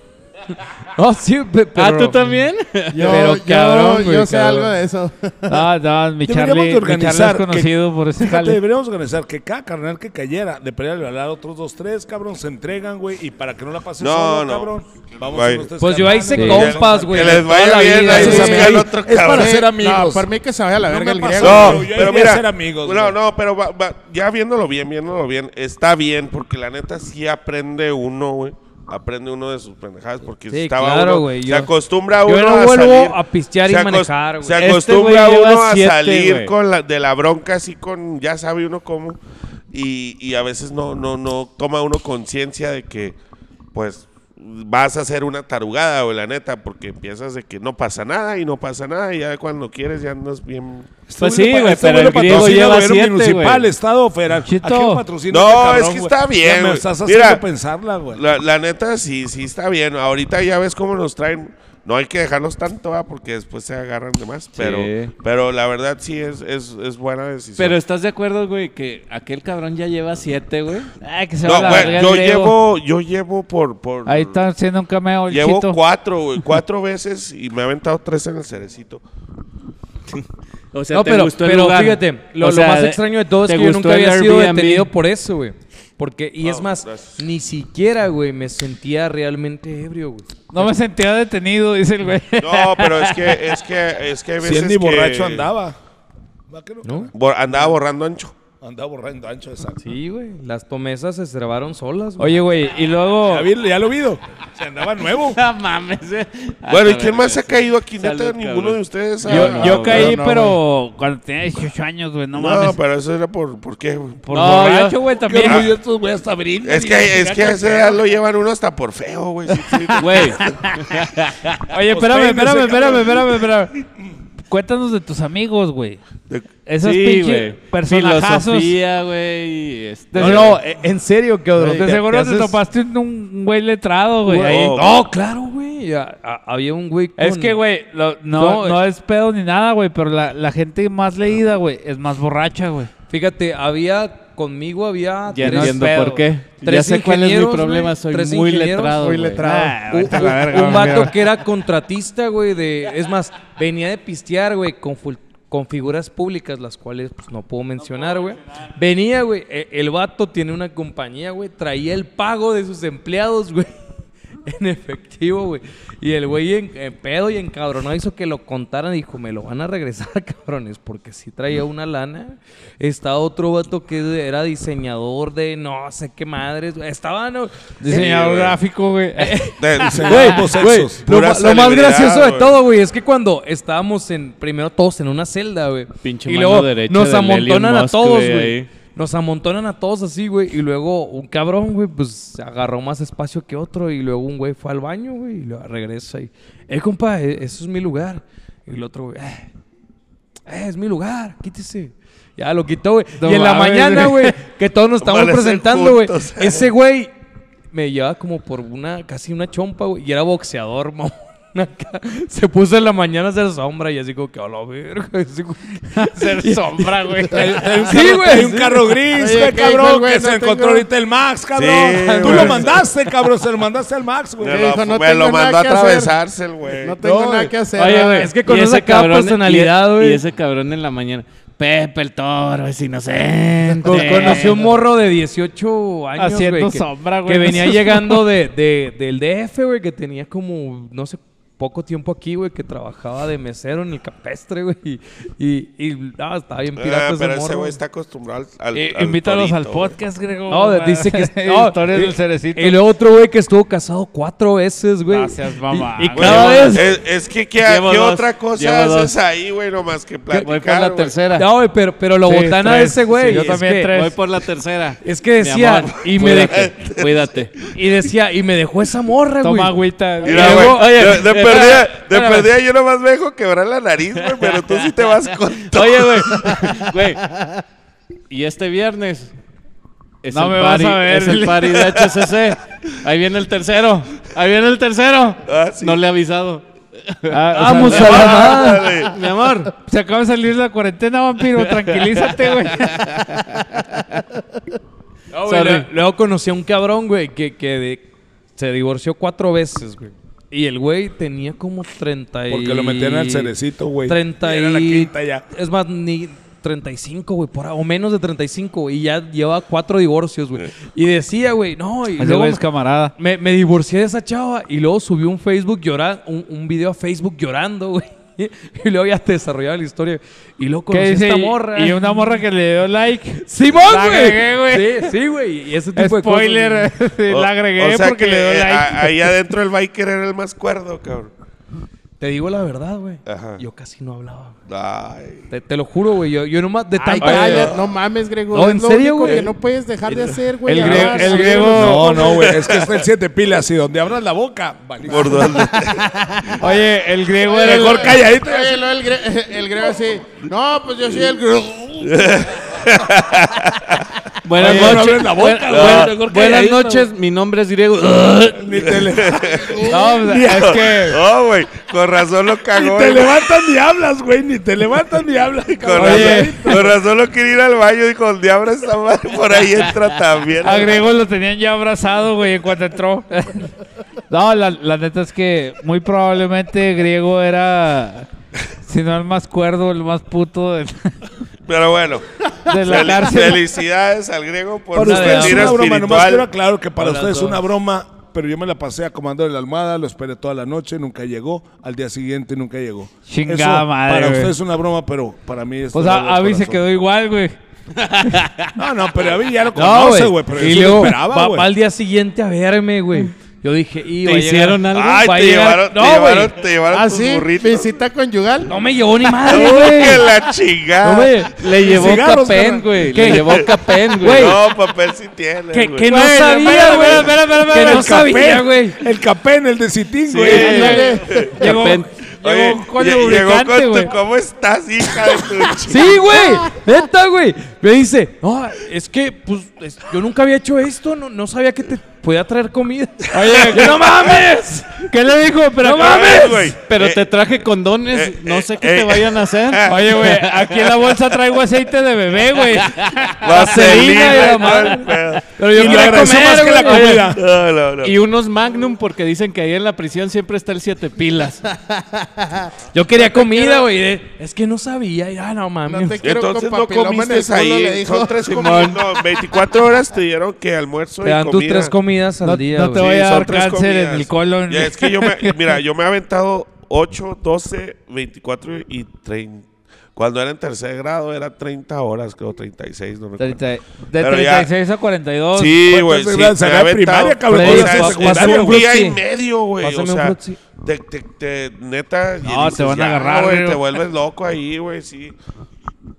No, sí, pe- pero... Ah, ¿tú también? yo, pero yo- cabrón, güey, yo sé cabrón. algo de eso. Ah, no, mi Charlie, mi Deberíamos de Charlie es organizar que- conocido por ese Fíjate, jale. deberíamos organizar que cada carnal que cayera, de pelear al lado, otros dos, tres, cabrón, se entregan, güey, y para que no la pases No, solo, no. cabrón, vamos Vaya. unos tres Pues yo ahí hice carnales, compas, vamos a- güey, Que les toda vaya la bien, vida, ahí sí, se sí. saca el otro Es para cabrón. hacer No, amigos. por mí que se vaya a la verga me el pasó, griego. Pero No, yo pero iría a mira, ser amigos, no, güey. no, pero va- va- ya viéndolo bien, viéndolo bien, está bien porque la neta sí aprende uno, güey. Aprende uno de sus pendejadas porque Sí, estaba claro, uno- güey, se yo- acostumbra yo uno no a vuelvo salir- a pistear y se acos- manejar, güey. Se Este acostumbra güey lleva uno a siete, salir güey. con la de la bronca así con ya sabe uno cómo y, y a veces no no no toma uno conciencia de que pues vas a hacer una tarugada, güey, la neta, porque empiezas de que no pasa nada y no pasa nada y ya cuando quieres ya andas bien Este Pues güey sí, lo- güey, este pero el lo griego patrocina lleva gobierno siete, municipal, güey. estado federal. ¿A Chito. quién patrocina No, este cabrón, es que güey? está bien, Ya me güey. estás Mira. haciendo pensarla, güey. La, la neta, sí, sí está bien. Ahorita ya ves cómo nos traen. No hay que dejarlos tanto, ¿va? porque después se agarran de más. Pero, pero la verdad sí es, es, es buena decisión. Pero ¿estás de acuerdo, güey, que aquel cabrón ya lleva siete, güey? Ay, que se va a no, la güey, verga el yo griego. llevo, yo llevo por, por Ahí está haciendo un cameo el llevo chito. cuatro, güey, cuatro veces y me ha aventado tres en el cerecito. O sea, No, te pero, gustó el pero lugar. fíjate, lo, O lo sea, más extraño de todo es ¿te que yo gustó nunca el había sido Airbnb? detenido por eso, güey. Porque, y es No, más, gracias. ni siquiera, güey, me sentía realmente ebrio, güey. No me sentía detenido, dice el güey. No, pero es que, es que, es que hay Si veces él ni que- borracho andaba. ¿Va que no? ¿No? Bo- andaba borrando ancho. Andaba borrando ancho, exacto. Sí, güey. Las promesas se cerraron solas, güey. Oye, güey, y luego. Ya, vi- ya lo vido. Se <laughs> andaba nuevo. No mames. eh. Bueno, ¿y Ah, quién la más se ha verga. caído aquí? Neta, Salud, ninguno cabrón. de ustedes. ha- Yo, no, yo no, caí, no, pero cuando tenía 18 años, güey, no, No, mames. pero eso era por, ¿por qué, güey? Por No, borracho, yo- güey, Yo también. no vi estos güeyes hasta brindan Es y- que, es que a esa edad lo llevan uno hasta por feo, güey. Sí, sí. <laughs> Güey, Oye, espérame, espérame, peínese, espérame, espérame, espérame. <laughs> Cuéntanos de tus amigos, güey. De- Esos sí, pinches güey. personajazos. Filosofía, güey. este- No, no, e- en serio, cabrón. De seguro te topaste un- un güey letrado, güey. No, ahí. Ah, No, Oh, claro, güey. A- a- Había un güey con... Es que, güey, lo- no, con- no es pedo ni nada, güey, pero la, la gente más leída, güey, es más borracha, güey. Fíjate, había... Conmigo había... Ya tres- entiendo pedo. por qué. Ya Tres sé cuál es mi ingenieros, problema. güey. Soy Tres muy ingenieros. letrado. Muy güey. letrado. Ah, Un, vete a la un- verga, un güey. vato que era contratista, güey, de... Es más, venía de pistear, güey, con, ful- con figuras públicas, las cuales pues, no puedo mencionar, güey. Venía, güey, e- el vato tiene una compañía, güey, traía el pago de sus empleados, güey. <laughs> En efectivo, güey. Y el güey en, en pedo y encabronado hizo que lo contaran. Dijo, me lo van a regresar, <laughs> cabrones, porque sí traía una lana. Está otro vato que era diseñador de no sé qué madres. güey. Estaba, no. Diseñador güey. gráfico, <laughs> güey. de- Güey, pues, ambos sexos. Lo, ma- Pura lo más celebridad, gracioso de güey. todo, güey, es que cuando estábamos en, primero todos en una celda, güey. Pinche y mano luego derecha nos del amontonan Elon a Musk, todos, güey, güey. ahí. Nos amontonan a todos así, güey. Y luego un cabrón, güey, pues agarró más espacio que otro. Y luego un güey fue al baño, güey, y lo regresa y, eh, compa, eh, eso es mi lugar. Y el otro, güey, "Eh, eh, es mi lugar, quítese. Ya lo quitó, güey. No y en la mames, mañana, güey. güey, que todos nos estamos Amanecen presentando, güey. juntos. Ese güey me llevaba como por una, casi una chompa, güey. Y era boxeador, <laughs> mamón. Acá. Se puso en la mañana a hacer sombra y así como que a la verga. <laughs> así como- <laughs> Ser sombra, güey. Sí, Hay un güey. carro Oye, gris, güey, ¿qué dijo el cabrón, güey? que se No encontró tengo- ahorita el Max, cabrón. Sí, Tú güey. lo mandaste, cabrón, se lo mandaste al Max, güey. Me lo, Dijo, "No me lo tengo nada mandó a que hacer". atravesarse el güey. No eh, tengo No, nada que hacer. Oye, ¿verdad? güey. Es que con y esa ese cada cabrón- personalidad, y- güey. Y ese cabrón en la mañana. Pepe el toro es inocente. Con- Conocí un morro de 18 años, güey. Haciendo que- sombra, güey. Que <laughs> venía llegando de, de- del DF, güey, que tenía como, no sé, poco tiempo aquí, güey, que trabajaba de mesero en el campestre, güey. Y, y, y, no, estaba bien pirata Ah, pues, ese pero morro, ese güey. güey está acostumbrado al. al, Eh, al invítalos al torito, podcast, Grego. No, de- <laughs> dice que no, Historias y- del cerecito. Y luego otro güey que estuvo casado cuatro veces, güey. Gracias, mamá, Y, y güey. güey. cada Güey, vez. Es, es que, ¿qué, Llevo qué dos, otra cosa llevo haces dos. ahí, güey? No más que platicar. Voy por la güey? tercera. No, güey, pero, pero lo Sí, botana tres. de ese güey. Sí, yo es también que- tres. Voy por la tercera. Es que decía, Mi amor, y me cuídate, Cuídate. Y decía, y me dejó esa morra, güey. Toma agüita. Mira, Luego, güey, oye, de, de espera, perdida, de espérame. perdida yo nomás me dejo quebrar la nariz, güey, pero tú sí te vas <laughs> con todo. Oye, güey. Güey. Y este viernes. Es No el me vas party, a ver. Es el party de HCC. Ahí viene el tercero. Ahí viene el tercero. Ah, sí. No le he avisado. ah, Vamos a la madre. Dale. Mi amor. Se acaba de salir la cuarentena, vampiro. Tranquilízate, <laughs> güey. No, güey, Sorry. lue- Luego conocí a un cabrón, güey, que, que de- se divorció cuatro veces, güey. Y el güey tenía como 30 y... Porque lo metieron al cerecito, güey. 30 Y era la y- quinta ya. Es más, ni 35, güey, por ahí, o menos de 35, güey. Y ya lleva cuatro divorcios, güey. Y decía, güey, no, y Ese luego güey es camarada. me, me divorcié de esa chava y luego subí un Facebook llorando, un, un video a Facebook llorando, güey. <laughs> Y luego ya te desarrollaba la historia. Y luego conocí ¿Qué a dice? esta Y- morra. Y una morra que le dio like. ¡Simón, La agregué, güey! güey. Sí, sí, güey. Y ese tipo de Spoiler. cosas. <laughs> sí, O- la agregué o sea porque que, le ah, dio eh, like. a- ahí adentro el biker era el más cuerdo, cabrón. Te digo la verdad, güey. Ajá. Yo casi no hablaba. güey. Ay. Te, te lo juro, güey. Yo, yo nomás de Ay, tanta... calla, no mames, Grego. No, es en lo serio, único güey. que no puedes dejar de hacer, güey. el Ah, griego- sí, el sí, griego- sí. No, no, güey. Es que está el siete pilas y donde abras la boca, valiste. Por dónde. Oye, el griego era. el- Mejor calladito. Oye, luego el, gre- <laughs> el griego así. No, pues yo soy el griego. Buenas Oye, no noches. abres la boca, Bu- güey. bu- Mejor Buenas calladito. noches. Mi nombre es <laughs> Griego. Ni te, le- <laughs> No, o sea, es que. No, güey. Con razón lo ni cagó. te el güey. levantas ni hablas, güey. Ni te levantas ni hablas, Con cabrón. razón, con razón lo quiere ir al baño y con diablo está mal. Por ahí entra también. A Grego lo tenían ya abrazado, güey, en cuanto entró. No, la, la neta es que muy probablemente Griego era, si no el más cuerdo, el más puto. del- Pero bueno, De la fel- cárcel. felicidades al griego por Para su ustedes es retiro una broma, nomás quiero espiritual. aclarar que Hola para a ustedes es una todos. broma, pero yo me la pasé acomodando la almohada, lo esperé toda la noche, nunca llegó, al día siguiente nunca llegó. Chingada madre, Para güey. ustedes es una broma, pero para mí es... O algo del sea, Avi se corazón. quedó igual, güey. No, no, pero Avi ya lo No, conoce, güey, pero y yo lo luego esperaba, va, güey. va al día siguiente a verme, güey. Yo dije, y ¿Te va a llegar- hicieron algo? Ay, va a te llegar- llevaron, te No, güey. llevaron, te llevaron Ah, tus sí, burritos. <laughs> visita conyugal. No me llevó ni madre, ¡Que güey. la No chingada! me- <laughs> Le llevó cigarros, Capen, carnal. güey. ¿Qué? Le llevó Capen, güey. Güey. No, papel sí tiene. Que, güey. que no Güey, sabía, espera, güey. espera, espera, espera, Que espera, no el sabía, Capén, güey. El capén, el de Citín, güey. Ándale. Llegó, Capén. Oye, llegó con lle- llegó lubricante, con güey. tu, ¿cómo estás, hija de tu chi- Sí, güey. <laughs> Neta, güey. Me dice, no, es que, pues, es- yo nunca había hecho esto. No, no sabía que te podía traer <laughs> comida. Oye, no mames. ¿Qué le dijo? Pero No acá- mames. <laughs> güey. Pero Eh, te traje condones, eh, no sé qué eh, te vayan a hacer. <laughs> Oye, güey, aquí en la bolsa traigo aceite de bebé, güey. y Vaselina y la la madre. madre. Pero yo Y quiero le agradezco comer, más que la güey. comida. <laughs> No, no, no. Y unos Magnum porque dicen que ahí en la prisión siempre está el siete pilas. Yo quería comida, güey. de- Es que no sabía. y, Ah, no mames. No te quiero Entonces con no papiloma en el comiste culo, le ahí. dijo. Son tres comidas. No, 24 horas te dieron que almuerzo Te y dan comida. tus tres comidas al No- día, no te güey. voy a son dar tres cáncer en el colon. Ya, es que yo me, mira, yo me he aventado 8, 12, 24 y 30. Cuando era en tercer grado era 30 horas, creo, 36, no recuerdo. Treinta- De Pero ya- 36 a 42. Sí, güey. ¿Cuántas Sí, grados? me he Era aventado- primaria, cabrón, O no sea, era es- secundaria. es un Pásame un día y frutzi. medio, güey. O Pásame un sea, frutzi. te, te, te- neta. y No, dices, te van a "Ya, agarrar, güey. güey". Te vuelves loco ahí, güey, sí. No,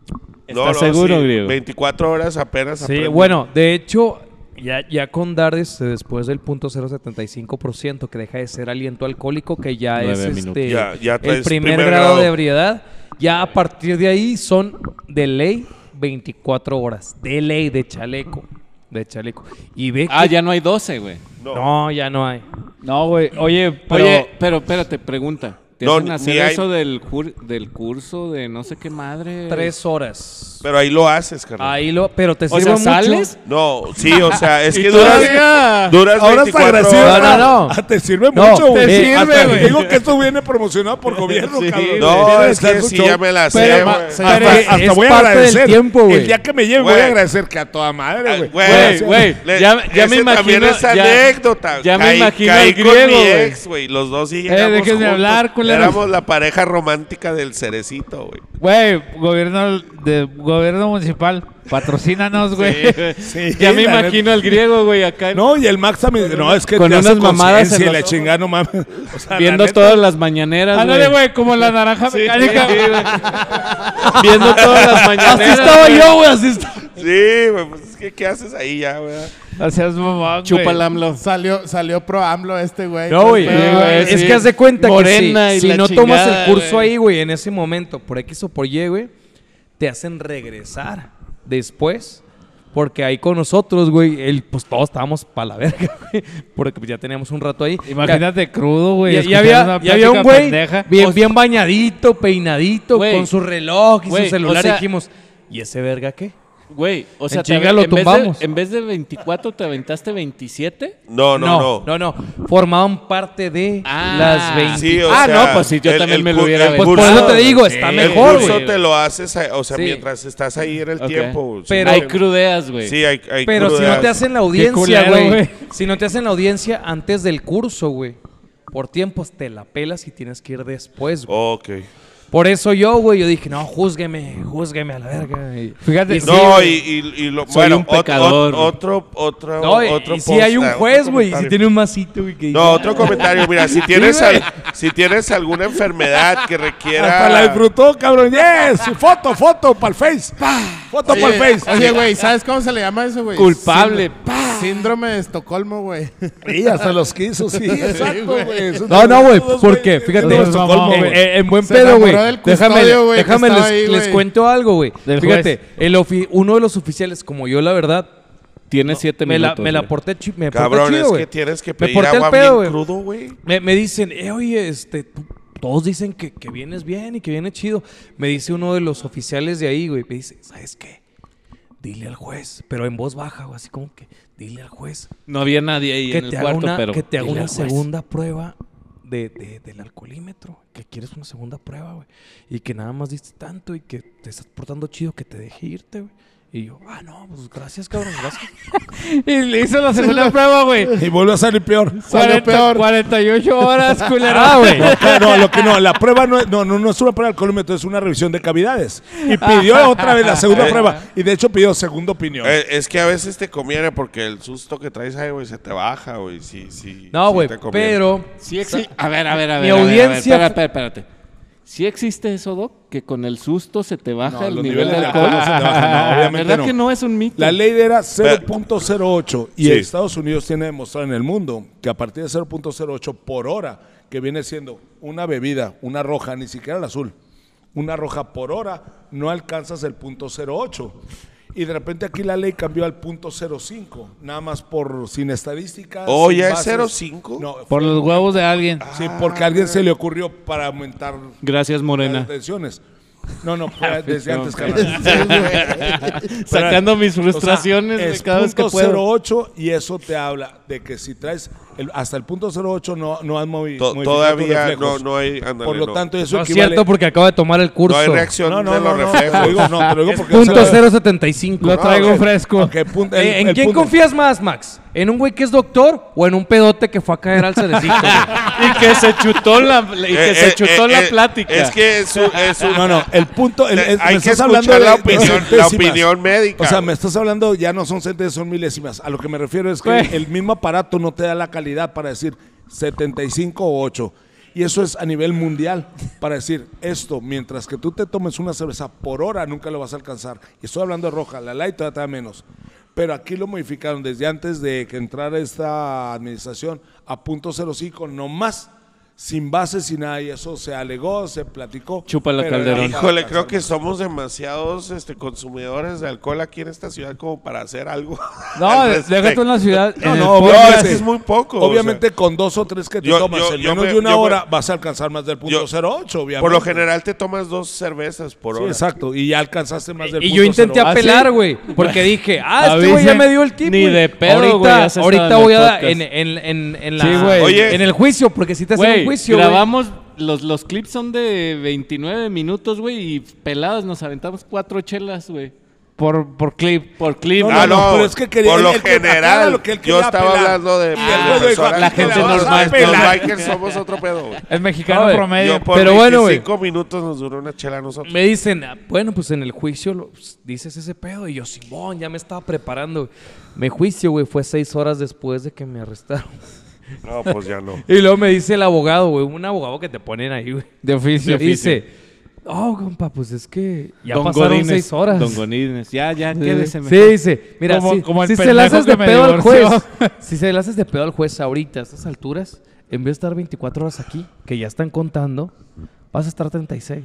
¿Estás no, seguro, sí, griego? 24 horas apenas. Sí, aprendí. bueno, de hecho, ya, ya con dar este, después del punto 0.75%, que deja de ser aliento alcohólico, que ya Nueve es minutos. este, Ya- ya el traes primer, primer grado, grado. de ebriedad, ya a partir de ahí son de ley 24 horas. De ley, de chaleco. De chaleco. Y ve <laughs> Ah, que- ya no hay 12, güey. No, ya no hay. No, güey. Oye, pero. Oye, pero espérate, pregunta. ¿Te No, hacen ni hacer hay- eso del, cur- del curso de no sé qué madre? Tres horas. Pero ahí lo haces, carnal. Ahí lo... Pero te O sirve sea, mucho. ¿sales? No, sí, o sea, es Y que duras, todavía- duras Ahora está 24 agradecido. No, horas. no, no. Ah, Te sirve No, mucho, güey. te Hasta sirve, güey. Digo que esto viene promocionado por <laughs> gobierno, Sí, cabrón. No, Viene es de que estar sí, su show. ya me la sé, Pero, güey. hasta, pero es- hasta es voy a parte del agradecer. tiempo, güey. el día que me lleve voy Güey. a agradecer que a toda madre, Ah, güey. Güey, Güey, güey, Le- ya, ya ese me imagino. también es ya- anécdota. ya me Caí- imagino caí al con griego, mi güey. ex, güey. Los dos sí llegamos déjenme juntos. hablar, culeros. Éramos la pareja romántica del cerecito, güey. Güey, gobierno, de, gobierno municipal, patrocínanos, güey. Sí, Ya me la neta. imagino al griego, güey, acá No, y el Max también. No, es que Con te hace unas mamadas en conciencia y los la ojos. chingada, no mames. O sea, la viendo neta, todas las mañaneras. Ándale, güey, como la naranja Sí, mecánica. sí, güey. viendo todas las mañaneras. Así estaba güey. yo, güey. Así estaba. Sí, güey. Pues es que, ¿qué haces ahí ya, güey? No seas mamón, güey. Chupa el AMLO. Salió, salió pro AMLO este güey. No, güey. Todo el Sí, pedo, güey, Es sí. que haz de cuenta Morena que y si, si la no tomas chingada, el curso güey. ahí, güey, en ese momento, por X o por Y, güey, te hacen regresar después. Porque ahí con nosotros, güey, el, pues todos estábamos para la verga, <laughs> güey. Porque pues, ya teníamos un rato ahí. Imagínate crudo, Ya- güey. Ya, ya escuchar había, una ya había un plática güey pendeja. bien, O- bien bañadito, Pues- peinadito, Güey. con su reloj y Güey, su celular. o sea- y dijimos, ¿y ese verga qué? Güey, o sea, En chinga lo en, vez de, tumbamos. en vez de 24, ¿te aventaste 27? No, no, no. no, Formaban parte de Ah. las 20. Sí, o Ah, sea, no, pues sí, yo también me lo cu- hubiera el aventado. pues por curso- eso te digo, está Sí, mejor, El curso güey. te lo haces, a- o sea, Sí. mientras estás ahí en el Ok. tiempo. Pero- hay crudeas, güey. Sí, hay, hay Pero si no crudas. te hacen la audiencia, culero, güey. güey. Si no te hacen la audiencia antes del curso, güey. Por tiempos te la pelas y tienes que ir después, güey. Ok. Por eso yo, güey, yo dije, no, júzgueme, júzgueme a la verga. Y- Fíjate, Y sí, No, y, güey. y, y lo, Soy bueno, un ot- ot- pecador. otro, otro, No, y- otro y si hay un posta, juez, otro güey, y si comentario. tiene un masito, güey, que dice, No, otro comentario. Mira, si <laughs> tienes, Sí, güey. al- si tienes alguna enfermedad que Hasta la requiera. disfrutó, cabrón. Yes, foto, foto, pa'l face. Foto pa'l Oye, face. oye, güey, ¿sabes cómo se le llama eso, güey? Culpable, Síndrome- Síndrome de Estocolmo, güey. <laughs> Sí, hasta los quiso, sí. Exacto, güey. Eso No, te- no, güey, todos, porque, güey, fíjate, eso en, es Estocolmo, en- güey. en- en buen Se pedo, güey. enamoró del custodial, Déjame, güey, que déjame les, estaba ahí, les güey. cuento algo, güey. Del Fíjate, juez. el ofi- uno de los oficiales, como yo, la verdad, Tiene 7 me la, minutos. me la güey. porté, chi- me porté Cabrón, chido, es güey. que tienes que Me pedir porté al agua pedo, bien güey. crudo, güey. Me, me dicen, eh, oye, este, tú- todos dicen que, que vienes bien y que vienes chido. Me dice uno de los oficiales de ahí, güey, me dice, ¿sabes qué? Dile al juez, pero en voz baja, güey, así como que, dile al juez No había nadie ahí que en el te haga cuarto, una, pero. que te haga dile una al juez. segunda prueba de, de- del alcoholímetro, que quieres una segunda prueba, güey. Y que nada más diste tanto y que te estás portando chido que te deje irte, güey. Y yo, ah, no, pues gracias, cabrón, gracias. Y le hizo la segunda prueba, güey. Y vuelve a salir peor. Salió 40 peor. 48 horas, culera, güey. Lo que no, lo que no, la prueba no es, no, no, no es una prueba de alcoholímetro, es una revisión de cavidades. Y pidió otra vez la segunda prueba. Y de hecho pidió segunda opinión. Eh, es que a veces te conviene porque el susto que traes ahí, güey, se te baja, güey. Sí, sí. No, sí güey, te conviene. pero Sí exi- A ver, a ver, a ver. Mi a ver, a ver, audiencia- espera, espera, espérate. ¿Sí existe eso, Doc? Que con el susto se te baja No, el los nivel niveles de de alcohol. alcohol no se te bajan, no, obviamente ¿Verdad no. que no es un mito? La ley era 0.08 y Sí. Estados Unidos tiene demostrado en el mundo que a partir de 0.08 por hora, que viene siendo una bebida, una roja, ni siquiera la azul, una roja por hora, no alcanzas el punto 0.08. Y de repente aquí la ley cambió al punto 0.5, nada más por sin estadísticas. Oh, sin ¿ya es bases. 0.5? No, Por los huevos de alguien. sí, porque a alguien se le ocurrió para aumentar Gracias, las Morena. tensiones. No, no, fue desde <laughs> antes, carnal. Sacando mis O sea, frustraciones de es cada vez que punto puedo. 08 y eso te habla de que si traes el- hasta el punto 08 no, no has movido. To- todavía no, no hay. ándale, Por lo no. tanto, eso no es equivale. cierto porque acabo de tomar el No curso. hay reacción no, no, de no, los no, te reflejos. lo digo, no, te lo digo porque Punto yo se lo- 075. Lo traigo fresco. Ok, punto- el- Eh, ¿En el quién punto- confías más, Max? ¿En un güey que es doctor o en un pedote que fue a caer al cerecito? <laughs> güey? Y que se chutó la, y que Eh, se eh, chutó eh, la eh, plática. Es que es un. es <laughs> un- No, no, el punto. el- Te- el- hay me que escuchar estás hablando de la de opinión- la centésimas. opinión médica, O sea, güey. me estás hablando, ya no son centésimas, son milésimas. A lo que me refiero es que Güey. el mismo aparato no te da la calidad para decir 75 o 8. Y eso es a nivel mundial, para decir esto, mientras que tú te tomes una cerveza por hora, nunca lo vas a alcanzar. Y estoy hablando de roja, la light todavía te da menos. Pero aquí lo modificaron desde antes de que entrara esta administración a punto 05, no más, sin base, sin nada. Y eso se alegó, se platicó. Chupa la Pero era Calderón. para Híjole, alcanzar creo que somos demasiados este, consumidores de alcohol aquí en esta ciudad como para hacer algo. No, al déjate respecto. en la ciudad. No, en el no, podcast. No, obviamente. es que es muy poco. o sea. Obviamente con dos o tres que te Yo- tomas yo- en yo menos me- de una yo me- hora vas a alcanzar más del Yo- punto 08, obviamente. por lo general te tomas dos cervezas por Sí, hora. exacto. Y ya alcanzaste más del y punto yo intenté 08. apelar, güey. Porque dije, ah, este ¿Ah, Avisen, güey ya me dio el tip. ni güey. de pedo, güey, Ahorita, has estado en ahorita el voy a dar podcast. en, en, en, en la- Sí, güey. Oye. en el juicio, porque si te hacen un Güey, juicio. güey. grabamos, los, los clips son de 29 minutos, güey, y peladas nos aventamos cuatro chelas, güey. Por, por clip. Por clip. No, ah, no, no, pero es que quería- por lo el que aclara general, lo que él yo quería estaba apelar. hablando de, Y luego dijo, personas la que gente nos- normal, Los ¿no? bikers somos otro pedo, güey. El mexicano Oye, promedio. Yo por Pero bueno, güey. 25 minutos nos duró una chela a nosotros. Me dicen, ah, bueno, pues en el juicio lo- pues, dices ese pedo. Y yo, Simón, ya me estaba preparando. Mi juicio, güey, fue seis horas después de que me arrestaron. No, pues ya <laughs> no. Y luego me dice el abogado, güey, un abogado que te ponen ahí, güey. De <laughs> oficio. Y dice, oh, compa, pues es que ya Don pasaron Godínez, seis horas. Don Godínez. Ya, ya, Sí, quédese Sí, mejor. dice, mira, Como- si, como el si se pendejo le haces que de me pedo al divorció. juez, <laughs> si se le haces de pedo al juez ahorita, a estas alturas, en vez de estar 24 horas aquí, que ya están contando, vas a estar 36.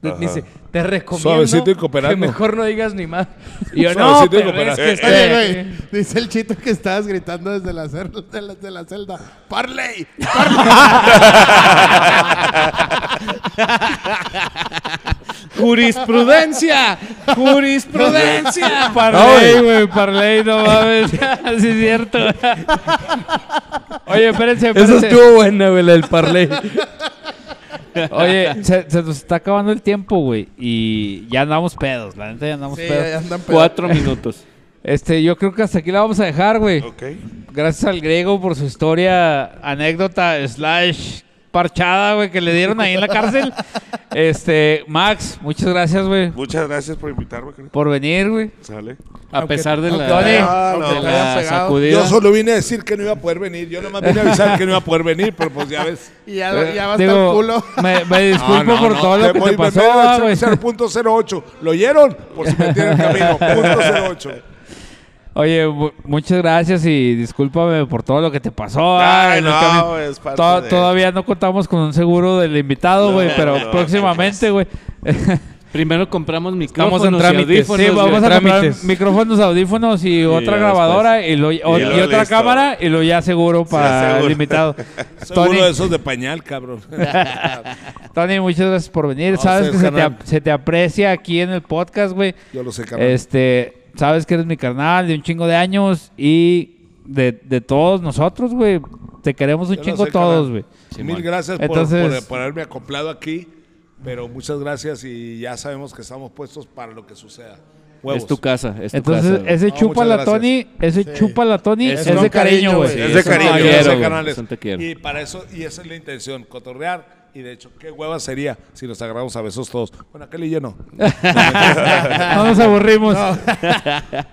Te- Dice, te recomiendo Suavecito y que cooperando. mejor no digas ni más. Y yo, no, Suavecito y pero es cooperando. que Eh, está- este, Oye, güey, dice el chito que estabas gritando desde la, cer- de la- de la celda. ¡Parley! Ah. ¡Jurisprudencia! ¡Jurisprudencia! Parley, Ah, güey, parley, no mames. <laughs> Ah, sí, es cierto. <laughs> Oye, espérense, Eso espérense. estuvo buena, güey, la del parley. Oye, se, se nos está acabando el tiempo, güey. Y ya andamos pedos, la neta ya andamos Sí, pedos. ya andan pedo. Cuatro minutos. Este, yo creo que hasta aquí la vamos a dejar, güey. Ok. Gracias al griego por su historia, anécdota, slash parchada, güey, que le dieron ahí en la cárcel. Este, Max, muchas gracias, güey, Muchas gracias por invitarme. carnal. por venir, güey. Sale. A pesar de la, Tony. Ah, no, de te la hayan pegado. sacudida. Yo solo vine a decir que no iba a poder venir. Yo nomás vine a avisar que no iba a poder venir, pero pues <laughs> ya ves. Ah, Y ya, ya va Digo, hasta el culo. Me, me disculpo No, no, por no, todo lo te que voy te pasó, primero al ah, güey. 0.08. ¿Lo oyeron? Por si me tienen camino. Punto <laughs> 08. Oye, mu- muchas gracias y discúlpame por todo lo que te pasó. ah, Ay, en no, el camino. güey, es parte To- de- Todavía no contamos con un seguro del invitado, güey, No, pero no, próximamente, güey. Primero compramos micrófonos Estamos en trámites, y audífonos, sí, güey. Vamos a comprar trámites. micrófonos, audífonos y, otra ya grabadora y, lo- o- y luego otra listo. cámara y lo ya seguro para el seguro. invitado. Soy Tony, uno de esos de pañal, cabrón. Tony, muchas gracias por venir. No, sabes que ustedes, se te, carnal. ap- se te aprecia aquí en el podcast, güey. Eh, Yo lo sé, cabrón. Este, sabes que eres mi carnal de un chingo de años y de, de todos nosotros, güey. Te queremos un Ya lo chingo sé, todos, carnal. güey. Mil gracias por, Entonces- por- por haberme acoplado aquí, pero muchas gracias y ya sabemos que estamos puestos para lo que suceda. Huevos. Es tu casa, es tu Entonces, casa. ese No, chúpala, muchas gracias. Tony, ese chúpala, Tony, Es es, con de cariño, cariño, güey. güey. Es de un cariño. caballero, Te quiero, ese güey, canal es- es un te quiero. Y para eso, y esa es la intención, cotorrear. Y de hecho, qué hueva sería si nos agarramos a besos todos. Bueno, aquel y yo no. No nos aburrimos.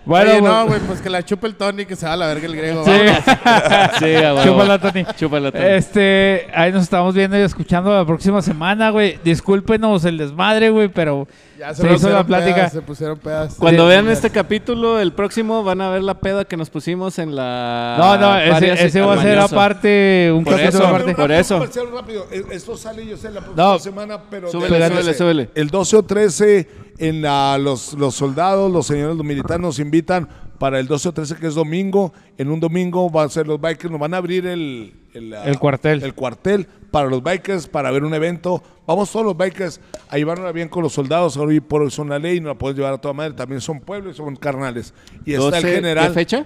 Bueno, Oye, güey. no, güey, pues que la chupe el Tony que se va a la verga el griego. Sí. vámonos. <laughs> Sí, a <laughs> huevo. Chúpala, Tony. Chúpala, Tony. Este, ahí nos estamos viendo y escuchando la próxima semana, güey. Discúlpenos el desmadre, güey, pero Ya se hizo la pusieron plática. pedas, se pusieron pedas. Cuando Sí, vean sí, este capítulo, el próximo, van a ver la peda que nos pusimos en la. No, no, Faria ese, ese va a ser Albañosa. aparte, un Ah, Por capítulo eso, aparte. por eso. Comercial rápido. E- Esto sale, yo sé, la próxima No. semana, pero... Súbele, del súbele, 13. súbele. El 12 o 13, en la- los, los soldados, los señores los militares nos invitan para el 12 o 13, que es domingo. En un domingo va a ser los bikers, nos van a abrir el... ah, El cuartel. El cuartel para los bikers, para ver un evento. Vamos todos los bikers a llevárnosla bien con los soldados. Ahora y por hoy son la ley, no la puedes llevar a toda madre. También son pueblos y son carnales. Y está 12, el general. ¿Qué fecha?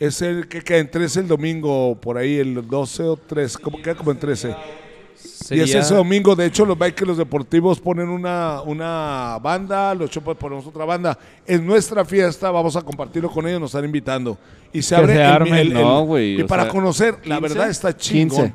Es el que queda en 13 el domingo, por ahí, el 12 o 13, como, queda como en 13. Y es Sería- ese domingo, de hecho, los bikers, los deportivos ponen una, una banda, los chopas ponemos otra banda. En nuestra fiesta vamos a compartirlo con ellos, nos están invitando. Y se abre se el- arme. el- el- No, güey, Y o para sea, conocer, la 15, verdad está chingón.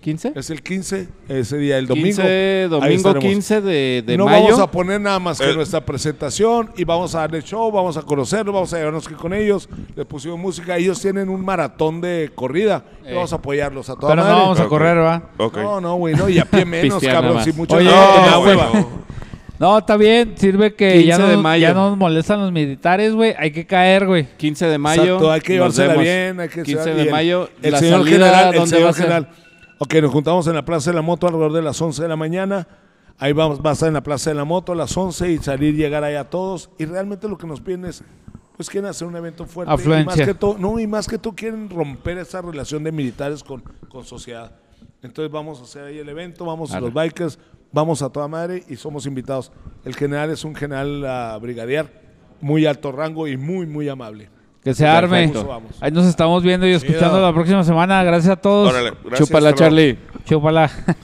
15. Es el 15, ese día, el domingo. 15, ahí domingo estaremos. 15 de, de no mayo. vamos a poner nada más que Eh. nuestra presentación y vamos a darle show, vamos a conocerlo, vamos a llevarnos aquí con ellos. Les pusimos música, ellos tienen un maratón de corrida y vamos a apoyarlos a toda Eh. Pero no madre. vamos a Ok. correr, ¿va? Ok. No, no, güey, no, y a <laughs> pie menos, Pistear nada cabrón, más. sin mucho Oye, no, no, güey, hueva. no. No, está bien, sirve que ya 15 de no, mayo. ya no nos molestan los militares, güey. Hay que caer, güey. 15 de mayo. Exacto, hay que nos llevársela vemos. bien, hay que 15 ser- de y el- mayo. El, la señor salida, general, ¿dónde el va a señor ser? general. Ok, nos juntamos en la Plaza de la Moto alrededor de las 11 de la mañana. Ahí vamos, va a estar en la Plaza de la Moto a las 11 y salir, llegar ahí a todos. Y realmente lo que nos piden es, pues quieren hacer un evento fuerte. Y más Afluencia. que todo, no, y más que todo quieren romper esa relación de militares con, con sociedad. Entonces vamos a hacer ahí el evento, vamos a Arre. los bikers, vamos a toda madre y somos invitados. El general es un general ah, brigadier, muy alto rango y muy, muy amable. Que se arme. Perfecto. Vamos. Ahí nos estamos viendo y escuchando la próxima semana. Gracias a todos. Órale, gracias, Chúpala, hasta luego. Charlie. Chúpala.